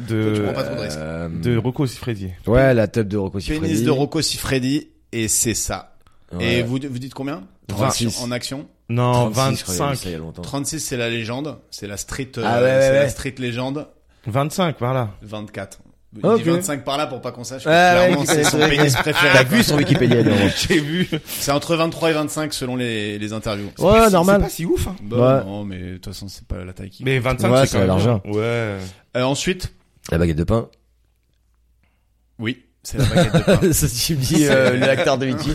Speaker 3: de,
Speaker 4: tu prends pas trop de risques.
Speaker 2: Euh,
Speaker 3: de Rocco Siffredi.
Speaker 2: Ouais, la tête de Rocco Siffredi.
Speaker 4: Pénis de Rocco Siffredi, et c'est ça.
Speaker 2: Ouais.
Speaker 4: Et vous, vous dites combien
Speaker 2: 36.
Speaker 4: En action
Speaker 3: Non,
Speaker 2: 36, je crois, il y a
Speaker 3: 25.
Speaker 2: ça il y a longtemps.
Speaker 4: 36, c'est la légende. C'est la street, euh,
Speaker 2: Ah ouais, ouais,
Speaker 4: c'est la
Speaker 2: ouais.
Speaker 4: street légende.
Speaker 3: 25, voilà.
Speaker 4: 24. Il
Speaker 2: Ok.
Speaker 4: dit 25 par là pour pas qu'on sache. que
Speaker 2: Ah ouais,
Speaker 4: clairement,
Speaker 2: qui
Speaker 4: c'est
Speaker 2: connaît
Speaker 4: son
Speaker 2: ça.
Speaker 4: pénis préféré.
Speaker 2: T'as vu sur Wikipédia, non
Speaker 3: J'ai vu.
Speaker 4: C'est entre 23 et 25 selon les, les interviews.
Speaker 2: Ouais,
Speaker 3: C'est
Speaker 2: normal.
Speaker 3: pas si ouf, hein.
Speaker 4: Bon,
Speaker 2: Ouais.
Speaker 4: non, mais de toute façon, c'est pas la taille qui.
Speaker 3: Mais 25,
Speaker 2: Ouais,
Speaker 3: c'est
Speaker 2: ça
Speaker 3: quand
Speaker 2: a
Speaker 3: même
Speaker 2: l'argent.
Speaker 3: bien. Ouais.
Speaker 4: Euh, ensuite,
Speaker 2: La baguette de pain.
Speaker 4: oui, c'est la baguette de pain.
Speaker 2: Ça, tu me dis, euh, l'acteur
Speaker 4: E
Speaker 2: de Wiki.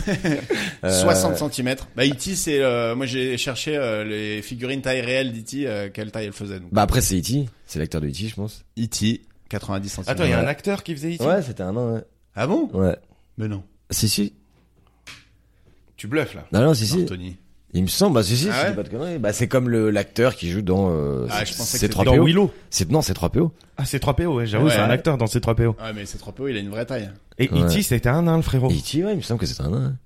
Speaker 2: Euh,
Speaker 4: 60 cm. Bah, E.T., c'est, euh, moi, j'ai cherché euh, les figurines taille réelle d'E.T., euh, quelle taille elle faisait. Donc,
Speaker 2: Bah E après, c'est E.T. C'est l'acteur de E.T., je pense.
Speaker 4: E.T., 90 cm.
Speaker 3: Attends, il y a un acteur qui faisait E ici.
Speaker 2: Ouais, c'était un an, ouais.
Speaker 4: Ah bon?
Speaker 2: Ouais.
Speaker 4: Mais non.
Speaker 2: Si, si.
Speaker 3: Tu bluffes, là.
Speaker 2: Non, non, si,
Speaker 4: Non,
Speaker 2: si.
Speaker 4: Tony.
Speaker 2: Il me semble, bah si, si,
Speaker 4: Ah
Speaker 2: si je
Speaker 4: ouais
Speaker 2: dis pas de conneries. Bah c'est comme le l'acteur qui joue dans... Euh,
Speaker 4: Ah,
Speaker 2: c'est-
Speaker 4: je pensais que
Speaker 2: c'est
Speaker 4: c'était
Speaker 2: 3PO.
Speaker 3: Dans Willow.
Speaker 2: C'est- Non, c'est 3PO.
Speaker 3: Ah, c'est 3PO, ouais, j'avoue,
Speaker 4: Ouais.
Speaker 3: c'est un acteur dans ces 3PO.
Speaker 4: Ouais, Ah, mais c'est trop peu, il a une vraie taille.
Speaker 3: Et
Speaker 2: Ouais.
Speaker 3: E.T., c'était un nain, le
Speaker 4: Oh.
Speaker 3: frérot.
Speaker 2: E.T., ouais, il me semble que c'est un an. hein.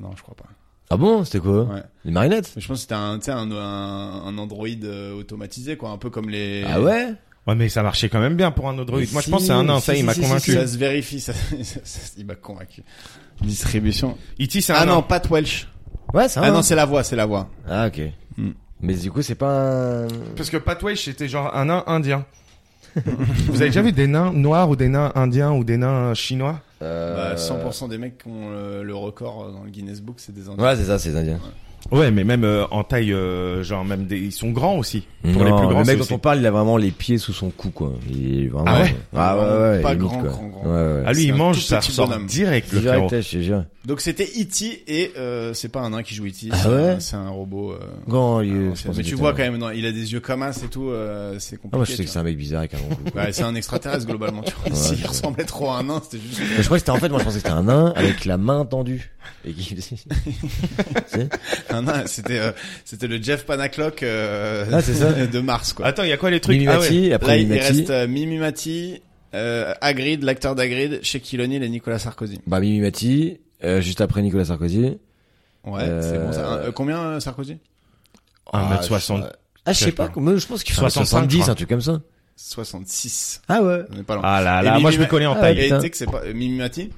Speaker 4: Non, je crois pas.
Speaker 2: Ah bon C'était quoi
Speaker 4: Ouais.
Speaker 2: Les marionnettes
Speaker 4: Mais je pense que c'était un, tu sais, un, un, un androïde euh, automatisé, quoi, un peu comme les.
Speaker 2: Ah ouais
Speaker 3: Ouais, mais ça marchait quand même bien pour un autre druide.
Speaker 2: Mais
Speaker 3: Moi, je
Speaker 2: si,
Speaker 3: pense que c'est un nain,
Speaker 2: si,
Speaker 3: ça, il
Speaker 2: si,
Speaker 3: m'a
Speaker 2: si,
Speaker 3: convaincu.
Speaker 4: Ça se vérifie, ça, ça- ça- il m'a convaincu. Distribution.
Speaker 3: E.T., E c'est un
Speaker 4: Ah
Speaker 3: nain.
Speaker 4: non, Pat Welsh.
Speaker 2: Ouais, c'est un
Speaker 4: Ah
Speaker 2: an.
Speaker 4: non, c'est la voix, c'est la voix.
Speaker 2: Ah ok.
Speaker 4: Hmm.
Speaker 2: Mais du coup, c'est pas un...
Speaker 3: Parce que Pat Welsh était genre un nain indien. Vous avez déjà vu des nains noirs ou des nains indiens ou des nains chinois
Speaker 4: Bah,
Speaker 2: Euh.
Speaker 4: 100% des mecs qui ont euh, le record euh, dans le Guinness Book, c'est des Indiens.
Speaker 2: Ouais, c'est ça, c'est les Indiens.
Speaker 3: Ouais, mais même euh, en taille, euh, genre même des, ils sont grands aussi. Pour les
Speaker 2: Non,
Speaker 3: plus grands,
Speaker 2: le
Speaker 3: c'est
Speaker 2: mec
Speaker 3: aussi-
Speaker 2: dont on parle, il a vraiment les pieds sous son cou, quoi. Il est vraiment.
Speaker 3: Ah ouais
Speaker 2: Ah ouais, ouais, ouais,
Speaker 4: Pas
Speaker 2: limite,
Speaker 4: grand,
Speaker 2: quoi.
Speaker 4: grand, grand.
Speaker 2: Ouais, ouais.
Speaker 3: Ah lui,
Speaker 4: c'est
Speaker 3: il
Speaker 4: un
Speaker 3: mange,
Speaker 4: tout
Speaker 3: ça
Speaker 4: petit
Speaker 3: ressort
Speaker 4: bonhomme.
Speaker 3: direct le frérot.
Speaker 2: Direct, je te jure.
Speaker 4: Donc c'était E.T. et euh, c'est pas un nain qui joue E.T.
Speaker 2: Ah
Speaker 4: c'est un-
Speaker 2: ouais
Speaker 4: c'est un robot. euh,
Speaker 2: Grand, il
Speaker 4: un
Speaker 2: est- je
Speaker 4: ancien.
Speaker 2: pense
Speaker 4: mais
Speaker 2: que
Speaker 4: tu
Speaker 2: c'est
Speaker 4: vois
Speaker 2: un-
Speaker 4: quand même, non, il a des yeux comme as et tout, euh, c'est compliqué.
Speaker 2: Ah, moi, je sais que
Speaker 4: tu
Speaker 2: c'est un mec bizarre avec un long cou.
Speaker 4: vois. Ouais, c'est un extraterrestre globalement. Tu vois.
Speaker 2: Ouais,
Speaker 4: S'il
Speaker 2: je-
Speaker 4: ressemblait trop à un nain, c'était juste.
Speaker 2: Mais je crois que c'était en fait, moi je pensais que c'était un nain avec la main tendue. Et qui...
Speaker 4: un nain. C'était euh, c'était le Jeff Panaclock euh,
Speaker 2: Ah, c'est ça
Speaker 4: de Mars quoi.
Speaker 3: Attends, il y a quoi les trucs
Speaker 2: Mimimati,
Speaker 3: Ah ouais.
Speaker 2: et
Speaker 4: Là,
Speaker 2: après
Speaker 4: il
Speaker 2: Mimimati.
Speaker 4: reste euh, Mimimati, euh, Hagrid, l'acteur d'Hagrid, Shaquille O'Neal et Nicolas Sarkozy.
Speaker 2: Bah, Mimimati, euh, juste après Nicolas Sarkozy.
Speaker 4: Ouais,
Speaker 2: Euh,
Speaker 4: c'est bon ça. Un- euh, combien euh, Sarkozy
Speaker 3: 1m60.
Speaker 2: Ah, je
Speaker 3: Je
Speaker 2: sais
Speaker 3: sais
Speaker 2: pas,
Speaker 3: pas.
Speaker 2: moi, je pense qu'il fait
Speaker 3: 65,
Speaker 2: 70,
Speaker 3: crois.
Speaker 2: un truc comme ça.
Speaker 4: 66.
Speaker 2: Ah ouais.
Speaker 4: On est pas loin.
Speaker 3: Ah là
Speaker 4: Et
Speaker 3: là, moi je me
Speaker 4: Mimimati-
Speaker 3: connais en
Speaker 2: Ah,
Speaker 3: taille. Ah.
Speaker 2: ouais.
Speaker 4: Et
Speaker 2: putain.
Speaker 4: tu sais que c'est pas euh, Mimimati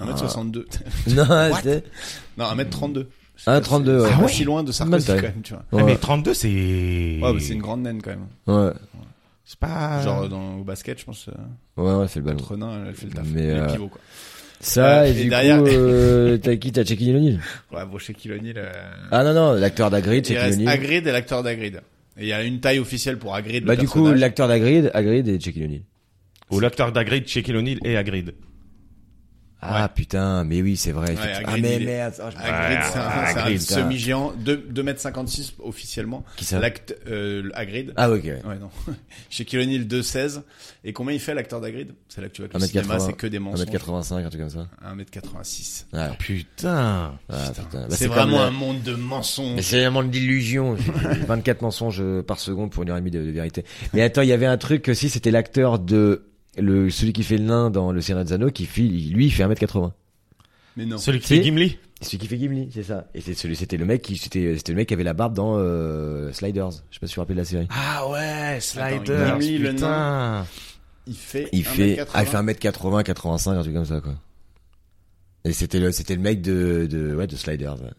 Speaker 4: 1m62.
Speaker 2: Non, c'était
Speaker 4: non, 1m32.
Speaker 2: Ah, 32,
Speaker 4: C'est
Speaker 2: ouais.
Speaker 4: pas
Speaker 3: Ah ouais.
Speaker 4: si loin de
Speaker 2: Même
Speaker 4: Sarkozy
Speaker 2: taille.
Speaker 4: quand même, tu vois.
Speaker 3: Ah, mais
Speaker 2: Ouais.
Speaker 3: 32 c'est
Speaker 4: Ouais, mais c'est une grande naine quand même.
Speaker 2: Ouais,
Speaker 3: C'est
Speaker 2: Ah.
Speaker 3: pas
Speaker 4: Genre euh, dans, au basket, je pense, euh,
Speaker 2: ouais, ouais, c'est le ballon.
Speaker 4: entre nains, elle fait le taf.
Speaker 2: Mais,
Speaker 4: Le
Speaker 2: euh,
Speaker 4: pivot, quoi.
Speaker 2: Ça,
Speaker 4: Euh,
Speaker 2: et,
Speaker 4: et
Speaker 2: du
Speaker 4: derrière-
Speaker 2: coup, euh, t'as qui T'as Shaquille O'Neal
Speaker 4: Ouais, bon, Shaquille O'Neal. euh,
Speaker 2: Ah non, non, l'acteur d'Agrid,
Speaker 4: il
Speaker 2: Shaquille
Speaker 4: reste
Speaker 2: O'Neal.
Speaker 4: Hagrid et l'acteur d'Hagrid. Et il y a une taille officielle pour Hagrid. le
Speaker 2: Bah, du coup,
Speaker 4: personnage.
Speaker 2: l'acteur d'Agrid, Agrid et Shaquille O'Neal.
Speaker 3: ou l'acteur d'Agrid, Shaquille O'Neal et Agrid.
Speaker 2: Ah putain, mais oui, c'est vrai.
Speaker 4: Ouais,
Speaker 2: effectivement. ah
Speaker 4: Hagrid,
Speaker 2: mais
Speaker 4: il est-
Speaker 2: merde, oh, je-
Speaker 4: Hagrid,
Speaker 3: Ouais,
Speaker 4: c'est un,
Speaker 3: Hagrid,
Speaker 4: c'est un
Speaker 2: putain.
Speaker 4: semi-géant, 2, 2m56 officiellement.
Speaker 2: qui ça
Speaker 4: L'acte, euh, Hagrid.
Speaker 2: Ah ok, ouais.
Speaker 4: Ouais, non. Shaquille O'Neal, 2,16. Et combien il fait l'acteur d'Agrid C'est là que tu vois que le
Speaker 2: 1m80,
Speaker 4: cinéma, c'est que des mensonges.
Speaker 2: 1m85, un truc comme ça. Ah,
Speaker 4: 1m86.
Speaker 2: Ouais.
Speaker 3: Ah, Putain.
Speaker 2: Ah, putain. Bah,
Speaker 4: c'est
Speaker 2: comme
Speaker 4: vraiment
Speaker 2: la-
Speaker 4: un monde de mensonges.
Speaker 2: Mais c'est vraiment de l'illusion. 24 mensonges euh, par seconde pour une heure et demie de, de vérité. Mais attends, il y avait un truc aussi, c'était l'acteur de le celui qui fait le nain dans le Seigneur des Anneaux qui fait, lui, il fait 1m80.
Speaker 4: Mais non.
Speaker 3: Celui qui fait
Speaker 2: Si.
Speaker 3: Gimli
Speaker 2: Celui qui fait Gimli, c'est ça. Et c'est celui, c'était le mec qui, c'était, c'était le mec qui avait la barbe dans euh, Sliders. Je sais pas si vous vous rappelez de la série.
Speaker 3: Ah ouais,
Speaker 4: Sliders, Gimli, le
Speaker 3: putain.
Speaker 4: Il fait.
Speaker 2: Il fait,
Speaker 4: 1m80.
Speaker 2: ah, il fait 1m80, 85, un truc comme ça, quoi. Et c'était le, c'était le mec de, de, ouais, de Sliders. ouais.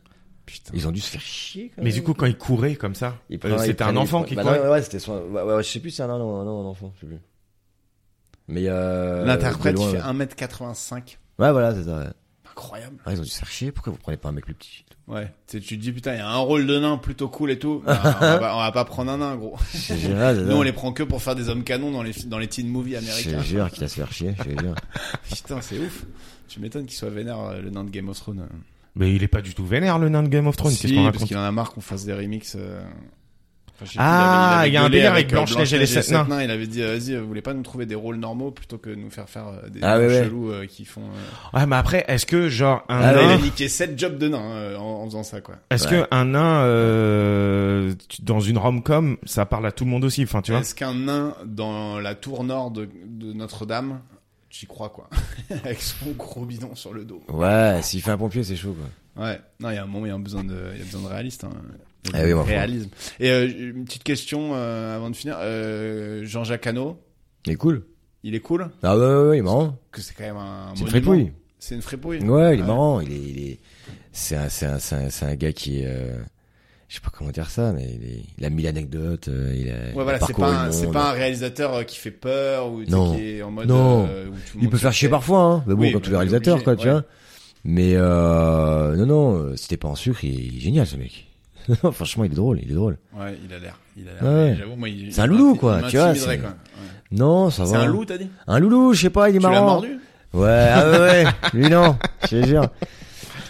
Speaker 4: Putain.
Speaker 2: Ils ont dû se faire chier, quand
Speaker 3: Mais
Speaker 2: même.
Speaker 3: du coup, quand il courait comme ça,
Speaker 2: Il
Speaker 3: euh,
Speaker 2: prenait- il
Speaker 3: c'était un
Speaker 2: prenait-
Speaker 3: enfant
Speaker 2: il-
Speaker 3: qui
Speaker 2: bah
Speaker 3: courait.
Speaker 2: non, ouais, ouais, c'était son, ouais, ouais, je sais plus si c'est un, non, non, non, un enfant, je sais plus. Mais, euh.
Speaker 4: L'interprète,
Speaker 2: de loin,
Speaker 4: il fait
Speaker 2: ouais.
Speaker 4: 1m85.
Speaker 2: Ouais, voilà, c'est ça, ouais.
Speaker 4: Incroyable.
Speaker 2: Ah, ils ont dû se faire chier, pourquoi vous prenez pas un mec plus petit?
Speaker 4: Ouais. Tu, sais, tu te dis, putain, il y a un rôle de nain plutôt cool et tout. Bah, on, va, pas- on va pas prendre un nain, gros.
Speaker 2: Je te jure, ouais, c'est
Speaker 4: Nous, on
Speaker 2: ça.
Speaker 4: les prend que pour faire des hommes canons dans les, fi- dans les teen movies
Speaker 2: Je
Speaker 4: américains.
Speaker 2: te jure qu'il a se faire chier, je te jure.
Speaker 4: Putain, c'est ouf. Tu m'étonnes qu'il soit vénère, euh, le nain de Game of Thrones.
Speaker 3: Mais il est pas du tout vénère le nain de Game of Thrones, qu'est-ce
Speaker 4: Si,
Speaker 3: qu'on
Speaker 4: parce
Speaker 3: raconte
Speaker 4: qu'il en a marre qu'on fasse des remixes. euh, enfin, je sais plus,
Speaker 3: Ah,
Speaker 4: avait-
Speaker 3: il y a un
Speaker 4: gueulé
Speaker 3: délire avec
Speaker 4: euh,
Speaker 3: Blanche-Neige et les sept nains.
Speaker 4: Il avait dit, vas-y, euh, vous voulez pas nous trouver des rôles normaux plutôt que de nous faire faire euh, des
Speaker 2: Ah, ouais, ouais.
Speaker 4: chelous euh, qui font. euh,
Speaker 3: Ouais, mais après est-ce que genre un
Speaker 2: Ah,
Speaker 4: Il a
Speaker 3: nain,
Speaker 4: niqué 7 jobs de nain euh, en, en faisant ça, quoi.
Speaker 3: est-ce que un nain euh, tu- dans une rom-com, ça parle à tout le monde aussi, enfin tu vois
Speaker 4: Est-ce qu'un nain dans la tour nord de, de Notre-Dame, j'y crois, quoi. avec son gros bidon sur le dos.
Speaker 2: Ouais, s'il fait un pompier, c'est chaud, quoi.
Speaker 4: Ouais, non, il y a un moment, il y a besoin de, il y a besoin de réaliste. Hein.
Speaker 2: Eh oui, moi, faut-
Speaker 4: réalisme. Et euh, une petite question euh, avant de finir. Euh, Jean-Jacques Hano,
Speaker 2: Il est cool.
Speaker 4: il est cool
Speaker 2: Ah ouais, ouais, ouais, il est marrant.
Speaker 4: que c'est quand même un.
Speaker 2: C'est une
Speaker 4: monument.
Speaker 2: fripouille.
Speaker 4: C'est une fripouille.
Speaker 2: Ouais, il est marrant. Il est, il est, c'est un, c'est un, c'est un, c'est un gars qui, est, euh, je sais pas comment dire ça, mais il, est- il a mille anecdotes. euh, il a, il a
Speaker 4: Ouais, voilà, c'est
Speaker 2: parcouru
Speaker 4: pas,
Speaker 2: le
Speaker 4: un, c'est
Speaker 2: monde.
Speaker 4: pas un réalisateur euh, qui fait peur ou tu sais,
Speaker 2: Non.
Speaker 4: qui est en mode.
Speaker 2: Non.
Speaker 4: euh, où tout le
Speaker 2: Il
Speaker 4: monde
Speaker 2: peut
Speaker 4: se
Speaker 2: faire chier
Speaker 4: fait.
Speaker 2: parfois, hein. Mais bon,
Speaker 4: Oui, mais
Speaker 2: comme tous
Speaker 4: il
Speaker 2: les
Speaker 4: est
Speaker 2: réalisateurs,
Speaker 4: obligé,
Speaker 2: quoi, tu
Speaker 4: ouais.
Speaker 2: vois. Mais euh, non, non, euh, c'était pas en sucre. Il, il est génial, ce mec. Franchement, il est drôle, il est drôle.
Speaker 4: Ouais, il a l'air. Il a l'air.
Speaker 2: Ouais.
Speaker 4: mais J'avoue, moi, il-
Speaker 2: C'est un
Speaker 4: il
Speaker 2: loulou,
Speaker 4: m'inti-
Speaker 2: quoi,
Speaker 4: il
Speaker 2: tu vois,
Speaker 4: m'intimiderait,
Speaker 2: c'est-
Speaker 4: quoi. Ouais.
Speaker 2: Non, ça
Speaker 4: C'est
Speaker 2: va.
Speaker 4: un loup, t'as dit
Speaker 2: Un loulou, je sais pas, il est
Speaker 4: Tu
Speaker 2: marrant.
Speaker 4: l'as mordu
Speaker 2: Ouais, ah ouais, ouais. Lui, non. Je te jure.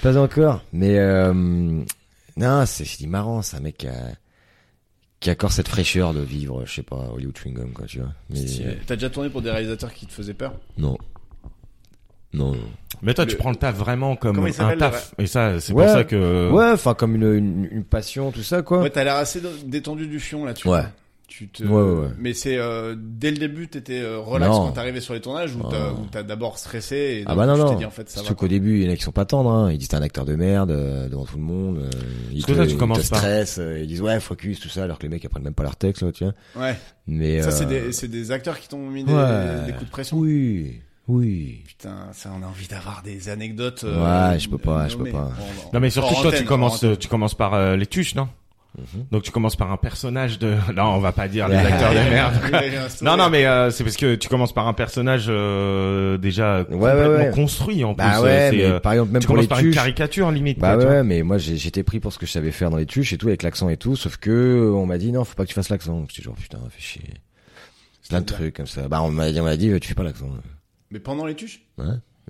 Speaker 2: Pas encore. Mais, euh, non, c'est, je dis marrant, c'est un mec qui a, qui a encore cette fraîcheur de vivre, je sais pas, Hollywood chewing gum, quoi, tu vois. Mais, euh,
Speaker 4: Stylé. T'as déjà tourné pour des réalisateurs qui te faisaient peur
Speaker 2: non. Non, non.
Speaker 3: Mais toi, tu
Speaker 4: Le-
Speaker 3: prends le taf vraiment comme
Speaker 4: Comment il
Speaker 3: un
Speaker 4: s'appelle,
Speaker 3: taf. Et ça, c'est
Speaker 2: Ouais.
Speaker 3: pour ça que.
Speaker 2: Ouais, enfin, comme une, une, une passion, tout ça, quoi.
Speaker 4: Euh. Ouais, t'as l'air assez do- détendu du fion là-dessus.
Speaker 2: Ouais.
Speaker 4: Tu te...
Speaker 2: Ouais, ouais, ouais.
Speaker 4: Mais c'est euh, dès le début, t'étais euh, relax
Speaker 2: Non.
Speaker 4: quand t'arrivais sur les tournages ou t'as-
Speaker 2: Non.
Speaker 4: ou t'as d'abord stressé et
Speaker 2: Ah
Speaker 4: d'un
Speaker 2: bah
Speaker 4: coup,
Speaker 2: non,
Speaker 4: tu t'es
Speaker 2: non.
Speaker 4: dit en fait ça va.
Speaker 2: Surtout qu'au début, il y en a qui sont pas tendres, hein. Ils disent t'es un acteur de merde, euh, devant tout le monde. euh, ils
Speaker 3: Parce que toi, tu
Speaker 2: ils
Speaker 3: commences par-
Speaker 2: stressent, euh, ils disent ouais, focus, tout ça, alors que les mecs apprennent même pas leur texte, là, tu vois.
Speaker 4: Ouais.
Speaker 2: Mais,
Speaker 4: Ça
Speaker 2: euh,
Speaker 4: c'est des, c'est des acteurs qui t'ont mis des,
Speaker 2: ouais.
Speaker 4: des coups de pression.
Speaker 2: Oui, oui.
Speaker 4: Putain, ça on a envie d'avoir des anecdotes. euh,
Speaker 2: Ouais, je peux pas, je peux pas.
Speaker 3: Non mais surtout toi tu commences euh, tu commences par euh, les tuches non
Speaker 2: Mhm.
Speaker 3: Donc tu commences par un personnage de. Non, on va pas dire les acteurs de merde. quoi. Non, non, mais euh, c'est parce que tu commences par un personnage euh, déjà complètement
Speaker 2: ouais, ouais.
Speaker 3: construit en
Speaker 2: Bah
Speaker 3: plus.
Speaker 2: ouais,
Speaker 3: euh, c'est,
Speaker 2: mais
Speaker 3: euh,
Speaker 2: par exemple, même
Speaker 3: tu
Speaker 2: pour
Speaker 3: commences
Speaker 2: les
Speaker 3: par une
Speaker 2: tuches.
Speaker 3: caricature limite.
Speaker 2: Bah
Speaker 3: quoi, tu vois.
Speaker 2: ouais, mais moi j'ai- j'étais pris pour ce que je savais faire dans les tuches et tout, avec l'accent et tout, sauf que euh, on m'a dit non, faut pas que tu fasses l'accent. Donc, J'étais genre putain, fais chier. Plein de trucs comme ça. Bah on m'a dit, on m'a dit, euh, tu fais pas l'accent.
Speaker 4: Mais pendant les tuches
Speaker 2: Ouais.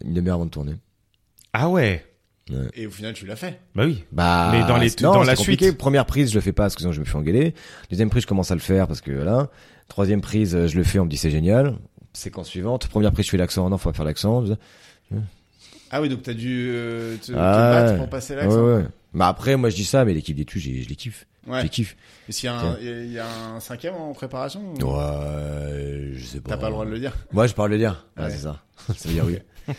Speaker 2: Une demi-heure avant de tourner.
Speaker 3: Ah ouais.
Speaker 4: Et au final, tu l'as fait.
Speaker 3: Bah oui.
Speaker 2: Bah,
Speaker 3: Mais dans les-
Speaker 2: c'est- non,
Speaker 3: dans la
Speaker 2: c'est compliqué.
Speaker 3: suite.
Speaker 2: Première prise, je le fais pas parce que sinon je me fais engueuler. Deuxième prise, je commence à le faire parce que voilà. Troisième prise, euh, je le fais, on me dit c'est génial. Séquence suivante. Première prise, je fais l'accent. Non, faut pas faire l'accent.
Speaker 4: Ah oui, donc t'as dû euh, te, te
Speaker 2: Ah
Speaker 4: battre
Speaker 2: ouais.
Speaker 4: pour passer
Speaker 2: Ouais,
Speaker 4: l'accent.
Speaker 2: ouais. Bah après, moi je dis ça, mais l'équipe des tues, j'ai- je les kiffe.
Speaker 4: hein. Ouais.
Speaker 2: Je les kiffe.
Speaker 4: Et s'il y a un- il y, a- il y a un cinquième en préparation ou-
Speaker 2: Ouais, je sais pas.
Speaker 4: T'as pas le droit de le dire.
Speaker 2: Moi, je parle le dire. Ah,
Speaker 4: Ouais.
Speaker 2: c'est ça. ça veut dire oui.
Speaker 4: Bon,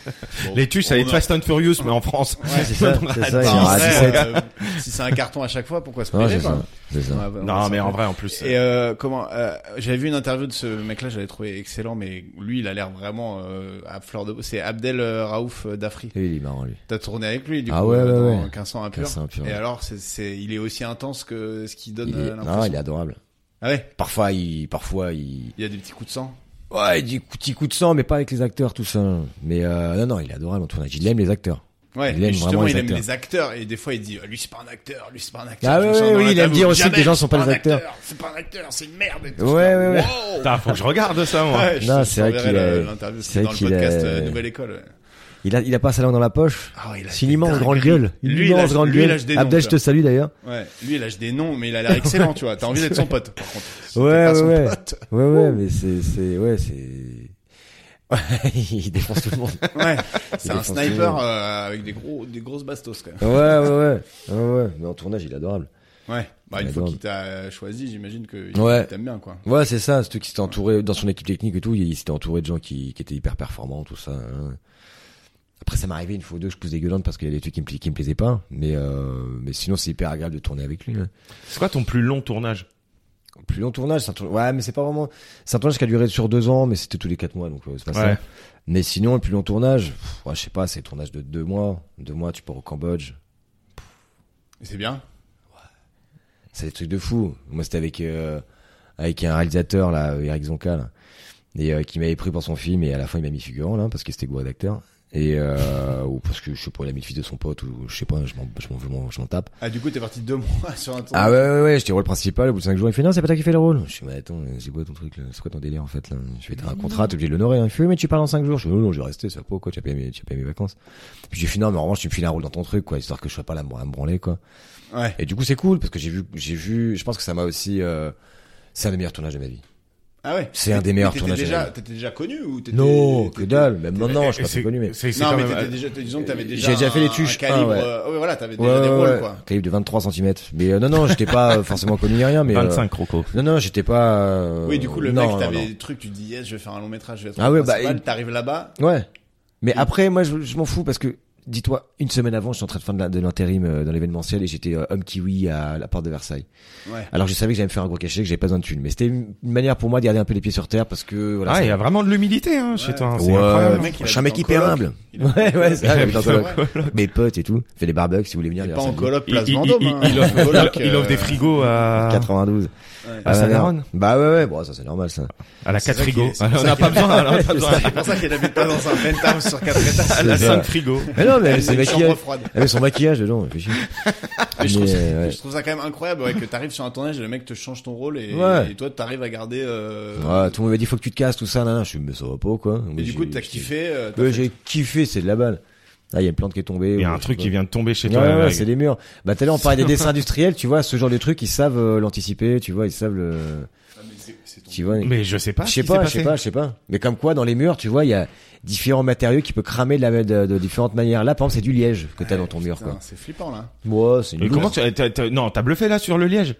Speaker 3: Les tuches, ça va
Speaker 4: on
Speaker 3: être
Speaker 4: a-
Speaker 3: Fast and Furious, mais en France.
Speaker 2: Ouais, c'est ça,
Speaker 3: Donc,
Speaker 2: c'est
Speaker 3: arrête
Speaker 2: ça,
Speaker 3: pas.
Speaker 2: il
Speaker 4: Bah,
Speaker 2: y en
Speaker 4: en
Speaker 2: aura
Speaker 4: vrai,
Speaker 2: 17.
Speaker 4: euh, si c'est un carton à chaque fois, pourquoi se
Speaker 2: Non,
Speaker 4: priver
Speaker 2: c'est
Speaker 4: quoi
Speaker 2: ça. C'est ça.
Speaker 4: Ouais, bah,
Speaker 3: Non,
Speaker 4: c'est
Speaker 3: mais en vrai, en plus.
Speaker 4: Et euh, comment euh, J'avais vu une interview de ce mec-là, j'avais trouvé excellent, mais lui, il a l'air vraiment euh, à fleur de. C'est Abdel euh, Raouf euh, Dafri.
Speaker 2: Et il est marrant lui.
Speaker 4: T'as tourné avec lui, du
Speaker 2: Ah
Speaker 4: coup,
Speaker 2: ouais,
Speaker 4: euh,
Speaker 2: ouais,
Speaker 4: dans
Speaker 2: ouais.
Speaker 4: 15 ans impurs.
Speaker 2: 15 ans impurs,
Speaker 4: Et
Speaker 2: ouais.
Speaker 4: alors, c'est, c'est, il est aussi intense que ce qui donne
Speaker 2: Il
Speaker 4: euh,
Speaker 2: est...
Speaker 4: l'impression.
Speaker 2: Non, il est adorable.
Speaker 4: Ah ouais,
Speaker 2: Parfois, il, parfois, il,
Speaker 4: il y a des petits coups de sang.
Speaker 2: Ouais, du coup, petit coup de sang, mais pas avec les acteurs, tout ça. Mais euh, non, non, il est adorable en tournage. Il aime les acteurs.
Speaker 4: Ouais,
Speaker 2: Il aime
Speaker 4: et justement,
Speaker 2: vraiment les
Speaker 4: il aime
Speaker 2: acteurs.
Speaker 4: les acteurs et des fois il dit euh, lui c'est pas un acteur, lui c'est pas un acteur.
Speaker 2: Ah
Speaker 4: Je me
Speaker 2: ouais,
Speaker 4: sens
Speaker 2: ouais,
Speaker 4: dans
Speaker 2: oui,
Speaker 4: la
Speaker 2: il aime
Speaker 4: table
Speaker 2: dire
Speaker 4: où
Speaker 2: aussi que les
Speaker 4: jamais
Speaker 2: gens sont
Speaker 4: c'est
Speaker 2: pas des acteurs.
Speaker 4: un C'est pas un acteur, c'est une merde. Et tout.
Speaker 2: Ouais, ouais, ouais.
Speaker 5: Oh.
Speaker 4: Wow.
Speaker 3: Putain, faut que je regarde ça, moi.
Speaker 4: Ouais, je
Speaker 2: Non,
Speaker 4: te
Speaker 2: c'est vrai
Speaker 4: t'enverrai
Speaker 2: qu'il
Speaker 4: la-
Speaker 2: est-
Speaker 4: l'interview,
Speaker 2: c'est
Speaker 4: c'est
Speaker 2: vrai
Speaker 4: dans le
Speaker 2: qu'il
Speaker 4: podcast
Speaker 2: est-
Speaker 4: euh, Nouvelle École. ouais.
Speaker 2: Il a, il a pas sa langue dans la poche.
Speaker 4: Ah ouais, il a
Speaker 2: C'est
Speaker 4: des
Speaker 2: une immense
Speaker 4: dingueries.
Speaker 2: grande gueule. Une
Speaker 4: Lui, il
Speaker 2: immense
Speaker 4: lâche-
Speaker 2: grande
Speaker 4: lui, il
Speaker 2: gueule.
Speaker 4: lâche des noms,
Speaker 2: Abdel, je
Speaker 4: quoi.
Speaker 2: te salue d'ailleurs.
Speaker 4: Ouais, lui il lâche des noms, mais il a l'air excellent, tu vois. T'as envie d'être son pote. Par contre, Si t'es
Speaker 2: Ouais,
Speaker 4: pas
Speaker 2: ouais,
Speaker 4: son
Speaker 2: ouais.
Speaker 4: pote.
Speaker 2: Ouais, ouais, mais c'est, c'est, ouais, c'est. Ouais, il défonce tout le monde.
Speaker 4: Ouais, c'est
Speaker 2: Il
Speaker 4: un
Speaker 2: défonce tout le
Speaker 4: sniper
Speaker 2: monde.
Speaker 4: euh, avec des gros, des grosses bastos quand même.
Speaker 2: Ouais, ouais, ouais, ouais, ouais. Mais en tournage, il est adorable.
Speaker 4: Ouais. Bah, une
Speaker 2: Mais
Speaker 4: fois
Speaker 2: donc.
Speaker 4: qu'il t'a choisi, j'imagine que
Speaker 2: Ouais.
Speaker 4: il t'aime bien, quoi.
Speaker 2: Ouais, c'est ça, surtout qu'il s'était entouré, dans son équipe technique et tout, il s'était entouré de gens qui, qui étaient hyper performants, tout ça. hein. Après, ça m'est arrivé une fois ou deux, je pousse dégueulante parce qu'il y a des trucs qui me, pla- qui me plaisaient pas, mais, euh, mais sinon, c'est hyper agréable de tourner avec lui. hein.
Speaker 3: C'est quoi ton plus long tournage
Speaker 2: Plus long tournage, c'est un tournage, ouais, mais c'est pas vraiment, c'est un tournage qui a duré sur deux ans, mais c'était tous les quatre mois, donc euh, c'est pas
Speaker 3: Ouais.
Speaker 2: ça. Mais sinon, le plus long tournage, pff, ouais, je sais pas, c'est le tournage de deux mois. Deux mois, tu pars au Cambodge.
Speaker 4: Et C'est bien.
Speaker 2: C'est des trucs de fou. Moi, c'était avec euh, avec un réalisateur là, euh, Eric Zonka, là, et euh, qui m'avait pris pour son film et à la fin il m'a mis figurant là parce qu'il c'était gouré d'acteur et euh, ou parce que je sais pas il a mis le fils de son pote ou je sais pas je m'en je m'en- je m'en je m'en tape.
Speaker 4: Ah, du coup, t'es parti deux mois sur un tour.
Speaker 2: Ah ouais ouais ouais, j'étais rôle principal au bout de cinq jours il fait non, c'est pas toi qui fais le rôle. Je suis mais attends, euh, c'est quoi ton truc là C'est quoi ton délire en fait là Je vais te faire un contrat, t'es obligé de l'honorer. hein. Il fait oui, mais tu parles en cinq jours. Je fais oh non, non, je vais rester, ça pas quoi, tu as payé mes tu as payé mes vacances. Puis j'ai fait non, mais en revanche, tu me files un rôle dans ton truc quoi, histoire que je sois pas là à me à me branler quoi.
Speaker 4: Ouais.
Speaker 2: Et du coup, c'est cool parce que j'ai vu, j'ai vu. Je pense que ça m'a aussi. euh, c'est un des meilleurs tournages de ma vie.
Speaker 4: Ah ouais.
Speaker 2: C'est un des
Speaker 4: Mais
Speaker 2: meilleurs
Speaker 4: t'étais
Speaker 2: tournages
Speaker 4: Déjà,
Speaker 2: jamais.
Speaker 4: t'étais déjà connu ou t'étais
Speaker 2: Non, que
Speaker 4: t'étais-
Speaker 2: dalle. Même
Speaker 4: t'étais-
Speaker 2: maintenant, je suis
Speaker 3: Et
Speaker 2: pas très
Speaker 3: c'est-
Speaker 2: connu, mais.
Speaker 3: c'est- c'est
Speaker 4: Non,
Speaker 3: quand
Speaker 4: mais
Speaker 3: même- euh,
Speaker 4: t'étais déjà, t'étais- disons que t'avais déjà.
Speaker 2: J'ai déjà fait
Speaker 4: un-
Speaker 2: les
Speaker 4: un
Speaker 2: tuches, un,
Speaker 4: Calibre.
Speaker 2: ouais.
Speaker 4: euh, ouais, voilà, t'avais
Speaker 2: Ouais,
Speaker 4: déjà des
Speaker 2: ouais,
Speaker 4: rôles,
Speaker 2: ouais.
Speaker 4: quoi.
Speaker 2: Calibre de 23 cm. Mais euh, non, non, j'étais pas euh, forcément connu ni rien, mais. euh,
Speaker 3: 25 crocos.
Speaker 2: non, non, j'étais pas. euh,
Speaker 4: Oui, du coup, le
Speaker 2: non,
Speaker 4: mec,
Speaker 2: non,
Speaker 4: t'avais
Speaker 2: non.
Speaker 4: des trucs, tu te dis, yes, je vais faire un long métrage, je vais être
Speaker 2: Ah
Speaker 4: en
Speaker 2: ouais, bah,
Speaker 4: principal,
Speaker 2: il-
Speaker 4: t'arrives là-bas.
Speaker 2: Ouais. Mais après, moi, je, je m'en fous parce que. Dis-toi, une semaine avant, je suis en train de faire de la- de l'intérim euh, dans l'événementiel et j'étais euh, homme kiwi à la porte de Versailles.
Speaker 4: Ouais.
Speaker 2: Alors je savais que j'allais me faire un gros cachet, que j'avais pas besoin de thunes. Mais c'était une une manière pour moi de garder un peu les pieds sur terre parce que voilà.
Speaker 3: ah,
Speaker 2: ça-
Speaker 3: il y a vraiment de l'humilité hein, chez
Speaker 4: Ouais.
Speaker 3: toi. hein,
Speaker 2: Ouais,
Speaker 3: c'est incroyable.
Speaker 4: Le mec, il
Speaker 2: je suis un mec
Speaker 4: habite en
Speaker 2: hyper
Speaker 4: coloc.
Speaker 2: humble.
Speaker 4: Il habite en
Speaker 2: Ouais, ouais,
Speaker 4: coloc.
Speaker 2: c'est vrai, j'habite en
Speaker 4: C'est
Speaker 2: coloc.
Speaker 4: vrai.
Speaker 2: Mes potes et tout. Fait des barbecues si vous voulez venir.
Speaker 4: T'es
Speaker 2: les
Speaker 4: pas en
Speaker 2: samedis.
Speaker 4: coloc
Speaker 3: Il,
Speaker 4: place
Speaker 3: il-
Speaker 4: Vendôme.
Speaker 3: il-
Speaker 4: hein.
Speaker 3: il offre, il
Speaker 4: Coloc,
Speaker 3: offre- il offre des
Speaker 4: euh,
Speaker 3: frigos à,
Speaker 2: 92.
Speaker 4: ouais.
Speaker 3: à
Speaker 2: Ah,
Speaker 3: sa
Speaker 2: merde.
Speaker 3: daronne.
Speaker 2: Bah ouais, ouais, bon, ça c'est normal ça.
Speaker 3: à la 4
Speaker 4: ça qui est-
Speaker 3: frigos.
Speaker 4: c'est
Speaker 3: Ah,
Speaker 4: pour
Speaker 3: On
Speaker 4: ça
Speaker 3: n'a
Speaker 4: qu'il
Speaker 3: pas besoin, on n'a pas besoin.
Speaker 4: C'est pour ça qu'elle habite pas dans un penthouse sur quatre étages.
Speaker 3: À la
Speaker 2: C'est
Speaker 3: 5
Speaker 2: ça.
Speaker 3: frigos.
Speaker 2: Mais non, mais
Speaker 4: Elle a
Speaker 2: c'est
Speaker 4: une
Speaker 2: maquillage.
Speaker 4: chambre froide.
Speaker 2: Avec son maquillage dedans, il fait chier.
Speaker 4: Mais je, trouve ça,
Speaker 2: Mais, ouais.
Speaker 4: je trouve ça quand même incroyable ouais, que t'arrives sur un tournage et le mec te change ton rôle et,
Speaker 2: Ouais.
Speaker 4: et toi t'arrives à garder. Euh...
Speaker 2: Ouais, tout le monde m'a dit faut que tu te casses, tout ça, nan, Je suis, mais ça va pas, quoi.
Speaker 4: et
Speaker 2: Mais
Speaker 4: du
Speaker 2: j'ai-
Speaker 4: coup t'as
Speaker 2: j'ai-
Speaker 4: kiffé. euh, t'as
Speaker 2: Ouais,
Speaker 4: fait-
Speaker 2: j'ai kiffé, c'est de la balle. Ah, il y a une plante qui est tombée.
Speaker 3: Il y a
Speaker 2: ou
Speaker 3: un
Speaker 2: je sais
Speaker 3: truc
Speaker 2: pas.
Speaker 3: qui vient de tomber chez
Speaker 2: Ouais,
Speaker 3: toi.
Speaker 2: ouais,
Speaker 3: là,
Speaker 2: c'est les murs. Bah tout à l'heure on parlait des dessins industriels, tu vois, ce genre de truc, ils savent euh, l'anticiper, tu vois, ils savent le,
Speaker 4: Ah, mais c'est- c'est ton-
Speaker 2: tu vois.
Speaker 3: Mais je sais pas.
Speaker 2: je
Speaker 3: ce
Speaker 2: sais
Speaker 3: qui
Speaker 2: pas,
Speaker 3: s'est
Speaker 2: je sais
Speaker 3: passé.
Speaker 2: pas, je sais pas. Mais comme quoi, dans les murs, tu vois, il y a différents matériaux qui peut cramer de, la, de, de différentes manières. Là, par exemple, c'est du liège que t'as dans ton mur,
Speaker 4: Putain,
Speaker 2: quoi.
Speaker 4: C'est flippant là.
Speaker 2: Moi, c'est une
Speaker 3: Et
Speaker 2: lourde.
Speaker 3: comment tu, t'as- t'as- non, t'as bluffé là sur le liège.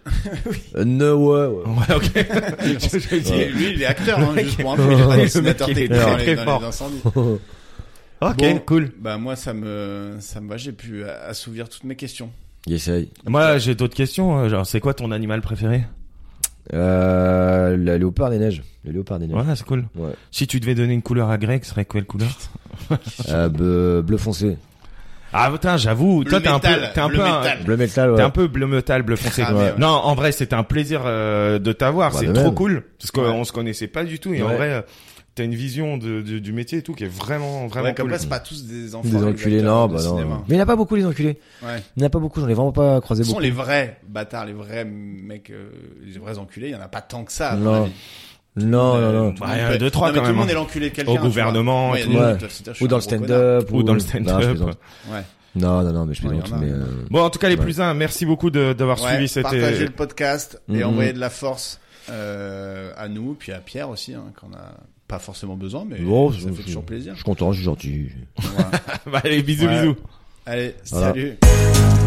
Speaker 2: Euh, ne- ouais, ouais.
Speaker 3: Ouais, ok.
Speaker 4: Et Lui il est acteur hein, juste pour un peu.
Speaker 3: Le
Speaker 4: Il est pas
Speaker 3: mec
Speaker 4: dessinateur
Speaker 3: est
Speaker 4: technique
Speaker 3: très,
Speaker 4: dans les
Speaker 3: très
Speaker 4: dans
Speaker 3: fort.
Speaker 4: les incendies.
Speaker 3: Ok,
Speaker 4: Bon.
Speaker 3: cool.
Speaker 4: Bah moi ça me ça me va. J'ai pu euh, assouvir toutes mes questions.
Speaker 2: J'essaye.
Speaker 3: Moi, j'ai d'autres questions. euh, Genre, c'est quoi ton animal préféré
Speaker 2: Euh, le léopard des neiges. Le léopard des neiges.
Speaker 3: Voilà, c'est cool.
Speaker 2: Ouais.
Speaker 3: Si tu devais donner une couleur à Greg, ce serait quelle couleur
Speaker 2: Euh, bleu, bleu foncé.
Speaker 3: Ah putain, j'avoue, toi
Speaker 4: Le
Speaker 3: t'es un peu,
Speaker 4: métal,
Speaker 3: t'es un
Speaker 4: le
Speaker 3: peu, un-
Speaker 4: métal.
Speaker 2: Bleu métal,
Speaker 3: t'es
Speaker 2: ouais.
Speaker 3: un peu bleu metal, bleu foncé.
Speaker 4: Ah,
Speaker 3: quoi.
Speaker 4: mais ouais.
Speaker 3: Non, en vrai, c'était un plaisir euh, de t'avoir.
Speaker 2: Bah,
Speaker 3: c'est
Speaker 2: de
Speaker 3: trop
Speaker 2: même.
Speaker 3: cool parce qu'on on se connaissait pas du tout et en
Speaker 2: Ouais.
Speaker 3: vrai, euh, t'as une vision de, du, du métier et tout qui est vraiment, vraiment
Speaker 4: Ouais, comme
Speaker 3: cool.
Speaker 4: là, c'est pas tous des enfants.
Speaker 2: Des enculés,
Speaker 4: acteurs
Speaker 2: non,
Speaker 4: de
Speaker 2: bah non.
Speaker 4: cinéma.
Speaker 2: Mais il n'y en a pas beaucoup, les enculés.
Speaker 4: Ouais.
Speaker 2: Il n'y en a pas beaucoup, j'en ai vraiment pas croisé
Speaker 4: Ce sont
Speaker 2: beaucoup.
Speaker 4: les vrais bâtards, les vrais mecs, euh, les vrais enculés. Il y en a pas tant que ça. à mon
Speaker 2: Non. Oh
Speaker 4: avis.
Speaker 2: Non,
Speaker 4: Euh, tout
Speaker 2: non, non.
Speaker 4: le
Speaker 3: Bah,
Speaker 4: monde
Speaker 3: il y en a
Speaker 4: peut-
Speaker 3: deux, trois,
Speaker 4: Non, mais
Speaker 3: quand
Speaker 4: Tout le
Speaker 3: même,
Speaker 4: monde est
Speaker 3: hein.
Speaker 4: l'enculé de quelqu'un.
Speaker 3: Au
Speaker 4: tu vois.
Speaker 3: gouvernement
Speaker 4: Ouais,
Speaker 3: et
Speaker 4: il y a des
Speaker 2: tout. Ouais.
Speaker 4: gens qui doivent se dire, je suis
Speaker 2: Ou dans
Speaker 4: un
Speaker 2: le
Speaker 4: gros connard.
Speaker 2: stand-up.
Speaker 3: Ou dans le stand-up.
Speaker 2: Non, je plaisante.
Speaker 4: Ouais.
Speaker 2: Non, non, non, mais je
Speaker 4: Ouais,
Speaker 2: plaisante.
Speaker 4: il y en a.
Speaker 2: mais, euh,
Speaker 3: Bon, en tout cas, les
Speaker 2: Ouais.
Speaker 3: plus un, merci beaucoup de- d'avoir
Speaker 4: Ouais,
Speaker 3: suivi cette. euh,
Speaker 4: partagez le podcast et
Speaker 2: Mhm.
Speaker 4: envoyez de la force euh, à nous, puis à Pierre aussi, hein, qu'on a pas forcément besoin, mais
Speaker 2: Bon,
Speaker 4: ça
Speaker 2: je-
Speaker 4: fait toujours plaisir.
Speaker 2: Je suis content, je suis gentil.
Speaker 4: Voilà.
Speaker 3: Bah, allez, bisous,
Speaker 4: Ouais.
Speaker 3: bisous.
Speaker 4: Allez,
Speaker 2: Voilà.
Speaker 4: salut.